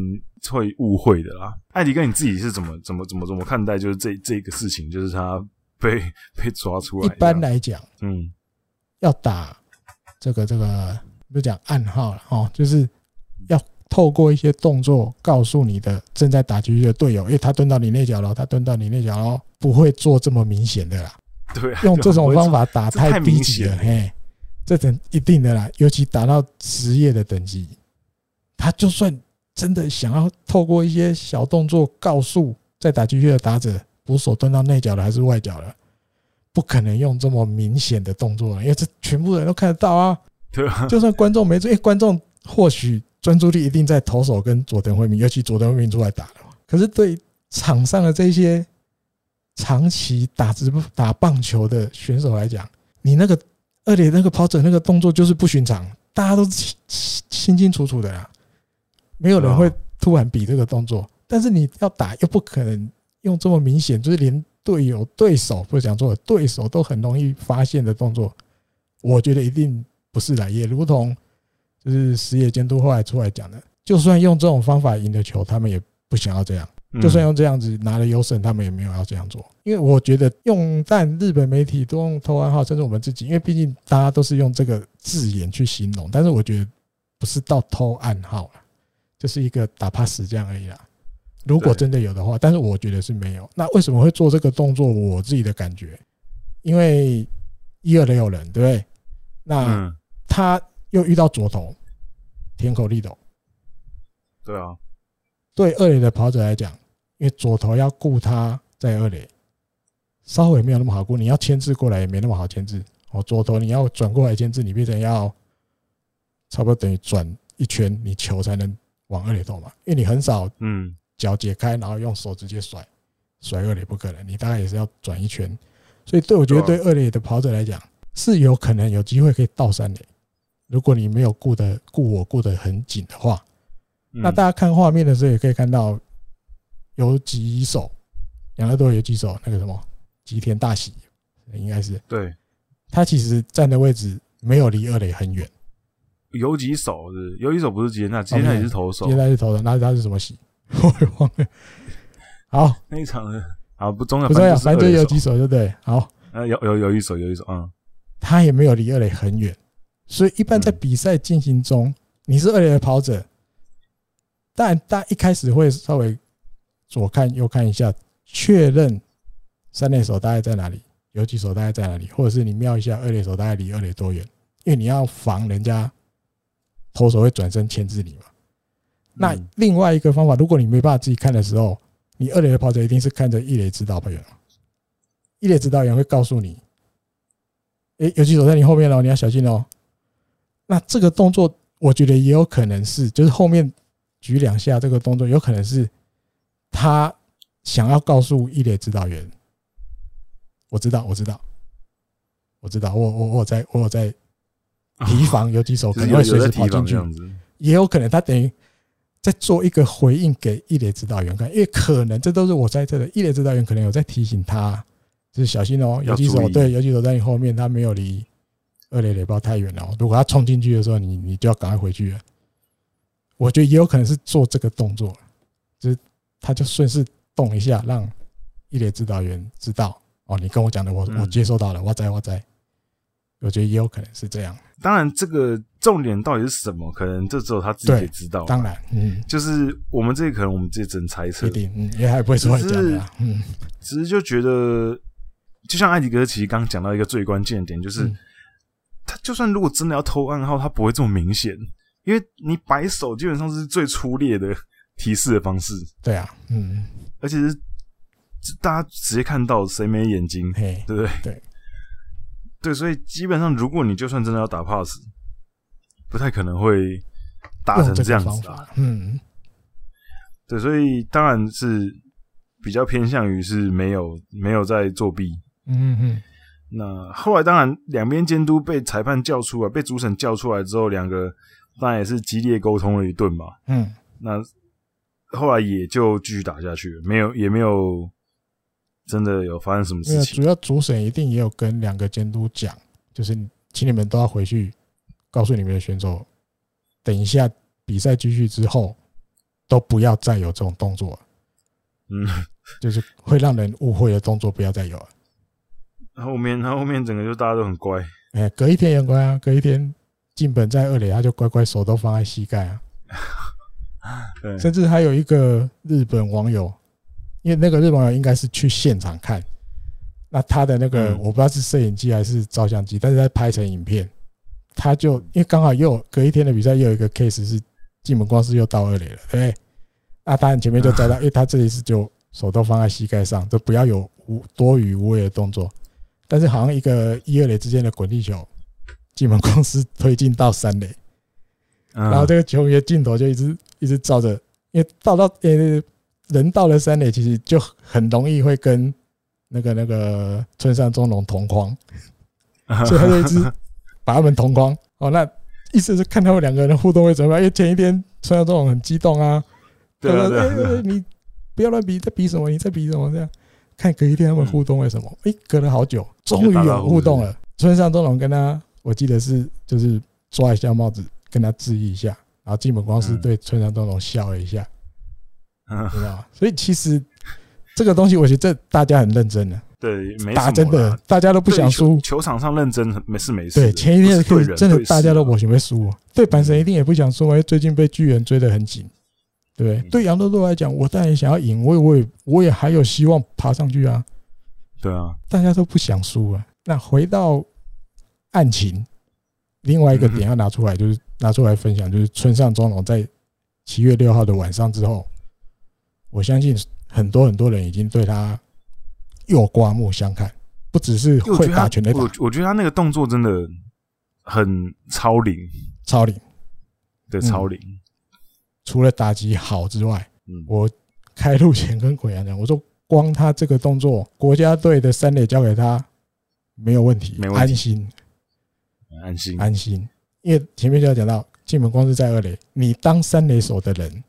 Speaker 2: 会误会的啦。艾迪哥，你自己是怎么怎么怎么怎么看待就是这这个事情，就是他被被抓出来
Speaker 1: 一
Speaker 2: 这样？
Speaker 1: 般来讲
Speaker 2: 嗯，
Speaker 1: 要打这个这个，不是讲暗号了哦，就是要透过一些动作告诉你的正在打击的队友，诶，他蹲到你那脚了，他蹲到你那脚了，不会做这么明显的啦。
Speaker 2: 对 啊，
Speaker 1: 用这种
Speaker 2: 对啊
Speaker 1: 方，法打
Speaker 2: 这太
Speaker 1: 低级
Speaker 2: 明显
Speaker 1: 了，
Speaker 2: 了
Speaker 1: 嘿，这等一定的啦，尤其打到职业的等级，他就算真的想要透过一些小动作告诉在打击区的打者，捕手蹲到内角了还是外角了，不可能用这么明显的动作了，因为这全部人都看得到啊，
Speaker 2: 对啊，
Speaker 1: 就算观众没注意，因为观众或许专注力一定在投手跟佐藤惠明，尤其佐藤惠明出来打了嘛。可是对场上的这些长期打直打棒球的选手来讲，你那个二垒那个跑者那个动作就是不寻常，大家都清清清楚楚的啦，没有人会突然比这个动作。但是你要打又不可能用这么明显，就是连队友、对手不是讲错了，对手都很容易发现的动作，我觉得一定不是啦，也如同就是实业监督后来出来讲的，就算用这种方法赢的球，他们也不想要这样；
Speaker 2: 嗯
Speaker 1: 就算用这样子拿了优胜，他们也没有要这样做。因为我觉得用但日本媒体都用投暗号，甚至我们自己，因为毕竟大家都是用这个字眼去形容，但是我觉得不是到偷暗号啦，就是一个打 pass 这样而已啦。如果
Speaker 2: 对
Speaker 1: 真的有的话，但是我觉得是没有。那为什么会做这个动作？我自己的感觉，因为一二垒有人，对不对？那
Speaker 2: 嗯，
Speaker 1: 他又遇到左投，田口利斗。
Speaker 2: 对啊，
Speaker 1: 对二垒的跑者来讲，因为左投要顾他在二垒，稍微没有那么好顾，你要牵制过来也没那么好牵制。哦，左投你要转过来牵制，你变成要差不多等于转一圈，你球才能往二垒投嘛，因为你很少
Speaker 2: 嗯，
Speaker 1: 脚解开，然后用手直接甩，甩二垒不可能，你大概也是要转一圈。所以对我觉得
Speaker 2: 对
Speaker 1: 对二垒的跑者来讲，是有可能有机会可以到三垒。如果你没有顾的顾我顾得很紧的话，那大家
Speaker 2: 家
Speaker 1: 看画面的时候也可以看到，有几手养乐多有几手那个什么吉田大喜，应该是
Speaker 2: 对
Speaker 1: 他其实站的位置没有离二垒很远，
Speaker 2: 有几手是有几手不是吉田纳，吉田纳也是投手
Speaker 1: 哦吉田，大是投的，那他是什么喜？ 我也忘了。好，
Speaker 2: 那一场的啊不重要，
Speaker 1: 不重要，
Speaker 2: 反
Speaker 1: 反
Speaker 2: 正
Speaker 1: 正
Speaker 2: 是
Speaker 1: 有
Speaker 2: 二垒
Speaker 1: 几手就对。好，
Speaker 2: 手啊有有有一手有一手，嗯，
Speaker 1: 他也没有离二垒很远，所以一般在
Speaker 2: 嗯
Speaker 1: 比赛进行中，你是二垒的跑者，但大家一开始会稍微左看右看一下，确认三垒手大概在哪里，有几手大概在哪里，或者是你瞄一下二垒手大概离二垒多远，因为你要防人家投手会转身牵制你嘛。那
Speaker 2: 嗯
Speaker 1: 另外一个方法，如果你没办法自己看的时候，你二垒的跑者一定是看着一垒指导员嘛，一垒指导员会告诉你，诶，游击手在你后面哦喽，你要小心喽。那这个动作，我觉得也有可能是，就是后面举两下这个动作，有可能是他想要告诉一垒指导员，我知道，我知道，我知道，我我我有在我有在提防游击手， 可
Speaker 2: 就是
Speaker 1: 能
Speaker 2: 有
Speaker 1: 会随
Speaker 2: 有在
Speaker 1: 时
Speaker 2: 提
Speaker 1: 跑进
Speaker 2: 防
Speaker 1: 去
Speaker 2: 这，样子，
Speaker 1: 也有可能他等于在做一个回应给一垒指导员看，因为可能这都是我猜测的，一垒指导员可能有在提醒他，就是小心哦，
Speaker 2: 要
Speaker 1: 游击
Speaker 2: 注
Speaker 1: 手
Speaker 2: 意
Speaker 1: 对游击手在你后面，他没有离二垒垒包太远哦，如果他冲进去的时候，你你就要赶快回去了。我觉得也有可能是做这个动作，就是他就顺势动一下，让一垒指导员知道哦，你跟我讲的我我
Speaker 2: 嗯
Speaker 1: 接收到了，我在我在，我觉得也有可能是这样。
Speaker 2: 当然这个重点到底是什么，可能这只有他自己
Speaker 1: 对
Speaker 2: 也知道，
Speaker 1: 当然，嗯，
Speaker 2: 就是我们这个可能我们自己只能猜测
Speaker 1: 一，定，嗯，也还不会出来讲
Speaker 2: 只
Speaker 1: 的
Speaker 2: 是
Speaker 1: 啦，嗯。
Speaker 2: 只是就觉得，就像艾迪哥其实刚讲到一个最关键的点，就是、
Speaker 1: 嗯
Speaker 2: 他就算如果真的要偷暗号，他不会这么明显，因为你摆手基本上是最粗劣的提示的方式，
Speaker 1: 对啊，嗯，
Speaker 2: 而且是大家直接看到谁没眼睛，
Speaker 1: 嘿，
Speaker 2: 对不对？
Speaker 1: 对，
Speaker 2: 对，所以基本上，如果你就算真的要打 pass，不太可能会打成
Speaker 1: 用这
Speaker 2: 这
Speaker 1: 个
Speaker 2: 样
Speaker 1: 方
Speaker 2: 子啊。
Speaker 1: 法，嗯，
Speaker 2: 对，所以当然是比较偏向于是没有没有在作弊。
Speaker 1: 嗯嗯
Speaker 2: 那后来当然两边监督被裁判叫出来，被主审叫出来之后，两个当然也是激烈沟通了一顿嘛。
Speaker 1: 嗯
Speaker 2: 那后来也就继续打下去了，没有也没有真的有发生什么
Speaker 1: 嗯，因
Speaker 2: 事
Speaker 1: 为
Speaker 2: 情
Speaker 1: 主。要主审一定也有跟两个监督讲，就是你请你们都要回去告诉你们的选手，等一下比赛继续之后，都不要再有这种动作了，
Speaker 2: 嗯，
Speaker 1: 就是会让人误会的动作不要再有了。
Speaker 2: 然后后面，然后后面整个就大家都很乖，
Speaker 1: 哎、隔一天也很乖啊，隔一天进本在二垒，他就乖乖手都放在膝盖啊。
Speaker 2: 对，
Speaker 1: 甚至还有一个日本网友，因为那个日本网友应该是去现场看，那他的那个
Speaker 2: 嗯
Speaker 1: 我不知道是摄影机还是照相机，但是他拍成影片，他就因为刚好又有隔一天的比赛又有一个 case 是进门光是又到二垒了，对不对？那他很前面 就摘到，因为他这里是就手都放在膝盖上，就不要有无多余无谓的动作。但是好像一个一二垒之间的滚地球，进门光是推进到三垒，
Speaker 2: 嗯
Speaker 1: 然后这个球员镜头就一直一直照着，因为到到呃人到了三垒，其实就很容易会跟那个那个村上中龙同框， 所以他就一直把他们同框。哦，那意思是看他们两个人互动会怎么样？因为前一天村上中龙很激动啊，
Speaker 2: 对
Speaker 1: 他
Speaker 2: 啊
Speaker 1: 说
Speaker 2: 对啊
Speaker 1: 哎
Speaker 2: 对啊
Speaker 1: 哎哎你不要乱比，在比什么？你在比什么？这样看隔一天他们互
Speaker 2: 嗯
Speaker 1: 动为什么？哎、隔了好久，终于有互动了。村上中龙跟他，我记得是就是抓一下帽子，跟他致意一下，然后金本光是
Speaker 2: 嗯
Speaker 1: 对村上中龙笑了一下，
Speaker 2: 嗯
Speaker 1: 你知道吗？所以其实这个东西，我觉得这大家很认真的，
Speaker 2: 对，没什么啦
Speaker 1: 打真的，大家都不想输
Speaker 2: 对球。球场上认真没是没事的。
Speaker 1: 对，前一天
Speaker 2: 不
Speaker 1: 的
Speaker 2: 是对
Speaker 1: case
Speaker 2: 人
Speaker 1: 真的
Speaker 2: 对事
Speaker 1: 大家都
Speaker 2: 啊
Speaker 1: 我准备输哦，对阪神一定也不想输嘛，因为最近被巨人追得很紧，对不对？
Speaker 2: 嗯
Speaker 1: 对杨豆豆来讲，我当然想要赢，我也我也我也还有希望爬上去啊，
Speaker 2: 对啊，
Speaker 1: 大家都不想输啊。那回到案情，另外一个
Speaker 2: 嗯哼
Speaker 1: 点要拿出来，就是拿出来分享，就是村上中龙在七月六号的晚上之后，我相信很多很多人已经对他又刮目相看，不只是
Speaker 2: 因为我觉
Speaker 1: 会
Speaker 2: 得他
Speaker 1: 打全垒打
Speaker 2: 我我觉得他那个动作真的很超龄，
Speaker 1: 超龄，嗯
Speaker 2: 对，超龄，
Speaker 1: 除了打击好之外，
Speaker 2: 嗯，
Speaker 1: 我开路前跟鬼阳讲，我说光他这个动作，国家队的三垒交给他没有问题，
Speaker 2: 没问题
Speaker 1: 安心
Speaker 2: 很安心，
Speaker 1: 安心。因为前面就要讲到，进门光是在二垒，你当三垒手的人，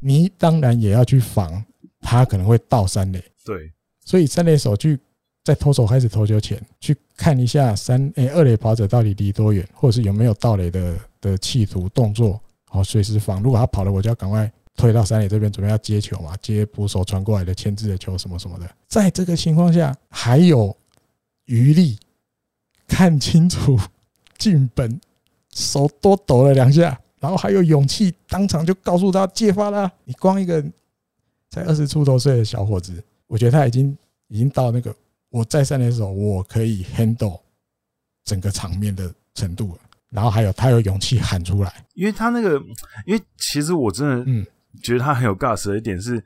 Speaker 1: 你当然也要去防他可能会到三垒，
Speaker 2: 对，
Speaker 1: 所以三垒手去在投手开始投球前，去看一下三诶、二垒跑者到底离多远，或者是有没有盗垒的的企图动作，好随时防。如果他跑了，我就要赶快退到三垒这边，准备要接球嘛，接捕手传过来的牵制的球什么什么的。在这个情况下，还有余力看清楚进本，手多抖了两下。然后还有勇气，当场就告诉他戒发啦！你光一个才二十出头岁的小伙子，我觉得他已经已经到那个我在三垒手我可以 handle 整个场面的程度了。然后还有他有勇气喊出来，
Speaker 2: 因为他那个，因为其实我真的
Speaker 1: 嗯
Speaker 2: 觉得他很有 gas 的一点是，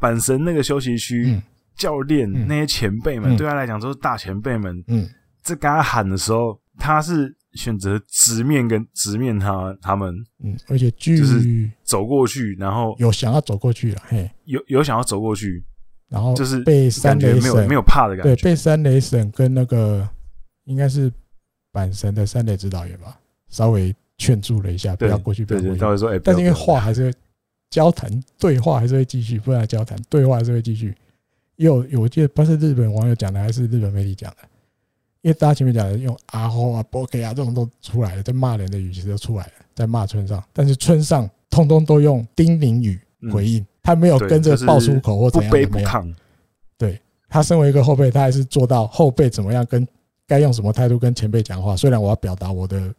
Speaker 2: 阪神那个休息区
Speaker 1: 嗯
Speaker 2: 教练
Speaker 1: 嗯
Speaker 2: 那些前辈们
Speaker 1: 嗯
Speaker 2: 对他来讲都是大前辈们，
Speaker 1: 嗯，
Speaker 2: 在跟他喊的时候，他是选择直面跟直面他他们
Speaker 1: 嗯，而且距
Speaker 2: 就是走过去，然后
Speaker 1: 有想要走过去了，嘿，
Speaker 2: 有有想要走过去，
Speaker 1: 然后
Speaker 2: 就是
Speaker 1: 哦被三
Speaker 2: 感觉
Speaker 1: 雷
Speaker 2: 没有
Speaker 1: 神
Speaker 2: 没有怕的感
Speaker 1: 对
Speaker 2: 觉，
Speaker 1: 被三雷神跟那个应该是阪神的三雷指导员吧，稍微劝住了一下，不
Speaker 2: 对
Speaker 1: 要过去，不
Speaker 2: 对
Speaker 1: 要过
Speaker 2: 对，
Speaker 1: 去
Speaker 2: 到。底说哎，
Speaker 1: 但是因为
Speaker 2: 不要不要
Speaker 1: 话还是会交谈，对话还是会继续，不然交谈对话还是会继续。也有有，我记得不是日本网友讲的，还是日本媒体讲的，因为大家前面讲的用啊吼啊、波给啊这种都出来了，在骂人的语气都出来了，在骂村上，但是村上通通都用叮咛语回应，他没有
Speaker 2: 嗯对
Speaker 1: 跟着
Speaker 2: 就是
Speaker 1: 爆粗口或
Speaker 2: 不
Speaker 1: 怎样
Speaker 2: 卑
Speaker 1: 的，
Speaker 2: 不
Speaker 1: 没有。
Speaker 2: 亢，
Speaker 1: 他身为一个后辈，他还是做到后辈怎么样跟该用什么态度跟前辈讲话。虽然我要表达我的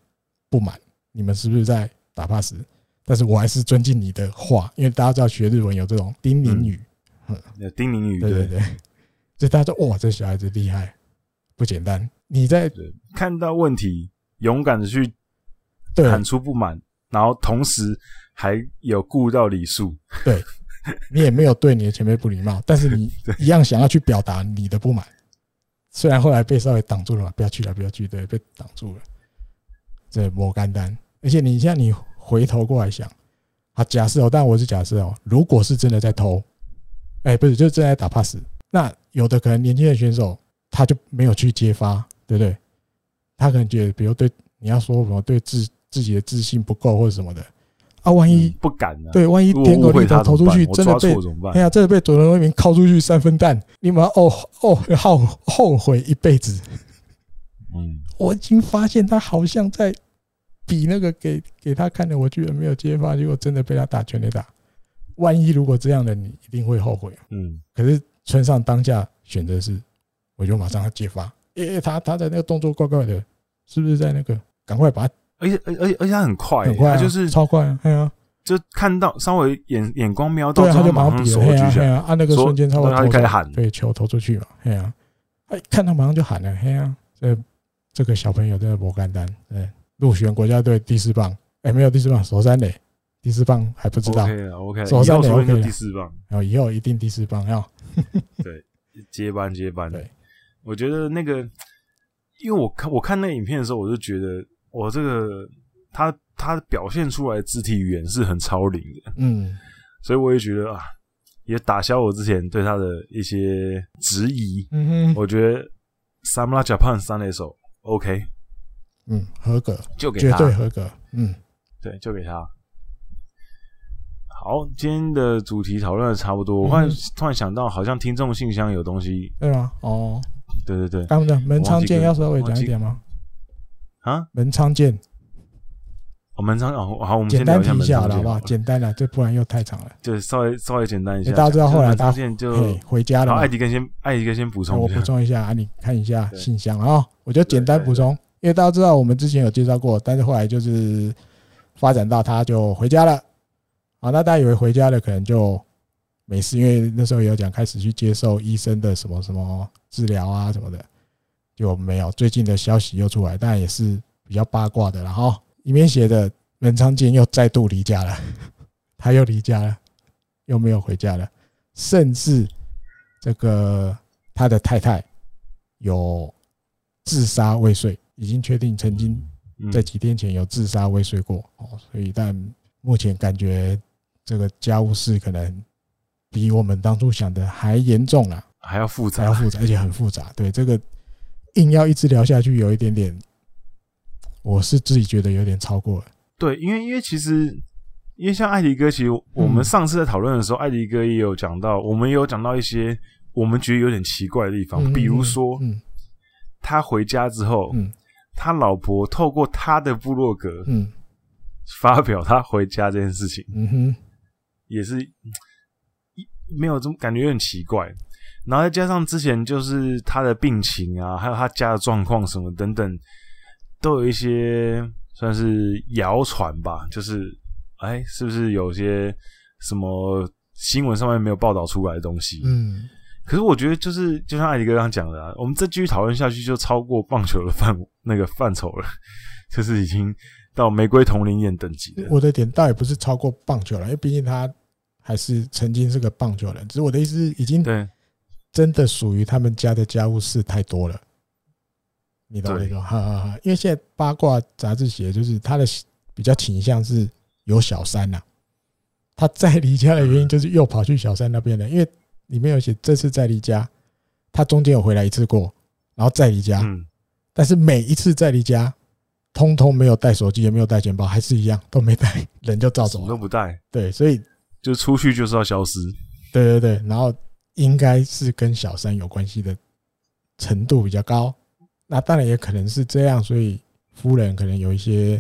Speaker 1: 不满，你们是不是在打 pass？但是我还是尊敬你的话，因为大家知道学日文有这种叮咛语，
Speaker 2: 呃丁宁宇
Speaker 1: 对嗯对
Speaker 2: 对，
Speaker 1: 对，所以大家说哇，这小孩子厉害，不简单。你在
Speaker 2: 看到问题勇敢的去
Speaker 1: 对
Speaker 2: 喊出不满，然后同时还有顾到礼数，
Speaker 1: 对，你也没有对你的前辈不礼貌，但是 你一样想要去表达你的不满，虽然后来被稍微挡住了嘛，不要去了，不要去，对，被挡住了，这不干单。而且你现在你回头过来想，啊，假设哦，但我是假设哦，如果是真的在偷，哎、不是，就是正在打 pass，那有的可能年轻的选手他就没有去揭发，对不对？他可能觉得，比如对你要说什么对自自己的自信不够或者什么的，啊，万一、
Speaker 2: 嗯不敢啊。
Speaker 1: 对，万一
Speaker 2: 如果
Speaker 1: 天狗
Speaker 2: 误
Speaker 1: 力
Speaker 2: 会
Speaker 1: 头
Speaker 2: 他
Speaker 1: 投出
Speaker 2: 怎么办
Speaker 1: 去，
Speaker 2: 我
Speaker 1: 真的
Speaker 2: 抓
Speaker 1: 被
Speaker 2: 错怎么
Speaker 1: 哎
Speaker 2: 办？
Speaker 1: 呀，真的被左轮威明敲出去三分弹，你们要哦哦后后悔一辈子。
Speaker 2: 嗯，
Speaker 1: 我已经发现他好像在比那个给给他看的，我居然没有揭发，结果真的被他打全垒打。万一如果这样的，你一定会后悔。
Speaker 2: 嗯，
Speaker 1: 可是村上当下选择是，我就马上要揭发。诶、他他的那个动作怪怪的，是不是在那个？赶快把他
Speaker 2: 而且而而且而且他很快、
Speaker 1: 很快、啊，
Speaker 2: 哎他就是
Speaker 1: 超快啊！哎呀、
Speaker 2: 就看到稍微眼眼光瞄到
Speaker 1: 对
Speaker 2: 之
Speaker 1: 啊，
Speaker 2: 后，
Speaker 1: 就马
Speaker 2: 马
Speaker 1: 上
Speaker 2: 上
Speaker 1: 比
Speaker 2: 手
Speaker 1: 了，嘿
Speaker 2: 举
Speaker 1: 啊
Speaker 2: 起
Speaker 1: 嘿
Speaker 2: 来，
Speaker 1: 啊，按那个
Speaker 2: 说
Speaker 1: 瞬间超过
Speaker 2: 然后他就开始喊
Speaker 1: 对，球投出去嘛，嘿啊，哎，看到马上就喊了，嘿啊，这这个小朋友真的不干单，对，入选国家队第四棒，哎，没有第四棒，首三垒，第四棒还不知道，
Speaker 2: OK 了，OK，
Speaker 1: 手
Speaker 2: 以
Speaker 1: 上啊
Speaker 2: 后
Speaker 1: 也
Speaker 2: 说不
Speaker 1: OK
Speaker 2: 定就
Speaker 1: 了
Speaker 2: 第四棒，
Speaker 1: 然后以后一定第四棒哦要，
Speaker 2: 接班接班。
Speaker 1: 对，
Speaker 2: 我觉得那个，因为我看我看那个影片的时候，我就觉得我这个他他表现出来的肢体语言是很超龄的，
Speaker 1: 嗯，
Speaker 2: 所以我也觉得啊，也打消我之前对他的一些质疑。
Speaker 1: 嗯哼，
Speaker 2: 我觉得 Samla Japan 三垒手 OK，
Speaker 1: 嗯，合格，
Speaker 2: 就给
Speaker 1: 绝
Speaker 2: 他，
Speaker 1: 对合格，嗯，
Speaker 2: 对，就给他。好，今天的主题讨论的差不多。我
Speaker 1: 嗯
Speaker 2: 突然、突然想到，好像听众信箱有东西。
Speaker 1: 对吗？哦，
Speaker 2: 对对对，
Speaker 1: 刚刚讲门仓健要稍微讲一点吗？
Speaker 2: 啊，
Speaker 1: 门仓健，
Speaker 2: 我们常哦，好，我们
Speaker 1: 简
Speaker 2: 先
Speaker 1: 单
Speaker 2: 聊一
Speaker 1: 提
Speaker 2: 下
Speaker 1: 一下
Speaker 2: 门仓
Speaker 1: 了，
Speaker 2: 健
Speaker 1: 好不好？
Speaker 2: 了
Speaker 1: 简单啊了，这不然又太长了。
Speaker 2: 就稍微稍微简单一下
Speaker 1: 哎
Speaker 2: 讲。
Speaker 1: 大家知道后来
Speaker 2: 门
Speaker 1: 大
Speaker 2: 仓
Speaker 1: 家
Speaker 2: 健就
Speaker 1: 嘿，回家了
Speaker 2: 然后
Speaker 1: 嘛
Speaker 2: 艾，迪跟先艾迪跟呃哎先补
Speaker 1: 那我
Speaker 2: 充
Speaker 1: 补
Speaker 2: 一下，
Speaker 1: 充一下啊，你看一下
Speaker 2: 对
Speaker 1: 信箱啊，我就简单补充，因为大家知道我们之前有介绍过，但是后来就是发展到他就回家了，啊，那大家以为回家了可能就没事，因为那时候有讲开始去接受医生的什么什么治疗啊什么的，就没有最近的消息又出来，但也是比较八卦的，然后里面写的文昌健又再度离家了， 他又离家了，又没有回家了，甚至这个他的太太有自杀未遂，已经确定曾经
Speaker 2: 嗯
Speaker 1: 在几天前有自杀未遂过哦，所以但目前感觉这个家务事可能比我们当初想的还严重了，
Speaker 2: 还要复
Speaker 1: 还要
Speaker 2: 杂，
Speaker 1: 复杂，而且很复杂。对这个硬要一直聊下去，有一点点，我是自己觉得有点超过了。
Speaker 2: 对，因为因为其实因为像艾迪哥，其实我
Speaker 1: 嗯
Speaker 2: 们上次在讨论的时候，艾迪哥也有讲到，我们也有讲到一些我们觉得有点奇怪的地方，
Speaker 1: 嗯
Speaker 2: 比如说
Speaker 1: 嗯
Speaker 2: 他回家之后，
Speaker 1: 嗯
Speaker 2: 他老婆透过他的部落格
Speaker 1: 嗯
Speaker 2: 发表他回家这件事情。
Speaker 1: 嗯哼，
Speaker 2: 也是嗯一没有这么感觉，有点奇怪。然后再加上之前就是他的病情啊，还有他家的状况什么等等，都有一些算是谣传吧，就是哎，是不是有些什么新闻上面没有报道出来的东西？
Speaker 1: 嗯
Speaker 2: 可是我觉得就是就像艾迪哥刚刚讲的、啊，我们再继续讨论下去就超过棒球的范 那个范畴了，就是已经到玫瑰同龄眼等级了。
Speaker 1: 我的点倒也不是超过棒球了，因为毕竟他还是曾经是个棒球人，只是我的意思是已经
Speaker 2: 对，
Speaker 1: 真的属于他们家的家务事太多了，你懂我的意思吗？哈哈哈！因为现在八卦杂志写的就是他的比较倾向是有小三呐、他再离家的
Speaker 2: 嗯
Speaker 1: 原因就是又跑去小三那边了，因为里面有写这次再离家，他中间有回来一次过，然后再离家，
Speaker 2: 嗯，
Speaker 1: 但是每一次再离家，通通没有带手机，也没有带钱包，还是一样都没带，人就照
Speaker 2: 什
Speaker 1: 走
Speaker 2: 么都
Speaker 1: 了。
Speaker 2: 不带，
Speaker 1: 对，所以
Speaker 2: 就出去就是要消失。
Speaker 1: 对对对，然后应该是跟小三有关系的程度比较高。那当然也可能是这样，所以夫人可能有一些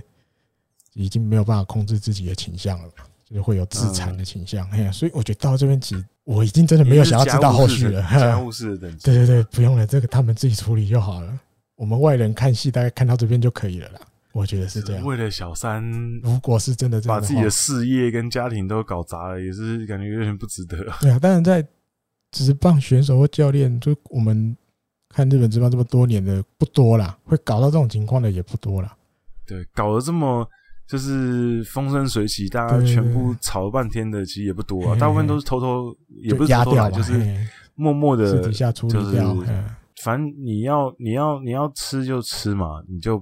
Speaker 1: 已经没有办法控制自己的倾向了嘛，就是会有自残的倾向。哎呀、所以我觉得到这边其实我已经真的没有想要知道后续了。
Speaker 2: 家务事的等级，
Speaker 1: 对对对，不用了，这个他们自己处理就好了。我们外人看戏大概看到这边就可以了啦，我觉得是这样。嗯
Speaker 2: 为了小三
Speaker 1: 如果是真的这样
Speaker 2: 把
Speaker 1: 的
Speaker 2: 自己
Speaker 1: 话
Speaker 2: 的事业跟家庭都搞砸了，也是感觉有点不值得。
Speaker 1: 对啊，当然在职棒选手或教练，就我们看日本职棒这么多年的不多啦，会搞到这种情况的也不多啦。
Speaker 2: 对，搞得这么就是风生水起，大家
Speaker 1: 对对
Speaker 2: 全
Speaker 1: 对
Speaker 2: 部吵了半天的，其实也不多啊，
Speaker 1: 嘿
Speaker 2: 大部分
Speaker 1: 嘿
Speaker 2: 都是偷偷，也
Speaker 1: 就
Speaker 2: 不
Speaker 1: 嗯
Speaker 2: 是
Speaker 1: 压
Speaker 2: 偷偷
Speaker 1: 掉
Speaker 2: 来，
Speaker 1: 嘛，哎
Speaker 2: 就是
Speaker 1: 嘿
Speaker 2: 默默
Speaker 1: 私
Speaker 2: 的
Speaker 1: 底下处理掉，
Speaker 2: 就是
Speaker 1: 嗯
Speaker 2: 反正你要你要你要吃就吃嘛，你就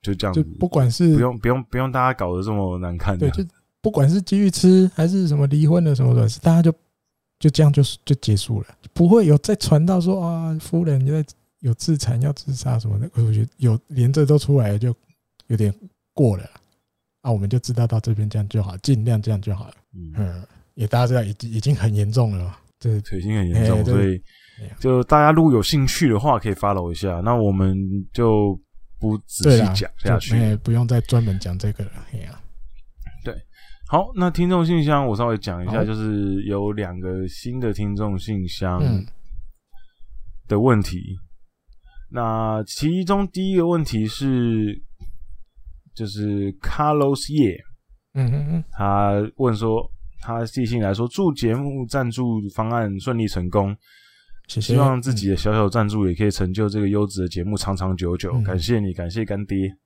Speaker 2: 就这样
Speaker 1: 就
Speaker 2: 子，
Speaker 1: 不管是
Speaker 2: 不用不用不用大家搞得这么难看的、
Speaker 1: 对，就不管是继续吃还是什么离婚的什么的，是大家就就这样就就结束了，不会有再传到说啊，夫人在有自残要自杀什么的。我觉得有连这都出来了就有点过了啦啊，我们就知道到这边这样就好，尽量这样就好了。
Speaker 2: 嗯，
Speaker 1: 嗯，也大家知道已经已经很严重了嘛，这
Speaker 2: 对，已经很严重，
Speaker 1: 哎对
Speaker 2: 所以
Speaker 1: 哎呀
Speaker 2: 就大家如果有兴趣的话，可以 follow 一下。那我们就不仔
Speaker 1: 对
Speaker 2: 细
Speaker 1: 啦，
Speaker 2: 讲下去
Speaker 1: 就。哎不用再专门讲这个了。哎呀、
Speaker 2: 好，那听众信箱我稍微讲一
Speaker 1: 好
Speaker 2: 下，嗯就是有两个新的听众信箱
Speaker 1: 嗯
Speaker 2: 的问题。那其中第一个问题是，就是 Carlos Ye，
Speaker 1: 嗯嗯嗯，
Speaker 2: 他问说，他寄信来说，祝节目赞助方案顺利成功，
Speaker 1: 谢谢。
Speaker 2: 希望自己的小小赞助也可以成就这个优质的节目长长久久。
Speaker 1: 嗯
Speaker 2: 感谢你，感谢干爹。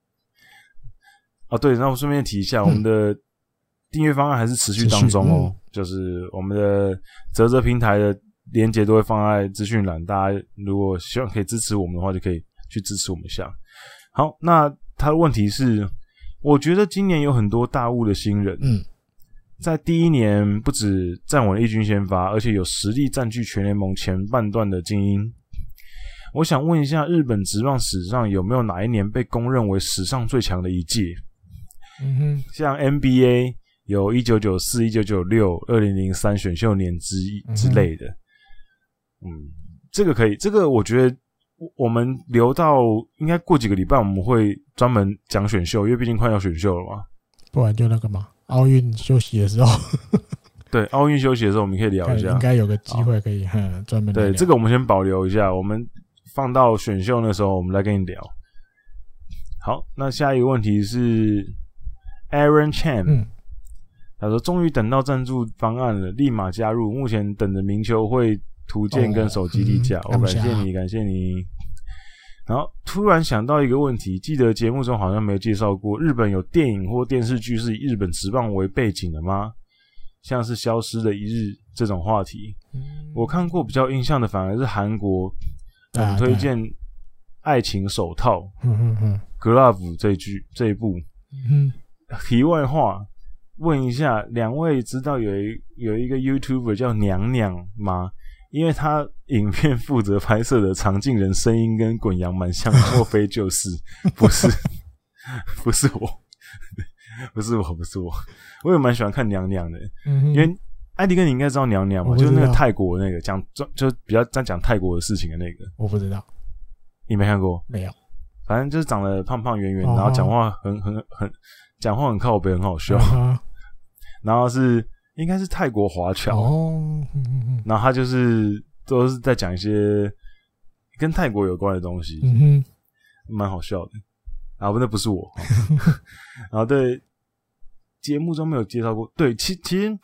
Speaker 2: 哦，对，然后顺便提一下，我们的订阅方案还是持续当中
Speaker 1: 嗯持续嗯
Speaker 2: 哦，就是我们的泽泽平台的链接都会放在资讯栏，大家如果希望可以支持我们的话，就可以去支持我们一下。好，那他的问题是，我觉得今年有很多大物的新人，
Speaker 1: 嗯
Speaker 2: 在第一年不止站稳一军先发，而且有实力占据全联盟前半段的精英。我想问一下，日本职棒史上有没有哪一年被公认为史上最强的一届？
Speaker 1: 嗯哼
Speaker 2: 像 NBA 有一九九四、一九九六、二零零三选秀年之一
Speaker 1: 嗯哼
Speaker 2: 之类的。嗯，这个可以，这个我觉得我我们留到应该过几个礼拜我们会专门讲选秀，因为毕竟快要选秀了嘛。
Speaker 1: 不然就那个嘛，奥运休息的时候。
Speaker 2: 对，奥运休息的时候我们可以聊
Speaker 1: 看
Speaker 2: 一下
Speaker 1: 应。该有个机会可以哼专门
Speaker 2: 对，这
Speaker 1: 个
Speaker 2: 个我们先保留一下，我们放到选秀那时候我们来跟你聊。好，那下一个问题是 Aaron Chan，、
Speaker 1: 嗯
Speaker 2: 他说终于等到赞助方案了，立马加入，目前等着明秋会图鉴跟手机立架，
Speaker 1: 哦
Speaker 2: 我、
Speaker 1: 嗯
Speaker 2: 感谢你，感谢你。然后突然想到一个问题，记得节目中好像没有介绍过，日本有电影或电视剧是以日本职棒为背景的吗？像是《消失的一日》这种话题，
Speaker 1: 嗯
Speaker 2: 我看过比较印象的反而是韩国很推，荐《爱情手套》
Speaker 1: 嗯嗯嗯
Speaker 2: （Glove） 这一剧这一部。
Speaker 1: 嗯，
Speaker 2: 题外话，问一下，两位知道有一有一个 YouTuber 叫娘娘吗？因为他影片负责拍摄的常进人声音跟滚羊蛮像的，莫非就是？不是， 不是我， 不是我，不是我，我也蛮喜欢看娘娘的。
Speaker 1: 嗯哼
Speaker 2: 因为艾迪哥你应该知道娘娘
Speaker 1: 我
Speaker 2: 嘛，
Speaker 1: 不
Speaker 2: 就是那
Speaker 1: 知
Speaker 2: 个
Speaker 1: 道
Speaker 2: 泰国那个讲就就比较在讲泰国的事情的那个，
Speaker 1: 我不知道，
Speaker 2: 你没看过？
Speaker 1: 没有
Speaker 2: 反正就是长得胖胖圆圆，
Speaker 1: 哦
Speaker 2: 然后讲话很很很讲话很靠北，很好笑。
Speaker 1: 啊
Speaker 2: 然后是应该是泰国华侨，
Speaker 1: 哦，嗯嗯
Speaker 2: 然后他就是都是在讲一些跟泰国有关的东西，
Speaker 1: 嗯嗯
Speaker 2: 蛮好笑的。啊，不，那不 是我。然后对节目中没有介绍过，对，其其实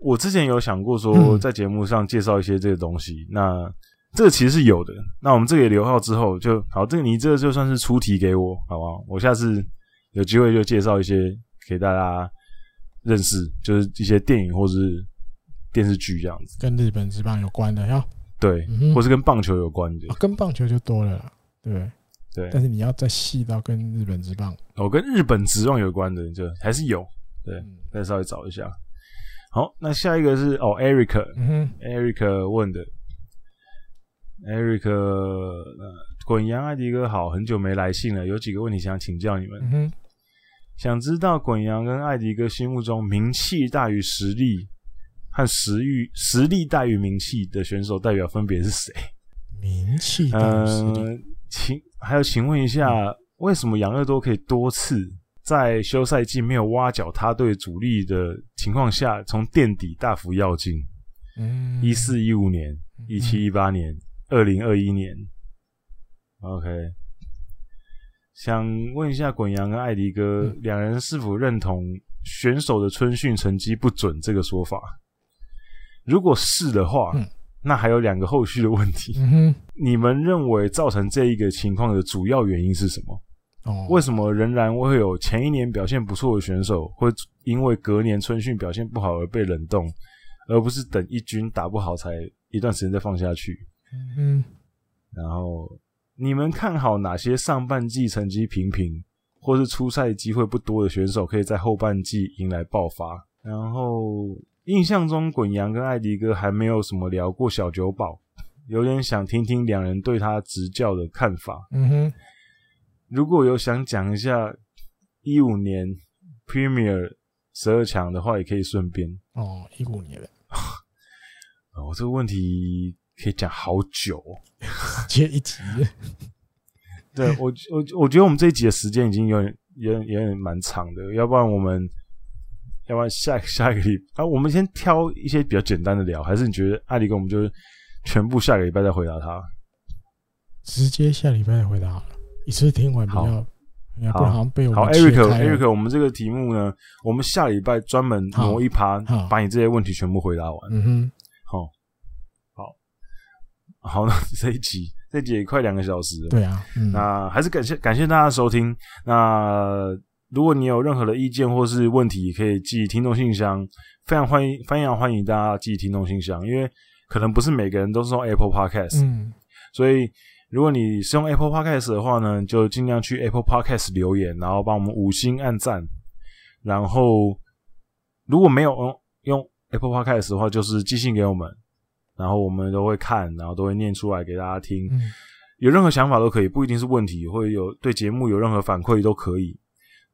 Speaker 2: 我之前有想过说
Speaker 1: 嗯
Speaker 2: 在节目上介绍一些这个东西，那这个其实是有的。那我们这个也留到之后就好，这个你这个就算是出题给我，好不好？我下次有机会就介绍一些给大家认识，就是一些电影或是电视剧这样子，
Speaker 1: 跟日本职棒有关的，要
Speaker 2: 对，
Speaker 1: 嗯哼
Speaker 2: 或是跟棒球有关的
Speaker 1: 啊，跟棒球就多了啦，对不对？
Speaker 2: 对。
Speaker 1: 但是你要再细到跟日本职棒，
Speaker 2: 哦，跟日本职棒有关的，就还是有，对
Speaker 1: 嗯
Speaker 2: 再稍微找一下。好，那下一个是哦，Eric，Eric
Speaker 1: 嗯哼，
Speaker 2: 问的，Eric，呃，滚羊艾迪哥好，很久没来信了，有几个问题想请教你们，
Speaker 1: 嗯哼，
Speaker 2: 想知道滚羊跟艾迪哥心目中名气大于实力和实欲实力大于名气的选手代表分别是谁？
Speaker 1: 名气大于实力，
Speaker 2: 呃，请还有请问一下，
Speaker 1: 嗯
Speaker 2: 为什么养乐多可以多次在休赛季没有挖角他队主力的情况下，从垫底大幅跃进？
Speaker 1: 嗯，
Speaker 2: 一四一五年、一七一八年、二零二一年，OK。想问一下滚羊跟艾迪哥、
Speaker 1: 嗯
Speaker 2: 两人是否认同选手的春训成绩不准这个说法？如果是的话，
Speaker 1: 嗯
Speaker 2: 那还有两个后续的问题。
Speaker 1: 嗯哼，
Speaker 2: 你们认为造成这一个情况的主要原因是什么？
Speaker 1: 哦，
Speaker 2: 为什么仍然会有前一年表现不错的选手，会因为隔年春训表现不好而被冷冻，而不是等一军打不好才一段时间再放下去？
Speaker 1: 嗯，
Speaker 2: 然后你们看好哪些上半季成绩平平或是出赛机会不多的选手，可以在后半季迎来爆发？然后印象中滚阳跟艾迪哥还没有什么聊过小九保，有点想听听两人对他执教的看法。
Speaker 1: 嗯哼，
Speaker 2: 如果有想讲一下一五年 Premier 十二强的话，也可以顺便。
Speaker 1: 哦，一五年了，
Speaker 2: 哦，这个问题可以讲好久、哦。
Speaker 1: 接一集，
Speaker 2: 对我，我我觉得我们这一集的时间已经有点、有点、有点蛮长的，要不然我们，要不然下下一个礼啊，我们先挑一些比较简单的聊，还是你觉得艾迪哥我们就全部下个礼拜再回答他？
Speaker 1: 直接下礼拜回答好了，一次听完比较，
Speaker 2: 好
Speaker 1: 哎呀不然好像被我
Speaker 2: 好
Speaker 1: 们切开啊了
Speaker 2: ，Eric，Eric，我们这个题目呢，我们下礼拜专门
Speaker 1: 好
Speaker 2: 挪一趴
Speaker 1: 好，
Speaker 2: 把你这些问题全部回答完。
Speaker 1: 嗯哼，
Speaker 2: 好、好，好，那这一集这一集也快两个小时了。
Speaker 1: 对啊，嗯，
Speaker 2: 那还是感谢感谢大家的收听。那如果你有任何的意见或是问题，也可以寄听众信箱，非常欢迎，非常欢迎大家寄听众信箱，因为可能不是每个人都是用 Apple Podcast，、
Speaker 1: 嗯，
Speaker 2: 所以如果你是用 Apple Podcast 的话呢，就尽量去 Apple Podcast 留言，然后帮我们五星按赞。然后如果没有用用 Apple Podcast 的话，就是寄信给我们，然后我们都会看，然后都会念出来给大家听。
Speaker 1: 嗯，
Speaker 2: 有任何想法都可以，不一定是问题，或者有对节目有任何反馈都可以。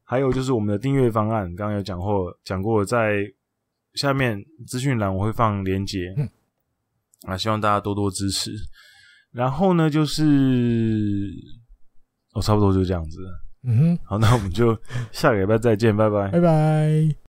Speaker 2: 还有就是我们的订阅方案，刚刚有讲过，讲过在下面资讯栏我会放链接，
Speaker 1: 嗯
Speaker 2: 啊，希望大家多多支持。然后呢，就是哦，差不多就这样子了。
Speaker 1: 嗯哼，
Speaker 2: 好，那我们就下个礼拜再见，拜拜。
Speaker 1: 拜拜。